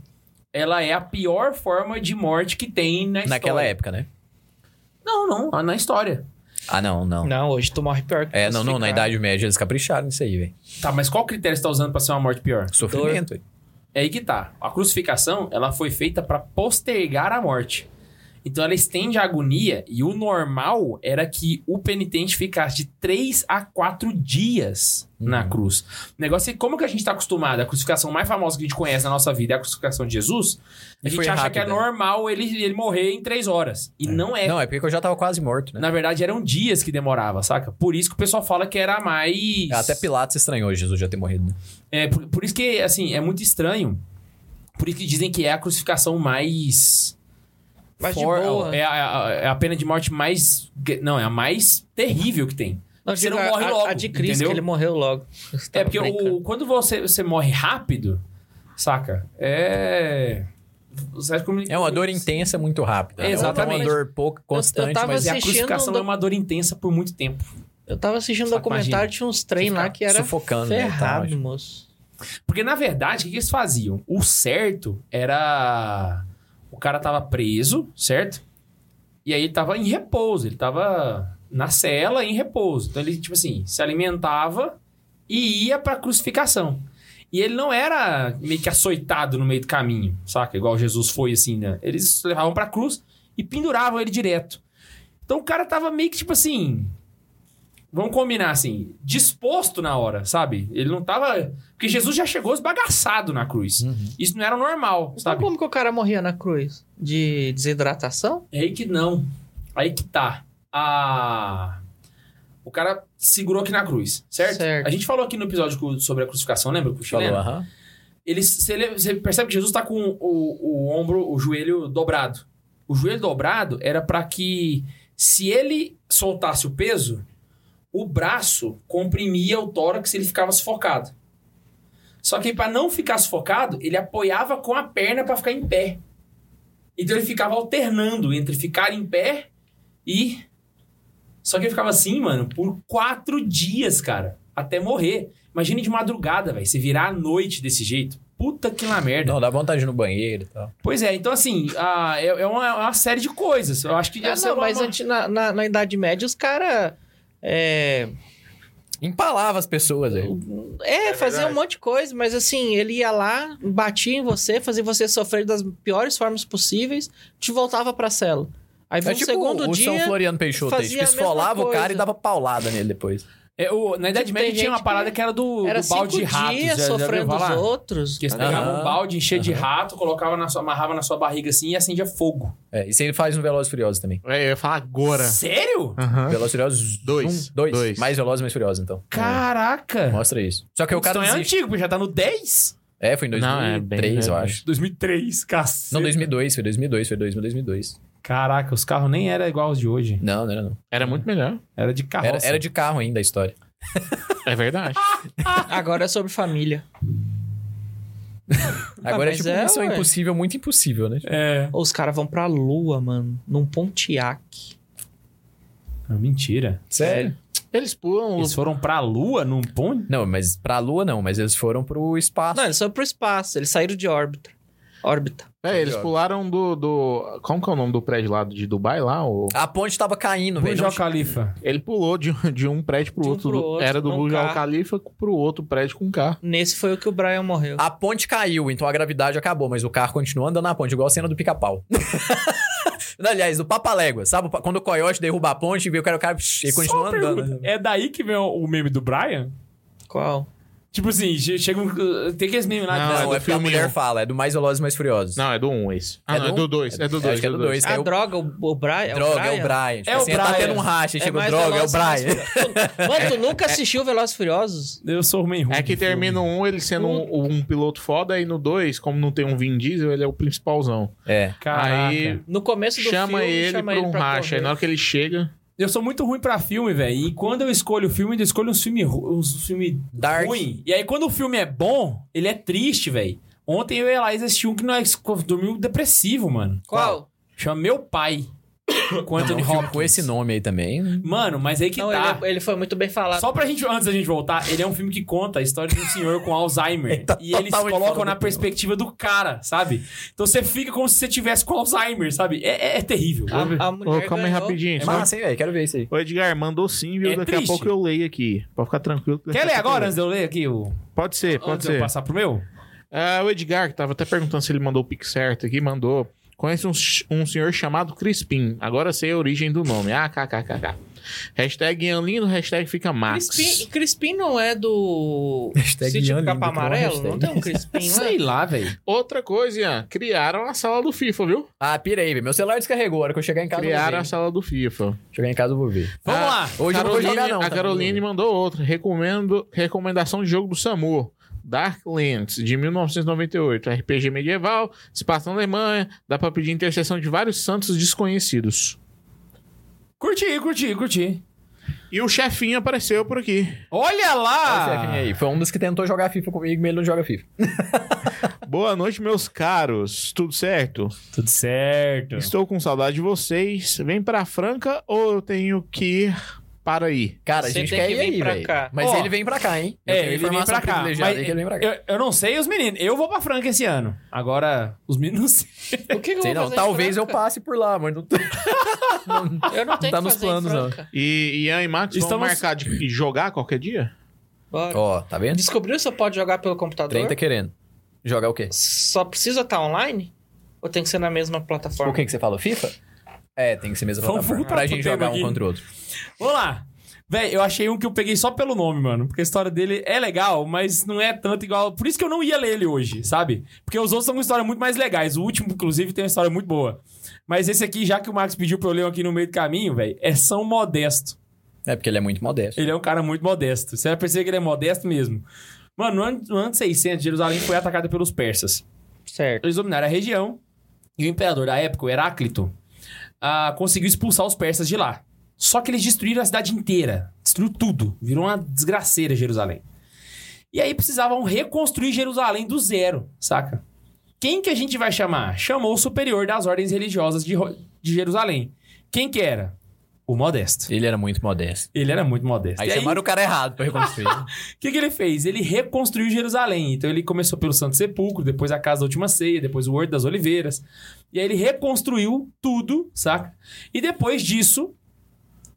Speaker 2: ela é a pior forma de morte que tem na história.
Speaker 3: Naquela época, né?
Speaker 2: Não, não, ah, na história.
Speaker 3: Ah, não, não.
Speaker 7: Não, hoje tu morre pior que
Speaker 3: É, não, não. Na
Speaker 7: crucificado.
Speaker 3: Idade Média eles capricharam nisso aí, velho.
Speaker 2: Tá, mas qual critério você tá usando pra ser uma morte pior?
Speaker 3: Sofrimento, velho.
Speaker 2: É aí que tá. A crucificação, ela foi feita pra postergar a morte. Então ela estende a agonia e o normal era que o penitente ficasse de 3 a 4 dias na
Speaker 3: Uhum.
Speaker 2: cruz. O negócio é que como que a gente tá acostumado, a crucificação mais famosa que a gente conhece na nossa vida é a crucificação de Jesus,
Speaker 3: E
Speaker 2: a gente
Speaker 3: foi
Speaker 2: acha que é
Speaker 3: rápida, né?
Speaker 2: normal ele, ele morrer em 3 horas. E não é.
Speaker 3: Não, é porque eu já tava quase morto, né?
Speaker 2: Na verdade, eram dias que demorava, saca? Por isso que o pessoal fala que era mais.
Speaker 3: É, Até Pilatos estranhou Jesus já ter morrido, né?
Speaker 2: É, por, por isso que, assim, é muito estranho. Por isso que dizem que é a crucificação mais.
Speaker 7: Mas de boa.
Speaker 2: É, a, a- é a pena de morte mais. Não, é a mais terrível que tem.
Speaker 7: Não,
Speaker 2: Você
Speaker 7: digo,
Speaker 2: não
Speaker 7: a-
Speaker 2: morre
Speaker 7: a,
Speaker 2: logo,
Speaker 7: A de Cristo,
Speaker 2: entendeu?
Speaker 7: que ele morreu logo. Eu
Speaker 2: É
Speaker 3: tá
Speaker 7: tava
Speaker 2: porque
Speaker 7: brincando.
Speaker 2: o, quando você, você morre rápido, saca? É. Você acha como-
Speaker 3: É uma dor intensa muito rápida. né?
Speaker 2: Exatamente.
Speaker 3: É uma dor pouco constante,
Speaker 7: eu tava
Speaker 3: mas
Speaker 2: Mas é a
Speaker 7: assistindo
Speaker 2: crucificação
Speaker 7: um
Speaker 2: é uma dor intensa por muito tempo.
Speaker 7: Eu tava assistindo um
Speaker 2: Saca,
Speaker 7: documentário,
Speaker 2: imagina.
Speaker 7: tinha uns trem lá
Speaker 2: fica Tá,
Speaker 7: que era
Speaker 3: sufocando, né, e tal,
Speaker 7: ferrado,
Speaker 3: acho.
Speaker 7: moço.
Speaker 2: Porque, na verdade, o que que eles faziam? O certo era. O cara tava preso, certo? E aí ele tava em repouso, ele tava na cela em repouso. Então ele, tipo assim, se alimentava e ia pra crucificação. E ele não era meio que açoitado no meio do caminho, saca? Igual Jesus foi assim, né? Eles levavam pra cruz e penduravam ele direto. Então o cara tava meio que tipo assim. Vamos combinar assim, disposto na hora, sabe? Ele não tava. Porque Jesus já chegou esbagaçado na cruz.
Speaker 3: Uhum.
Speaker 2: Isso não era o normal,
Speaker 7: Então
Speaker 2: sabe?
Speaker 7: como que o cara morria na cruz? De desidratação?
Speaker 2: É aí que não. Aí que tá. A... O cara segurou aqui na cruz, certo?
Speaker 7: Certo.
Speaker 2: A gente falou aqui no episódio cu- sobre a crucificação, lembra? Com o
Speaker 3: Falou,
Speaker 2: chileno?
Speaker 3: aham.
Speaker 2: Ele, você, le- você percebe que Jesus tá com o, o ombro, o joelho dobrado. O joelho dobrado era pra que, se ele soltasse o peso, o braço comprimia o tórax e ele ficava sufocado. Só que pra não ficar sufocado, ele apoiava com a perna pra ficar em pé. Então ele ficava alternando entre ficar em pé e Só que ele ficava assim, mano, por quatro dias, cara. Até morrer. Imagina de madrugada, velho. Você virar à noite desse jeito. Puta que lá merda.
Speaker 3: Não, dá vontade de ir no banheiro e tal.
Speaker 2: Pois é, então assim, ah, é, é uma, é uma série de coisas. Eu acho que
Speaker 7: Ah,
Speaker 2: essa é
Speaker 7: não,
Speaker 2: uma-
Speaker 7: mas anti- na, na, na Idade Média os caras. É,
Speaker 3: Empalava as pessoas aí.
Speaker 7: é, fazia
Speaker 6: verdade.
Speaker 7: um monte de coisa, mas assim, ele ia lá, batia em você, fazia você sofrer das piores formas possíveis, te voltava pra cela. Aí no
Speaker 3: É tipo
Speaker 7: um segundo
Speaker 3: o
Speaker 7: dia.
Speaker 3: São Floriano Peixoto aí.
Speaker 7: fazia
Speaker 3: Tipo,
Speaker 7: a mesma
Speaker 3: esfolava o cara
Speaker 7: coisa.
Speaker 3: e dava paulada nele depois.
Speaker 2: é, o- na Idade
Speaker 7: Tipo,
Speaker 2: Média
Speaker 7: tem
Speaker 2: tinha uma
Speaker 7: gente
Speaker 2: parada
Speaker 7: que
Speaker 2: que era do,
Speaker 7: Era
Speaker 2: do
Speaker 7: cinco
Speaker 2: balde de rato.
Speaker 7: dias
Speaker 2: já- já ouviu
Speaker 7: sofrendo os
Speaker 2: falar?
Speaker 7: outros. (laughs)
Speaker 2: Que eles pegavam
Speaker 3: Aham.
Speaker 2: um balde, enchia de rato, colocava na sua, amarrava na sua barriga assim e acendia fogo.
Speaker 3: É, isso ele faz no Velozes e Furiosos também.
Speaker 6: É, eu ia falar agora.
Speaker 2: Sério?
Speaker 3: É.
Speaker 6: Aham.
Speaker 3: Velozes e Furiosos
Speaker 6: Dois.
Speaker 3: um, dois.
Speaker 6: Dois.
Speaker 3: Mais Velozes e Mais Furiosos, então. É,
Speaker 2: Caraca!
Speaker 3: Mostra isso. Só que o cara
Speaker 2: então é
Speaker 3: desiste.
Speaker 2: antigo, porque já tá no 10?
Speaker 3: É, foi em
Speaker 6: Não, é bem
Speaker 3: 2003, eu
Speaker 6: velho.
Speaker 3: acho.
Speaker 2: 2003, cacete.
Speaker 3: Não, 2002, foi 2002, foi 2000, 2002.
Speaker 2: Caraca, os carros nem eram igual aos de hoje.
Speaker 3: Não, não era não.
Speaker 6: Era muito melhor.
Speaker 2: Era de carro.
Speaker 3: Era, era de carro ainda a história.
Speaker 6: É verdade.
Speaker 7: Agora é sobre família.
Speaker 3: Agora é
Speaker 7: mas
Speaker 3: tipo
Speaker 7: é,
Speaker 3: missão
Speaker 7: ué.
Speaker 3: impossível, muito impossível, né?
Speaker 2: É.
Speaker 7: Os caras vão pra lua, mano, num Pontiac.
Speaker 2: Ah, mentira.
Speaker 3: Sério?
Speaker 6: Eles pulam.
Speaker 2: Eles foram pra lua num ponte?
Speaker 3: Não, mas pra lua não, mas eles foram pro espaço.
Speaker 7: Não, eles foram pro espaço, eles saíram de órbita. Órbita.
Speaker 6: É, eles pularam do, do. Como que é o nome do prédio lá de Dubai lá? O...
Speaker 3: A ponte tava caindo, velho.
Speaker 2: Burj
Speaker 3: Não
Speaker 2: Al Khalifa.
Speaker 6: Ele pulou de, de um prédio pro
Speaker 7: De um
Speaker 6: outro.
Speaker 7: pro
Speaker 6: do-
Speaker 7: outro,
Speaker 6: era do
Speaker 7: num
Speaker 6: Burj Al
Speaker 7: carro.
Speaker 6: Khalifa pro outro prédio com um carro.
Speaker 7: Nesse foi o que o Brian morreu.
Speaker 2: Ah.
Speaker 3: A ponte caiu, então a gravidade acabou, mas o carro continua andando na ponte, igual a cena do pica-pau. (laughs) Aliás, do Papalégua, sabe? Quando o coiote derruba a ponte e vê o cara, o cara psh, ele continua
Speaker 2: Só uma
Speaker 3: andando. né?
Speaker 2: pergunta, É daí que vem o o meme do Brian?
Speaker 7: Qual?
Speaker 2: Tipo assim, che- chega um. Tem aqueles memes lá.
Speaker 6: Não, é
Speaker 3: Não,
Speaker 6: do
Speaker 3: é porque a
Speaker 6: filme
Speaker 3: mulher
Speaker 6: um.
Speaker 3: fala, é do Mais Velozes e Mais Furiosos.
Speaker 6: Não, é do um esse. Ah,
Speaker 3: É
Speaker 6: não,
Speaker 3: do
Speaker 6: é
Speaker 3: um?
Speaker 6: do dois. É do
Speaker 3: Acho
Speaker 6: dois.
Speaker 3: que é do dois.
Speaker 7: A
Speaker 3: é o-
Speaker 7: Ah, droga, o, o Brian.
Speaker 3: Droga, é o Brian. Tipo
Speaker 2: o
Speaker 3: assim, ele Tá
Speaker 2: Brian.
Speaker 3: tendo um racha, e
Speaker 7: É
Speaker 3: chegou,
Speaker 7: mais
Speaker 3: droga, é o
Speaker 7: Velozes e
Speaker 3: Brian.
Speaker 7: (laughs) Mano, tu nunca assistiu Velozes e Furiosos?
Speaker 2: Eu sou ruim ruim
Speaker 6: É que
Speaker 2: de filme.
Speaker 6: termina o um, ele sendo um, um piloto foda, e no dois, como não tem um Vin Diesel, ele é o principalzão.
Speaker 3: É.
Speaker 2: Caraca.
Speaker 6: Aí
Speaker 7: No começo do
Speaker 6: chama
Speaker 7: filme,
Speaker 6: ele
Speaker 7: chama
Speaker 6: pra um
Speaker 7: ele pra
Speaker 6: racha.
Speaker 7: correr.
Speaker 6: Aí na hora que ele chega.
Speaker 2: Eu sou muito ruim pra filme, velho. E quando eu escolho o filme, eu escolho uns filmes uns filme
Speaker 3: Dark.
Speaker 2: ruim. E aí, quando o filme é bom, ele é triste, velho. Ontem eu e a Laís assisti um que nós dormiu depressivo, mano.
Speaker 7: Qual?
Speaker 2: Chama Meu Pai. (coughs) Com
Speaker 3: Um
Speaker 2: Anthony
Speaker 3: filme
Speaker 2: Hopkins.
Speaker 3: com esse nome aí também.
Speaker 2: é Mano, mas aí que
Speaker 7: Não,
Speaker 2: tá.
Speaker 7: ele, é- ele foi muito bem falado.
Speaker 2: Só pra gente, antes da gente voltar, ele é um filme que conta a história de um senhor com Alzheimer.
Speaker 3: Ele tá
Speaker 2: e eles
Speaker 3: totalmente
Speaker 2: colocam
Speaker 3: fora
Speaker 2: na
Speaker 3: do
Speaker 2: perspectiva do cara, sabe? Então você fica como se você tivesse com Alzheimer, sabe? É, é- é terrível.
Speaker 7: A, a
Speaker 6: Ô,
Speaker 7: mulher
Speaker 6: calma aí
Speaker 7: ganhou.
Speaker 6: rapidinho.
Speaker 3: É massa, hein, velho? Quero ver isso aí.
Speaker 6: Ô, Edgar, mandou sim, viu?
Speaker 2: É
Speaker 6: Daqui
Speaker 2: triste.
Speaker 6: a pouco eu leio aqui. Pode ficar tranquilo.
Speaker 2: Quer ler agora, antes de eu ler aqui o...
Speaker 6: Pode ser, pode
Speaker 2: antes de eu
Speaker 6: ser.
Speaker 2: passar pro meu?
Speaker 6: Ah, o Edgar, que tava até perguntando se ele mandou o pix certo aqui, mandou. Conhece um, ch- um senhor chamado Crispim. Agora sei a origem do nome. Ah, kkkk. Hashtag Ian lindo, hashtag fica Max.
Speaker 7: Crispim, Crispim não é do.
Speaker 3: Hashtag
Speaker 7: Sítio
Speaker 3: Ian
Speaker 7: do Capa
Speaker 3: Lindo, que é uma
Speaker 7: Amarelo? Não
Speaker 3: hashtag.
Speaker 7: tem um
Speaker 2: (laughs)
Speaker 7: Crispim lá?
Speaker 2: lá, velho.
Speaker 6: Outra coisa, Ian. Criaram a sala do FIFA, viu?
Speaker 3: Ah, pirei, velho. Meu celular descarregou. A hora que eu chegar em casa, eu vou
Speaker 6: Criaram a
Speaker 3: ver.
Speaker 6: sala do FIFA.
Speaker 3: Chegar em casa, eu vou ver.
Speaker 2: Vamos
Speaker 6: Ah,
Speaker 2: lá.
Speaker 3: Hoje eu não vou
Speaker 6: Caroline-
Speaker 3: jogar, não.
Speaker 6: a
Speaker 3: tá?
Speaker 6: Caroline mandou outra. Recomendo, recomendação de jogo do Samu. Darklands, de 1998. RPG medieval, se passa na Alemanha. Dá pra pedir intercessão de vários santos desconhecidos.
Speaker 2: Curti, curti, curti.
Speaker 6: E o chefinho apareceu por aqui.
Speaker 2: Olha
Speaker 3: Olha o
Speaker 2: lá!
Speaker 3: chefinho aí. Foi um dos que tentou jogar FIFA comigo, mas ele não joga FIFA.
Speaker 6: Boa noite, meus caros. Tudo certo?
Speaker 2: Tudo certo.
Speaker 6: Estou com saudade de vocês. Vem pra Franca ou eu tenho que ir para aí?
Speaker 3: Cara, a
Speaker 7: Você
Speaker 3: gente
Speaker 7: tem
Speaker 3: quer
Speaker 7: que
Speaker 3: ir
Speaker 7: vir
Speaker 3: aí,
Speaker 7: pra
Speaker 3: velho.
Speaker 7: cá.
Speaker 3: Mas
Speaker 2: Ó,
Speaker 3: ele vem pra cá, hein? Eu
Speaker 2: É,
Speaker 3: tenho
Speaker 2: ele vem
Speaker 3: informação
Speaker 2: pra cá.
Speaker 3: privilegiada
Speaker 2: Mas
Speaker 3: aí que ele vem pra cá.
Speaker 2: eu, eu não sei os meninos. Eu vou pra Franca esse ano. Agora, os meninos não sei.
Speaker 7: O que, que eu vou
Speaker 3: Sei não,
Speaker 7: fazer em
Speaker 3: talvez eu
Speaker 7: Franca?
Speaker 3: passe por lá, mas não tô...
Speaker 7: Eu não tenho
Speaker 3: tá
Speaker 7: que
Speaker 3: nos
Speaker 7: fazer
Speaker 3: planos,
Speaker 7: em
Speaker 3: não.
Speaker 7: Franca.
Speaker 6: E Ian e Max vão
Speaker 2: Estamos-
Speaker 6: marcar de de jogar qualquer dia?
Speaker 7: Bora.
Speaker 3: Ó, tá vendo?
Speaker 7: Descobriu se eu pode jogar pelo computador?
Speaker 3: Trem tá querendo. Jogar o quê?
Speaker 7: Só precisa estar online? Ou tem que ser na mesma plataforma?
Speaker 3: O que que você falou? FIFA? É, tem que ser mesmo
Speaker 2: Vamos
Speaker 3: plataforma.
Speaker 2: voltar
Speaker 3: Pra
Speaker 2: pro
Speaker 3: gente
Speaker 2: tema
Speaker 3: jogar um
Speaker 2: aqui.
Speaker 3: contra o outro.
Speaker 2: Vamos lá. Véi, eu achei um que eu peguei só pelo nome, mano. Porque a história dele é legal, mas não é tanto igual. Por isso que eu não ia ler ele hoje, sabe? Porque os outros são com histórias muito mais legais. O último, inclusive, tem uma história muito boa. Mas esse aqui, já que o Max pediu pra eu ler um aqui no meio do caminho, velho, é São Modesto.
Speaker 3: É porque ele é muito modesto.
Speaker 2: Ele é um cara muito modesto. Você vai perceber que ele é modesto mesmo. Mano, no ano, no ano 600, Jerusalém foi atacada pelos persas.
Speaker 7: Certo.
Speaker 2: Eles dominaram a região e o imperador da época, o Heráclito, ah, conseguiu expulsar os persas de lá. Só que eles destruíram a cidade inteira. Destruiu tudo. Virou uma desgraceira Jerusalém. E aí precisavam reconstruir Jerusalém do zero, saca? Quem que a gente vai chamar? Chamou o superior das ordens religiosas de, Ro- de Jerusalém. Quem que era? o Modesto.
Speaker 3: Ele era muito modesto.
Speaker 2: Ele era muito modesto.
Speaker 3: Aí
Speaker 2: E aí,
Speaker 3: chamaram o cara errado pra
Speaker 2: (laughs)
Speaker 3: reconstruir.
Speaker 2: o que, que ele fez? Ele reconstruiu Jerusalém. Então ele começou pelo Santo Sepulcro, depois a Casa da Última Ceia, depois o Horto das Oliveiras. E aí ele reconstruiu tudo, saca? E depois disso,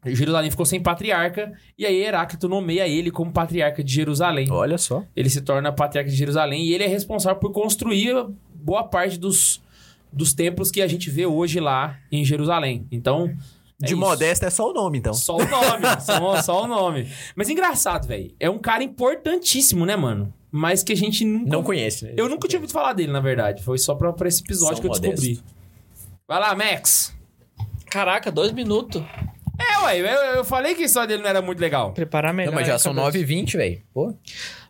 Speaker 2: Jerusalém ficou sem patriarca. E aí Heráclito nomeia ele como patriarca de Jerusalém.
Speaker 3: Olha só.
Speaker 2: Ele se torna patriarca de Jerusalém e ele é responsável por construir boa parte dos, dos templos que a gente vê hoje lá em Jerusalém. Então. é
Speaker 3: De
Speaker 2: isso.
Speaker 3: modesto é só o nome, então.
Speaker 2: Só o nome, (laughs) só, só o nome. Mas engraçado, velho. É um cara importantíssimo, né, mano? Mas que a gente nunca.
Speaker 3: Não conhece, né?
Speaker 2: Eu nunca tinha ouvido falar dele, na verdade. Foi só pra, pra esse episódio
Speaker 3: São
Speaker 2: que eu descobri. Vai lá, Max.
Speaker 4: Caraca, dois minutos.
Speaker 2: É, ué, eu, eu falei que a história dele não era muito legal.
Speaker 4: Preparar melhor.
Speaker 3: Não, mas
Speaker 4: a
Speaker 3: já são
Speaker 4: cabeça.
Speaker 3: 9h20, velho. Pô.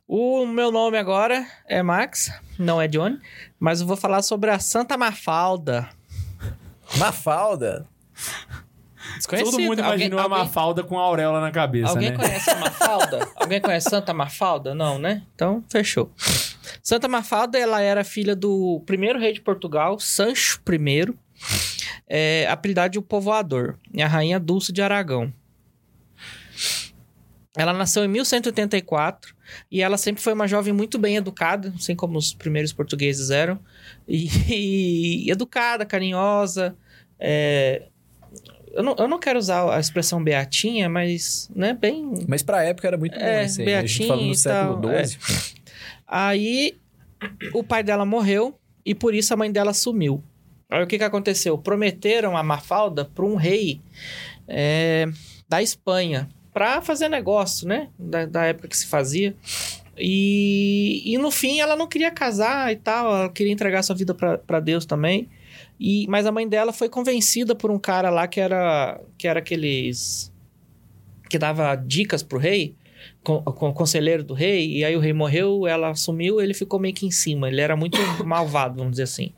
Speaker 4: O meu nome agora é Max, não é Johnny, mas eu vou falar sobre a Santa Mafalda.
Speaker 3: Mafalda.
Speaker 4: Desconhecida.
Speaker 2: Todo mundo imaginou
Speaker 4: alguém,
Speaker 2: a Mafalda com a auréola na cabeça,
Speaker 4: Alguém,
Speaker 2: né?
Speaker 4: alguém conhece a Mafalda? alguém conhece Santa Mafalda? Não, né? Então, fechou. Santa Mafalda, ela era filha do primeiro rei de Portugal, Sancho I, é, apelidado de O Povoador, e a rainha Dulce de Aragão. Ela nasceu em 1184 e ela sempre foi uma jovem muito bem educada, assim como os primeiros portugueses eram. E, (laughs) e educada, carinhosa. é, eu, não, eu não quero usar a expressão beatinha, mas né, bem
Speaker 3: Mas pra época era muito bom
Speaker 4: É,
Speaker 3: isso aí. né? A gente
Speaker 4: Beatinha
Speaker 3: falando no
Speaker 4: e
Speaker 3: século
Speaker 4: tal,
Speaker 2: é.
Speaker 3: XII.
Speaker 4: Aí o pai dela morreu e por isso a mãe dela sumiu. Aí o que, que aconteceu? Prometeram a Mafalda para um rei é, da Espanha para fazer negócio, né? Da, da época que se fazia. E, e no fim ela não queria casar e tal, ela queria entregar sua vida para Deus também. E, mas a mãe dela foi convencida por um cara lá que era que era aqueles que dava dicas pro rei com, com o conselheiro do rei, e aí o rei morreu, ela sumiu, ele ficou meio que em cima. Ele era muito malvado, vamos dizer assim.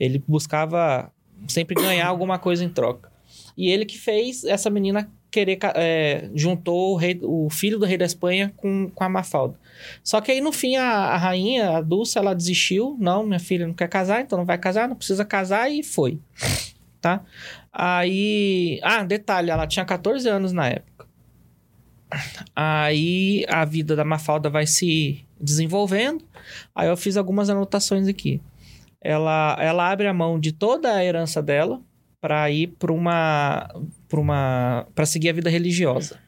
Speaker 4: Ele buscava sempre ganhar alguma coisa em troca. E ele que fez essa menina querer. ca- é, juntou o, rei- o filho do rei da Espanha com, com a Mafalda. Só que aí no fim a, a rainha, a Dulce, ela desistiu. Não, minha filha não quer casar, então não vai casar, não precisa casar, e foi. Tá? Aí. Ah, detalhe, ela tinha 14 anos na época. Aí a vida da Mafalda vai se desenvolvendo. Aí eu fiz algumas anotações aqui. Ela, ela abre a mão de toda a herança dela para ir para uma para uma para seguir a vida religiosa,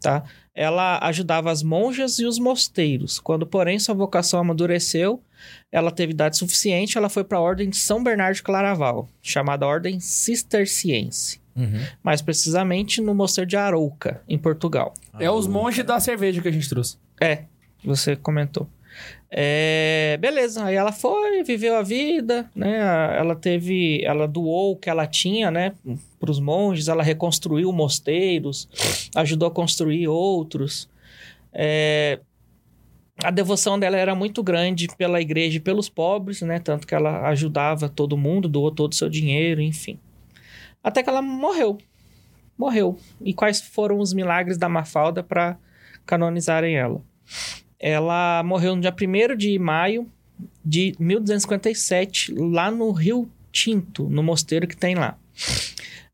Speaker 4: tá? Ela ajudava as monjas e os mosteiros. Quando, porém, sua vocação amadureceu, ela teve idade suficiente, ela foi para a ordem de São Bernardo de Claraval, chamada Ordem Cisterciense,
Speaker 3: Uhum.
Speaker 4: mais precisamente no mosteiro de Arouca, em Portugal.
Speaker 2: É os monges da cerveja que a gente trouxe.
Speaker 4: É, você comentou. É, beleza, aí ela foi, viveu a vida, né? A- Ela teve, ela doou o que ela tinha, né, para os monges, ela reconstruiu mosteiros, ajudou a construir outros. É, a devoção dela era muito grande pela igreja e pelos pobres, né? Tanto que ela ajudava todo mundo, doou todo o seu dinheiro, enfim. Até que ela morreu. Morreu. E quais foram os milagres da Mafalda para canonizarem ela. Ela morreu no dia 1 de maio de 1257, lá no Rio Tinto, no mosteiro que tem lá.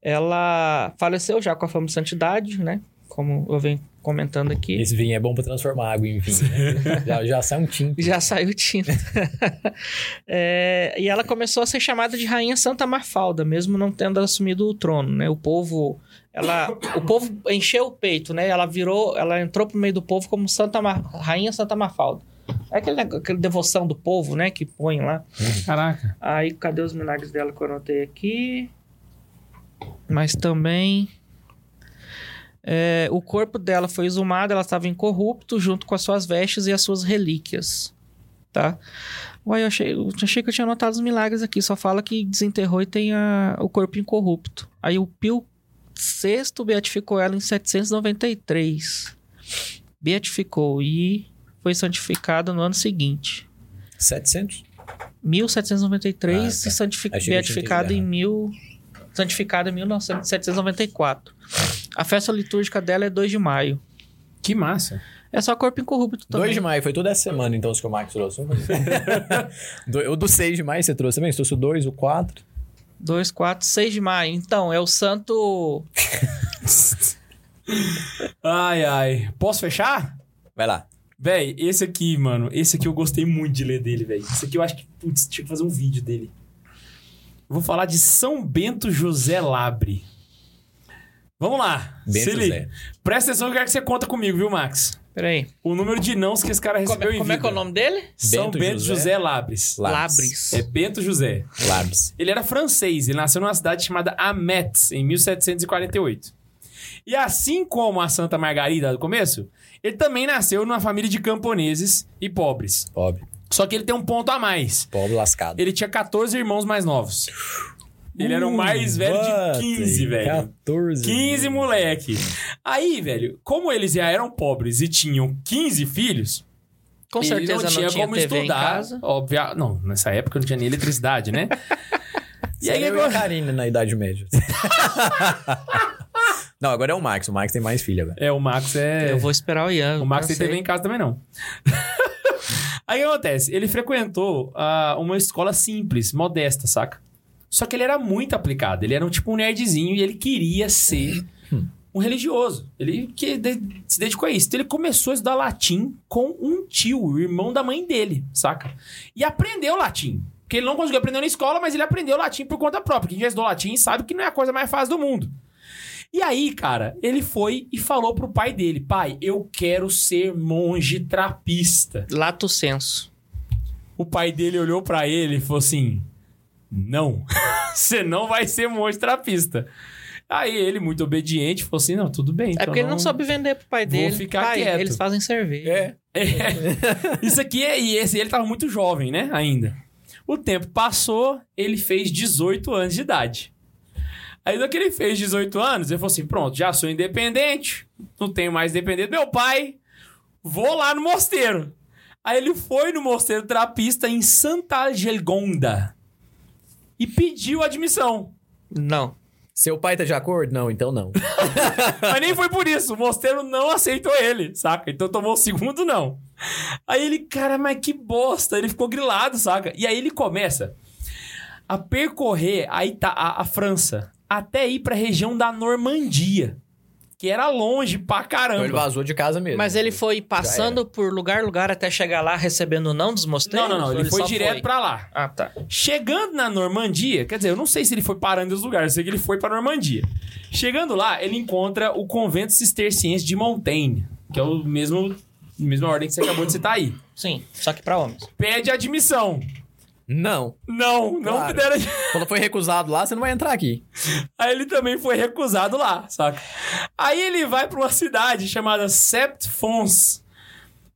Speaker 4: Ela faleceu já com a fama de santidade, né? Como eu venho comentando aqui.
Speaker 3: Esse vinho é bom pra transformar água em vinho, né?
Speaker 2: (laughs)
Speaker 3: já, já sai um tinto.
Speaker 4: Já saiu tinta. É, e ela começou a ser chamada de Rainha Santa Mafalda, mesmo não tendo assumido o trono, né? O povo, ela, o povo encheu o peito, né? Ela virou, ela entrou pro meio do povo como Santa Ma- Rainha Santa Mafalda. É aquele, nego- aquele devoção do povo, né? Que põe lá.
Speaker 2: Caraca.
Speaker 4: Aí, cadê os milagres dela que eu anotei aqui? Mas também... é, o corpo dela foi exumado, ela estava incorrupto, junto com as suas vestes e as suas relíquias tá? Uai, eu achei, eu achei que eu tinha anotado os milagres aqui. Só fala que desenterrou e tem a- o corpo incorrupto. Aí o Pio VI beatificou ela em 793. Beatificou e foi santificada no ano seguinte.
Speaker 3: 700?
Speaker 4: 1793
Speaker 3: Ah, tá.
Speaker 4: e santific...
Speaker 3: Achei que eu tinha
Speaker 4: beatificada em
Speaker 3: entendido
Speaker 4: mil... santificada em 1794. A festa litúrgica dela é 2 de maio.
Speaker 2: Que massa.
Speaker 4: É só corpo incorrupto também.
Speaker 3: 2 de maio, foi toda essa semana então
Speaker 2: (laughs)
Speaker 3: os que o Max trouxe. Do- o do 6 de maio você trouxe também? Você trouxe o 2, o 4.
Speaker 7: 2, 4, 6 de maio. Então, é o santo.
Speaker 2: Ai, ai. Posso fechar?
Speaker 3: Vai lá.
Speaker 2: Véi, esse aqui, mano, esse aqui eu gostei muito de ler dele, véi. Esse aqui eu acho que, putz, tinha que fazer um vídeo dele. Eu vou falar de São Bento José Labre. Vamos lá.
Speaker 3: Bento
Speaker 2: Se li-
Speaker 3: Zé.
Speaker 2: Presta atenção, eu quero que você conta comigo, viu, Max?
Speaker 7: Peraí.
Speaker 2: O número de nãos que esse cara
Speaker 7: Como,
Speaker 2: recebeu em
Speaker 7: como é
Speaker 2: vida.
Speaker 7: que é o nome dele?
Speaker 2: São
Speaker 3: Bento
Speaker 2: Bento,
Speaker 3: José
Speaker 2: José, Labres.
Speaker 7: Labres.
Speaker 2: É Bento José.
Speaker 3: Labs.
Speaker 2: Ele era francês e nasceu numa cidade chamada Ametz, em 1748. E assim como a Santa Margarida do começo, ele também nasceu numa família de camponeses e pobres.
Speaker 3: Pobre.
Speaker 2: Só que ele tem um ponto a mais.
Speaker 3: Pobre lascado.
Speaker 2: Ele tinha 14 irmãos mais novos. Ele
Speaker 3: Hum,
Speaker 2: era o mais velho de 15, velho.
Speaker 3: 14.
Speaker 2: 15 moleque. Aí, velho, como eles já eram pobres e tinham 15 filhos,
Speaker 7: Com
Speaker 2: ele
Speaker 7: certeza
Speaker 2: não tinha como
Speaker 7: TV
Speaker 2: estudar.
Speaker 7: em casa.
Speaker 2: Óbvio, não, nessa época não tinha nem eletricidade,
Speaker 7: (laughs)
Speaker 2: né? e
Speaker 3: E
Speaker 2: aí,
Speaker 3: aí,
Speaker 2: que
Speaker 3: eu e a
Speaker 2: agora...
Speaker 3: Karine na
Speaker 2: (laughs)
Speaker 3: Idade Média. não, agora é o Max. O Max tem mais filha, velho.
Speaker 2: É, o Max é.
Speaker 7: Eu vou esperar o
Speaker 4: né?
Speaker 7: Ian.
Speaker 2: O Max tem
Speaker 7: cansei.
Speaker 2: TV em casa também não. (laughs) aí o que acontece? Ele frequentou ah, uma escola simples, modesta, saca? Só que ele era muito aplicado. Ele era um tipo um nerdzinho e ele queria ser um religioso. Ele que de- se dedicou a isso. Então ele começou a estudar latim com um tio, o irmão da mãe dele, saca? E aprendeu latim. Porque ele não conseguiu aprender na escola, mas ele aprendeu latim por conta própria. Quem já estudou latim sabe que não é a coisa mais fácil do mundo. E aí, cara, ele foi e falou pro pai dele: pai, eu quero ser monge trapista.
Speaker 7: Lato senso.
Speaker 2: O pai dele olhou pra ele e falou assim: Não, (laughs) você não vai ser monge trapista. Aí ele, muito obediente, falou assim: Não, tudo bem.
Speaker 7: é
Speaker 2: então
Speaker 7: porque ele não sabe vender pro pai
Speaker 2: vou
Speaker 7: dele.
Speaker 2: ficar
Speaker 7: pai,
Speaker 2: quieto.
Speaker 7: eles fazem cerveja.
Speaker 3: É.
Speaker 2: Isso aqui é. E esse, ele tava muito jovem, né? Ainda. O tempo passou, ele fez 18 anos de idade. Aí, no que ele fez 18 anos, ele falou assim: pronto, já sou independente, não tenho mais depender do meu pai, vou lá no mosteiro. Aí ele foi no mosteiro trapista em Santa Gelgonda e pediu admissão.
Speaker 7: Não.
Speaker 3: Seu pai tá de acordo? Não, então não.
Speaker 2: Mas nem foi por isso. O mosteiro não aceitou ele, saca? Então tomou o segundo não. Aí ele, cara, mas que bosta. Ele ficou grilado, saca? E aí ele começa a percorrer a, Ita a, a França até ir pra região da Normandia, que era longe pra
Speaker 3: Então ele
Speaker 2: caramba.
Speaker 3: vazou de casa mesmo.
Speaker 7: Mas ele foi passando por lugar lugar até chegar lá recebendo o não dos
Speaker 2: Não,
Speaker 7: mosteiros?
Speaker 2: não, não.
Speaker 7: Ou
Speaker 2: Ele foi
Speaker 7: só
Speaker 2: direto pra lá.
Speaker 7: Ah, tá.
Speaker 2: Chegando na Normandia, quer dizer, eu não sei se ele foi parando em outros lugares, eu sei que ele foi pra Normandia. Chegando lá, ele encontra o convento cisterciense de Montaigne, que é o mesmo mesma ordem que você acabou de citar aí.
Speaker 7: Sim, só que pra homens.
Speaker 2: Pede admissão.
Speaker 3: Não.
Speaker 2: Não, não
Speaker 3: Claro.
Speaker 2: me deram. admi-
Speaker 3: Quando foi recusado lá, você não vai entrar aqui.
Speaker 2: (laughs) Aí ele também foi recusado lá, saca? Aí ele vai pra uma cidade chamada Septfons.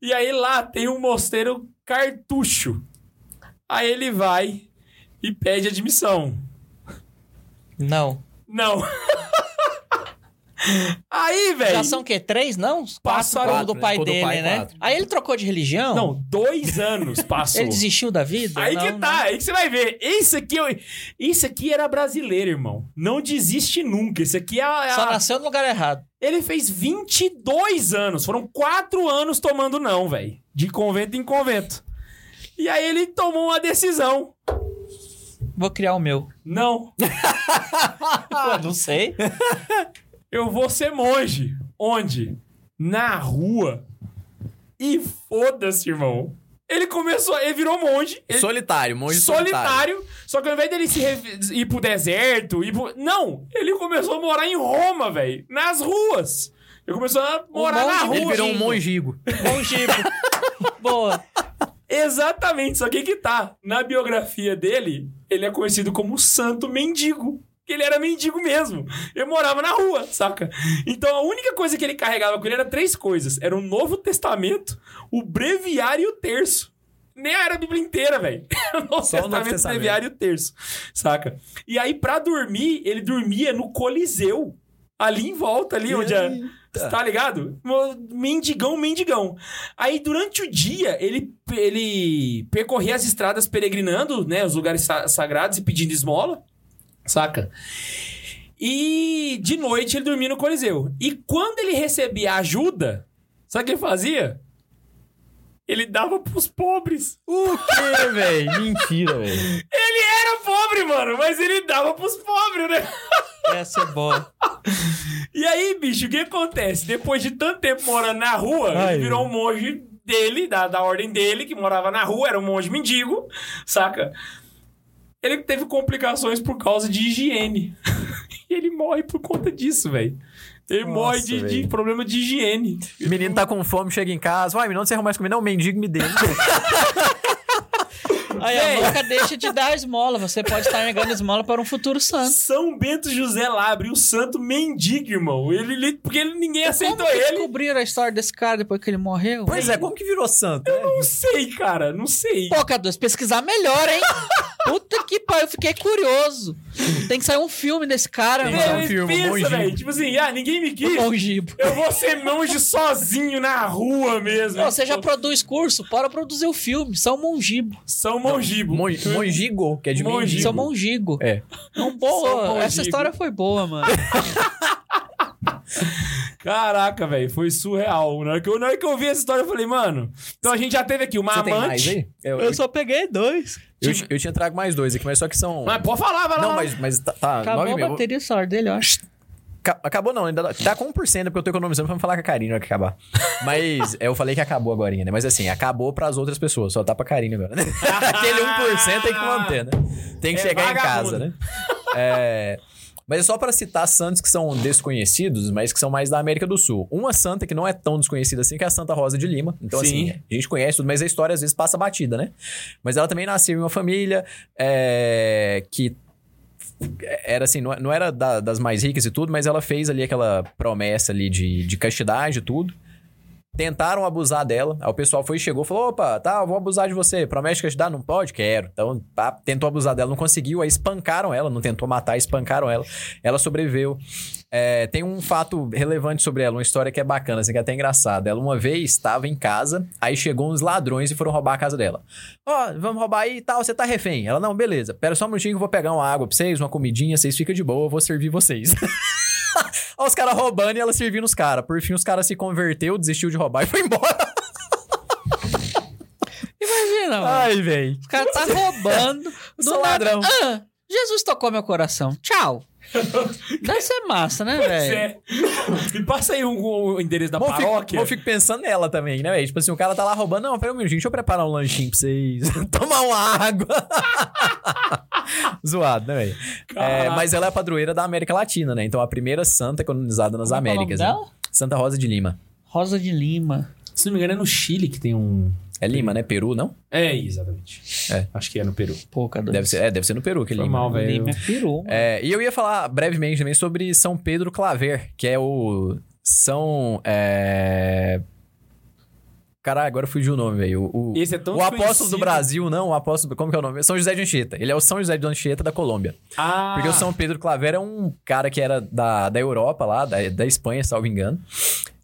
Speaker 2: E aí lá tem um mosteiro cartucho. Aí ele vai e pede admissão.
Speaker 7: Não.
Speaker 2: Não. (laughs) Aí, velho.
Speaker 7: Já são o quê? Três não? Passaram
Speaker 3: quatro,
Speaker 7: do pai
Speaker 3: né? Ficou do
Speaker 7: dele,
Speaker 3: pai,
Speaker 7: né?
Speaker 3: quatro.
Speaker 7: Aí ele trocou de religião?
Speaker 2: Não, dois anos passou.
Speaker 7: Ele desistiu da vida?
Speaker 2: Aí que
Speaker 7: Não,
Speaker 2: tá, aí que você vai ver. Isso aqui, eu- isso aqui era brasileiro, irmão. Não desiste nunca. Isso aqui é a- é
Speaker 7: Só
Speaker 2: a
Speaker 7: nasceu no lugar errado.
Speaker 2: Ele fez 22 anos. Foram 4 anos tomando não, velho. De convento em convento. E aí ele tomou uma decisão.
Speaker 7: Vou criar o meu.
Speaker 2: Não,
Speaker 7: Pô, não sei.
Speaker 2: eu vou ser monge. Onde? Na rua. E foda-se, irmão. Ele começou, ele virou monge. Ele...
Speaker 3: Solitário, monge solitário.
Speaker 2: solitário. Só que ao invés dele se re- ir pro deserto, ir pro... Não! Ele começou a morar em Roma, velho. Nas ruas. Ele começou a morar na
Speaker 7: monge,
Speaker 2: rua.
Speaker 3: Ele virou
Speaker 2: (laughs)
Speaker 3: um mongigo.
Speaker 7: Bom tipo. Boa.
Speaker 2: Exatamente, só que que tá. Na biografia dele, ele é conhecido como Santo Mendigo. que Ele era mendigo mesmo. Ele morava na rua, saca? Então a única coisa que ele carregava com ele era três coisas: era o Novo Testamento, o Breviário e o Terço. Nem era a Bíblia inteira, velho. (laughs) Era o Novo
Speaker 3: Só o Novo
Speaker 2: Testamento, o
Speaker 3: Testamento.
Speaker 2: Breviário e o Terço, saca? E aí, pra dormir, ele dormia no Coliseu. Ali em volta, ali onde é. Tá ligado? Mo- Mendigão, mendigão. Aí, durante o dia, ele, ele percorria as estradas peregrinando, né? Os lugares sa- sagrados e pedindo esmola. Saca? E de noite ele dormia no Coliseu. E quando ele recebia ajuda, sabe o que ele fazia? Ele dava pros pobres.
Speaker 3: O quê, velho? É, Mentira,
Speaker 2: (laughs)
Speaker 3: velho.
Speaker 2: Ele era pobre, pobre, mano, mas ele dava pros pobres, né?
Speaker 7: Essa é boa.
Speaker 2: E aí, bicho, o que acontece? Depois de tanto tempo morando na rua,
Speaker 7: Ai.
Speaker 2: ele virou um monge dele, da, da ordem dele, que morava na rua, era um monge mendigo, saca? Ele teve complicações por causa de higiene. (laughs) e ele morre por conta disso, velho. Ele
Speaker 3: Nossa,
Speaker 2: morre de, de
Speaker 3: velho.
Speaker 2: problema de higiene.
Speaker 3: Menino tá com fome, chega em casa. Uai, menino, não você arrumar mais comida? Não, mendigo
Speaker 2: (laughs)
Speaker 3: me deu.
Speaker 7: Aí
Speaker 2: Véi.
Speaker 7: a boca deixa de dar esmola. Você pode estar negando esmola para um futuro santo.
Speaker 2: São Bento José Labre, o santo mendigo, irmão. Ele, ele- porque ele- ninguém aceitou
Speaker 7: Como que
Speaker 2: ele.
Speaker 7: descobriram a história desse cara depois que ele morreu?
Speaker 3: pois é, como que virou santo? né?
Speaker 2: Não sei, cara, não sei.
Speaker 7: Pô, Cadu, se pesquisar melhor, hein? Puta que pariu, eu fiquei curioso. Tem que sair um filme desse cara,
Speaker 3: Tem.
Speaker 7: mano.
Speaker 3: um
Speaker 2: Ele
Speaker 3: filme, um
Speaker 2: pensa,
Speaker 3: monjinho.
Speaker 2: velho. Tipo assim, ah, ninguém me quis.
Speaker 7: Bom gibo.
Speaker 2: Eu vou ser monge sozinho na rua mesmo.
Speaker 7: Não, você já produz curso? Para produzir o filme. São mongibo.
Speaker 2: São mongibo.
Speaker 3: Mon- Mongigo, que é de
Speaker 2: Mongigo.
Speaker 3: mendigo.
Speaker 7: São mongigo.
Speaker 3: É.
Speaker 7: Não,
Speaker 2: São mongigo.
Speaker 7: boa. Essa história foi boa, mano.
Speaker 2: Caraca, velho, foi surreal. Na hora, que eu, na hora que eu vi essa história, eu falei, mano. Então a gente já teve aqui uma
Speaker 3: Você tem mais
Speaker 2: amante.
Speaker 3: aí? Eu, eu,
Speaker 7: Eu só peguei dois.
Speaker 3: eu, eu tinha trago mais dois aqui, mas só que são...
Speaker 2: Mas pode falar, vai lá.
Speaker 3: Não, mas, mas tá, tá nove
Speaker 7: Acabou
Speaker 3: e
Speaker 7: a
Speaker 3: meia. Vou-
Speaker 7: bateria solar dele, eu acho.
Speaker 3: Ca- Acabou não, ainda dá- tá com 1% porque eu tô economizando pra me falar com a Karine na hora que acabar. Mas é, eu falei que acabou agora, né? Mas assim, acabou pras outras pessoas, só tá pra Karine agora. né? (laughs) Aquele 1% tem que manter, né? Tem que
Speaker 2: É
Speaker 3: chegar em
Speaker 2: vagabundo.
Speaker 3: casa, né? É, Mas é só pra citar santos que são desconhecidos, mas que são mais da América do Sul. Uma santa que não é tão desconhecida assim, que é a Santa Rosa de Lima. Então,
Speaker 2: Sim.
Speaker 3: assim, a gente conhece tudo, mas a história às vezes passa batida, né? Mas ela também nasceu em uma família é, que era assim, não, não era da- das mais ricas e tudo, mas ela fez ali aquela promessa ali de, de castidade e tudo. Tentaram abusar dela. Aí o pessoal foi e chegou e falou: opa, tá, eu vou abusar de você. Promessa de castidade? Não pode? Quero. Então, pá, tentou abusar dela, não conseguiu. Aí espancaram ela, não tentou matar, espancaram ela. Ela sobreviveu. É, tem um fato relevante sobre ela, uma história que é bacana, assim, que é até engraçada. Ela uma vez estava em casa, aí chegou uns ladrões e foram roubar a casa dela. Ó, vamos roubar aí e tal, você tá refém. Ela, não, beleza, pera só um minutinho que eu vou pegar uma água pra vocês, uma comidinha, vocês ficam de boa, eu vou servir vocês. (laughs) Ó, os caras roubando e ela servindo os caras. Por fim, os caras se converteu, desistiu de roubar e foi embora.
Speaker 7: Imagina, mano.
Speaker 3: Ai, velho.
Speaker 7: O cara Ah. tá roubando. do
Speaker 3: Sou
Speaker 7: nada.
Speaker 3: ladrão.
Speaker 7: Ah, Jesus tocou meu coração. Tchau. Deve ser massa, né, velho?
Speaker 2: Cê- (laughs) Me passa aí o, o endereço da
Speaker 3: é. Bom, eu fico,
Speaker 2: paróquia.
Speaker 3: bom, eu fico pensando nela também, né, velho? Tipo assim, o cara tá lá roubando. Não, pera um minutinho, deixa eu preparar um lanchinho pra vocês. (laughs) Tomar uma água. (laughs) Zoado, né, velho?
Speaker 2: Caraca.
Speaker 3: É, mas ela é a padroeira da América Latina, né? Então a primeira santa canonizada nas
Speaker 7: Como é que é o
Speaker 3: Américas.
Speaker 7: nome
Speaker 3: né?
Speaker 7: dela?
Speaker 3: Santa Rosa de Lima.
Speaker 7: Rosa de Lima.
Speaker 2: Se não me engano, é no Chile que tem um.
Speaker 3: É Lima, né? Peru, não?
Speaker 2: É, exatamente.
Speaker 3: É.
Speaker 2: Acho que é no Peru.
Speaker 7: Pô, cadê?
Speaker 3: Deve ser, é, deve ser no Peru que é
Speaker 2: Foi
Speaker 3: Lima.
Speaker 2: mal, velho.
Speaker 7: Lima é peru. mano.
Speaker 3: É, e eu ia falar brevemente também sobre São Pedro Claver, que é o São. É... Caralho, agora fugiu o nome, velho. O, o-
Speaker 2: Esse é tão
Speaker 3: o apóstolo
Speaker 2: desconhecido.
Speaker 3: do Brasil, não, o apóstolo. Como que é o nome? São José de Anchieta. Ele é o São José de Anchieta da Colômbia.
Speaker 2: Ah,
Speaker 3: Porque o São Pedro Claver é um cara que era da, da Europa lá, da, da Espanha, salvo engano.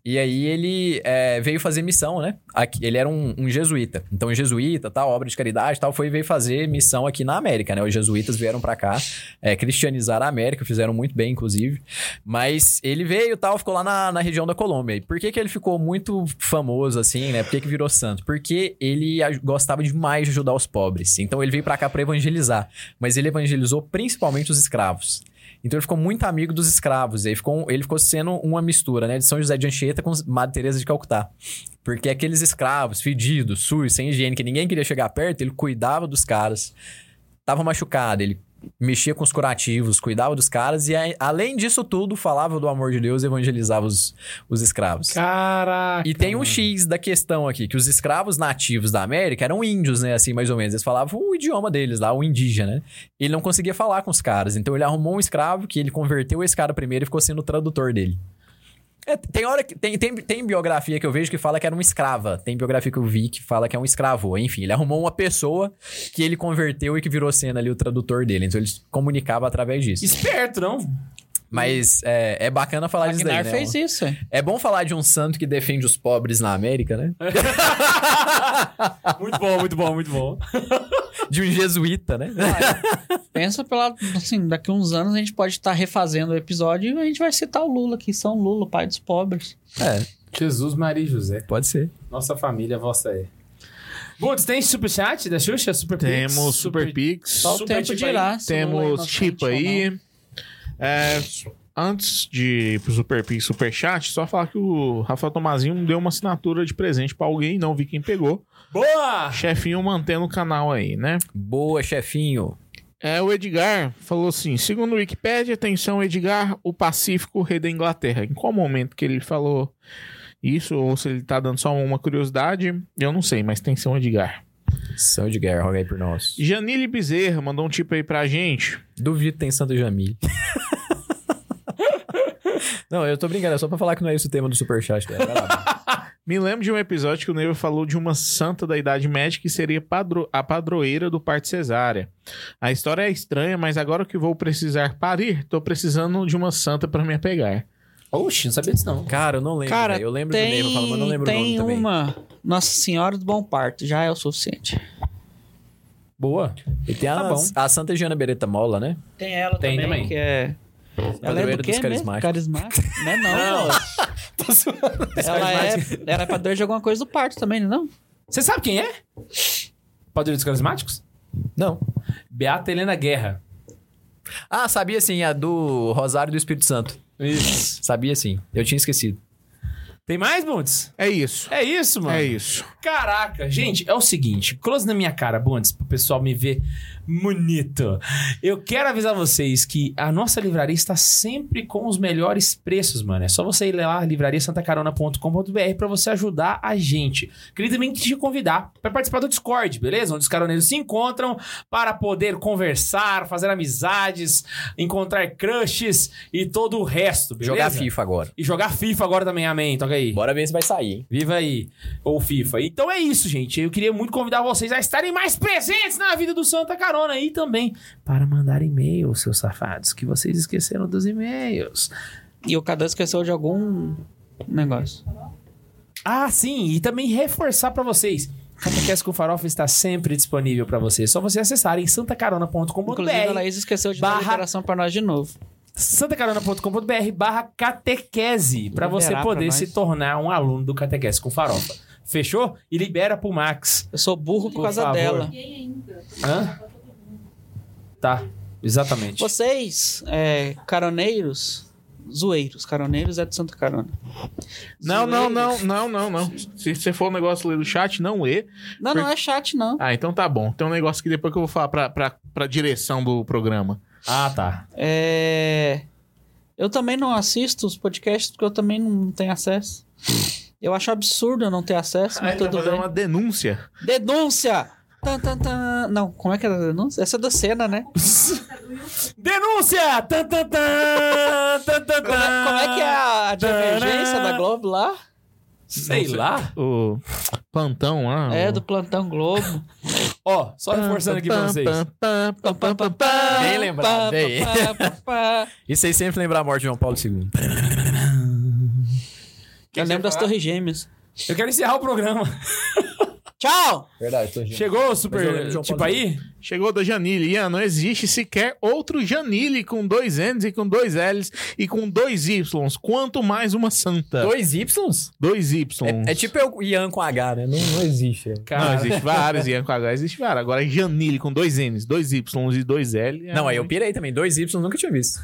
Speaker 3: E aí ele é, veio fazer missão, né? Aqui- ele era um, um jesuíta. Então, jesuíta, tal, obra de caridade, tal, foi e veio fazer missão aqui na América, né? Os jesuítas vieram pra cá, é, cristianizaram a América, fizeram muito bem, inclusive. Mas ele veio, tal, ficou lá na, na região da Colômbia. E por que que ele ficou muito famoso, assim, né? Por que que virou santo? Porque ele aj- gostava demais de ajudar os pobres. Então, ele veio pra cá pra evangelizar mas ele evangelizou principalmente os escravos. Então ele ficou muito amigo dos escravos. E aí ficou, ele ficou sendo uma mistura, né? De São José de Anchieta com Madre Teresa de Calcutá. Porque aqueles escravos, fedidos, sujos, sem higiene, que ninguém queria chegar perto, ele cuidava dos caras. Tava machucado, ele mexia com os curativos, cuidava dos caras. E aí, além disso tudo, falava do amor de Deus e evangelizava os, os escravos.
Speaker 2: Caraca.
Speaker 3: E tem um
Speaker 2: mano.
Speaker 3: X da questão aqui, que os escravos nativos da América eram índios, né? Assim, mais ou menos. Eles falavam o idioma deles lá, o indígena, né? Ele não conseguia falar com os caras. Então ele arrumou um escravo que ele converteu esse cara primeiro e ficou sendo o tradutor dele. É, tem hora que. Tem, tem, tem biografia que eu vejo que fala que era uma escrava. Tem biografia que eu vi que fala que é um escravo. Enfim, ele arrumou uma pessoa que ele converteu e que virou sendo ali o tradutor dele. Então ele comunicava através disso.
Speaker 2: Esperto, não?
Speaker 3: Mas é, é bacana falar disso daí,
Speaker 7: Wagner
Speaker 3: né?
Speaker 7: fez isso. hein?
Speaker 3: É bom falar de um santo que defende os pobres na América, né?
Speaker 2: Muito bom, muito bom, muito bom.
Speaker 3: De um jesuíta, né?
Speaker 7: Pensa pela. Assim, daqui uns anos a gente pode
Speaker 4: tá
Speaker 7: estar refazendo o episódio e a gente vai citar o Lula, que São Lula, pai dos pobres.
Speaker 3: é,
Speaker 2: Jesus, Maria e José.
Speaker 3: pode ser.
Speaker 2: Nossa família, vossa é. Butz, tem superchat da Xuxa? Super Pix?
Speaker 6: Temos Super Pix.
Speaker 4: Só o
Speaker 2: Super
Speaker 4: tempo
Speaker 2: Chip
Speaker 4: de
Speaker 2: aí.
Speaker 4: irá. se não é
Speaker 6: Temos
Speaker 4: inocente
Speaker 6: Chip
Speaker 4: ou não.
Speaker 6: aí. É, antes de ir pro Super Pix Super Chat, só falar que o Rafael Tomazinho deu uma assinatura de presente pra alguém, não vi quem pegou.
Speaker 2: Boa!
Speaker 6: Chefinho mantendo o canal aí, né?
Speaker 3: Boa, chefinho.
Speaker 6: É, o Edgar falou assim: segundo o Wikipedia, atenção, Edgar, o Pacífico rei da Inglaterra. Em qual momento que ele falou isso, ou se ele tá dando só uma curiosidade, eu não sei, mas atenção, Edgar.
Speaker 3: São de guerra, roga aí por nós.
Speaker 6: Janile Bezerra mandou um tipo aí pra gente.
Speaker 3: Duvido que tem Santa Jamile. (laughs) não, eu tô brincando, é só pra falar que não é esse o tema do Superchat. Cara. Vai lá.
Speaker 6: Me lembro de um episódio que o Neiva falou de uma santa da Idade Média que seria padro- a padroeira do parto cesárea. A história é estranha, mas agora que vou precisar parir, tô precisando de uma santa pra me apegar.
Speaker 2: Oxi, não sabia disso não.
Speaker 3: (laughs) Cara, eu não lembro.
Speaker 4: Cara,
Speaker 3: velho. eu lembro
Speaker 4: tem,
Speaker 3: do Neiva falando, mas não lembro
Speaker 4: tem
Speaker 3: o nome também.
Speaker 4: uma Nossa Senhora do Bom Parto, já é o suficiente.
Speaker 2: Boa.
Speaker 3: E tem a,
Speaker 2: Tá bom.
Speaker 3: a Santa Jana Beretta Mola, né?
Speaker 4: Tem ela
Speaker 2: Tem também.
Speaker 4: que é... Ela é
Speaker 3: Padroeira
Speaker 4: do
Speaker 3: dos
Speaker 4: quê mesmo?
Speaker 3: carismáticos.
Speaker 4: Carismática? Não é não. ela, é, ela é padroeira de alguma coisa do parto também, não é não?
Speaker 2: Você sabe quem é? Padre dos Carismáticos?
Speaker 3: Não.
Speaker 2: Beata Helena Guerra.
Speaker 3: Ah, sabia sim, a do Rosário do Espírito Santo.
Speaker 2: Isso.
Speaker 3: Sabia sim. Eu tinha esquecido.
Speaker 2: Tem mais, Bundes?
Speaker 6: É isso.
Speaker 2: É isso, mano.
Speaker 6: É isso.
Speaker 2: Caraca, gente, é o seguinte, close na minha cara, Bundes, pro pessoal me ver bonito. Eu quero avisar vocês que a nossa livraria está sempre com os melhores preços, mano. É só você ir lá, livrariasantacarona.com.br pra você ajudar a gente. Queria também te convidar pra participar do Discord, beleza? Onde os caroneiros se encontram para poder conversar, fazer amizades, encontrar crushes e todo o resto, beleza?
Speaker 3: Jogar FIFA agora.
Speaker 2: E jogar FIFA agora também, amém. Toca aí.
Speaker 3: Bora ver se vai sair, hein?
Speaker 2: Viva aí, ou FIFA. Então é isso, gente. Eu queria muito convidar vocês a estarem mais presentes na vida do Santa Carona e também para mandar e-mail, seus safados, que vocês esqueceram dos e-mails.
Speaker 4: E o K2 esqueceu de algum negócio.
Speaker 2: Ah, sim, e também reforçar para vocês. Cataquest com Farofa está sempre disponível para vocês. Só vocês acessarem santacarona.com.br
Speaker 4: Inclusive, a Laís esqueceu de
Speaker 2: barra-
Speaker 4: dar liberação pra nós de novo.
Speaker 2: santacarona.com.br barra catequese para
Speaker 4: Liberar
Speaker 2: você
Speaker 4: pra
Speaker 2: poder
Speaker 4: nós.
Speaker 2: se tornar um aluno do Catequese com Farofa. Fechou? E libera pro Max.
Speaker 4: Eu sou burro por,
Speaker 2: Por
Speaker 4: causa
Speaker 2: favor.
Speaker 4: dela.
Speaker 5: Ninguém ainda.
Speaker 2: Hã? Tá, exatamente.
Speaker 4: Vocês, é, caroneiros, zoeiros. Caroneiros é de Santa Carona.
Speaker 6: Não, não,
Speaker 4: Zoeiros-
Speaker 6: não, não, não, não. Se você for um negócio ler do chat, não lê.
Speaker 4: Não, não é chat, não.
Speaker 6: Ah, então tá bom. Tem um negócio que depois que eu vou falar pra, pra, pra direção do programa.
Speaker 2: Ah, tá.
Speaker 4: É... Eu também não assisto os podcasts porque eu também não tenho acesso. Eu acho absurdo eu não ter acesso, mas
Speaker 6: Ah, então
Speaker 4: tudo
Speaker 6: fazer
Speaker 4: bem.
Speaker 6: uma denúncia.
Speaker 4: Denúncia! Tan, tan, tan. Não, como é que era a denúncia? Essa é da cena, né?
Speaker 2: Denúncia! Tan, tan, tan, tan, tan,
Speaker 4: Como é, como é que é a divergência da Globo lá?
Speaker 2: Sei lá.
Speaker 6: O plantão lá.
Speaker 4: É,
Speaker 6: o-
Speaker 4: do Plantão Globo.
Speaker 2: Ó, só reforçando aqui pra vocês.
Speaker 3: Bem lembrado, bem. Isso aí sempre lembra a morte de João Paulo II.
Speaker 4: Eu lembro das Torres Gêmeas.
Speaker 2: Eu quero encerrar o programa.
Speaker 3: (laughs)
Speaker 4: Tchau!
Speaker 3: Verdade, tô junto.
Speaker 2: Chegou o
Speaker 3: Mas eu
Speaker 2: super.
Speaker 3: lembro de João
Speaker 2: Tipo
Speaker 3: Paulo
Speaker 2: aí?
Speaker 6: Chegou da Janile. Ian, não existe sequer outro Janile com dois N's e com dois L's e com dois Y's. Quanto mais uma santa.
Speaker 3: Dois Ys?
Speaker 6: Dois Y's.
Speaker 3: É, é tipo eu, Ian com H, né? Não, não existe.
Speaker 6: Não,
Speaker 2: Cara,
Speaker 6: existe vários. Ian com H existe vários. Agora Janile com dois N's, dois Y's e dois L.
Speaker 3: Não, aí eu pirei também. Dois Y nunca tinha visto.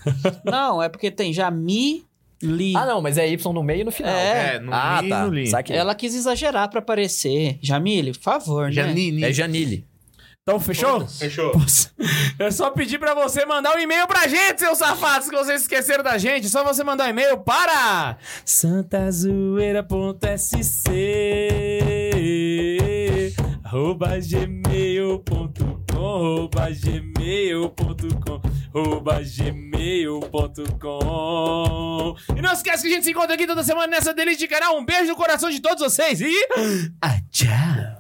Speaker 4: Não, é porque tem Jami Li.
Speaker 3: Ah, não, mas é Y no meio e no final.
Speaker 4: É.
Speaker 6: É, no
Speaker 3: ah,
Speaker 6: li,
Speaker 3: tá.
Speaker 6: no li.
Speaker 3: Saquei.
Speaker 4: Ela quis exagerar pra aparecer. Jamile, por favor, né?
Speaker 6: Janine.
Speaker 3: É Janile.
Speaker 2: então fechou?
Speaker 6: Fechou.
Speaker 2: Eu É só pedi pra você mandar um e-mail pra gente, seus safados, que vocês esqueceram da gente. É só você mandar um e-mail para santazoeira.sc arroba gmail.com arroba gmail.com arroba gmail.com E não esquece que a gente se encontra aqui toda semana nessa delícia de canal. Um beijo no coração de todos vocês e... Ah, tchau!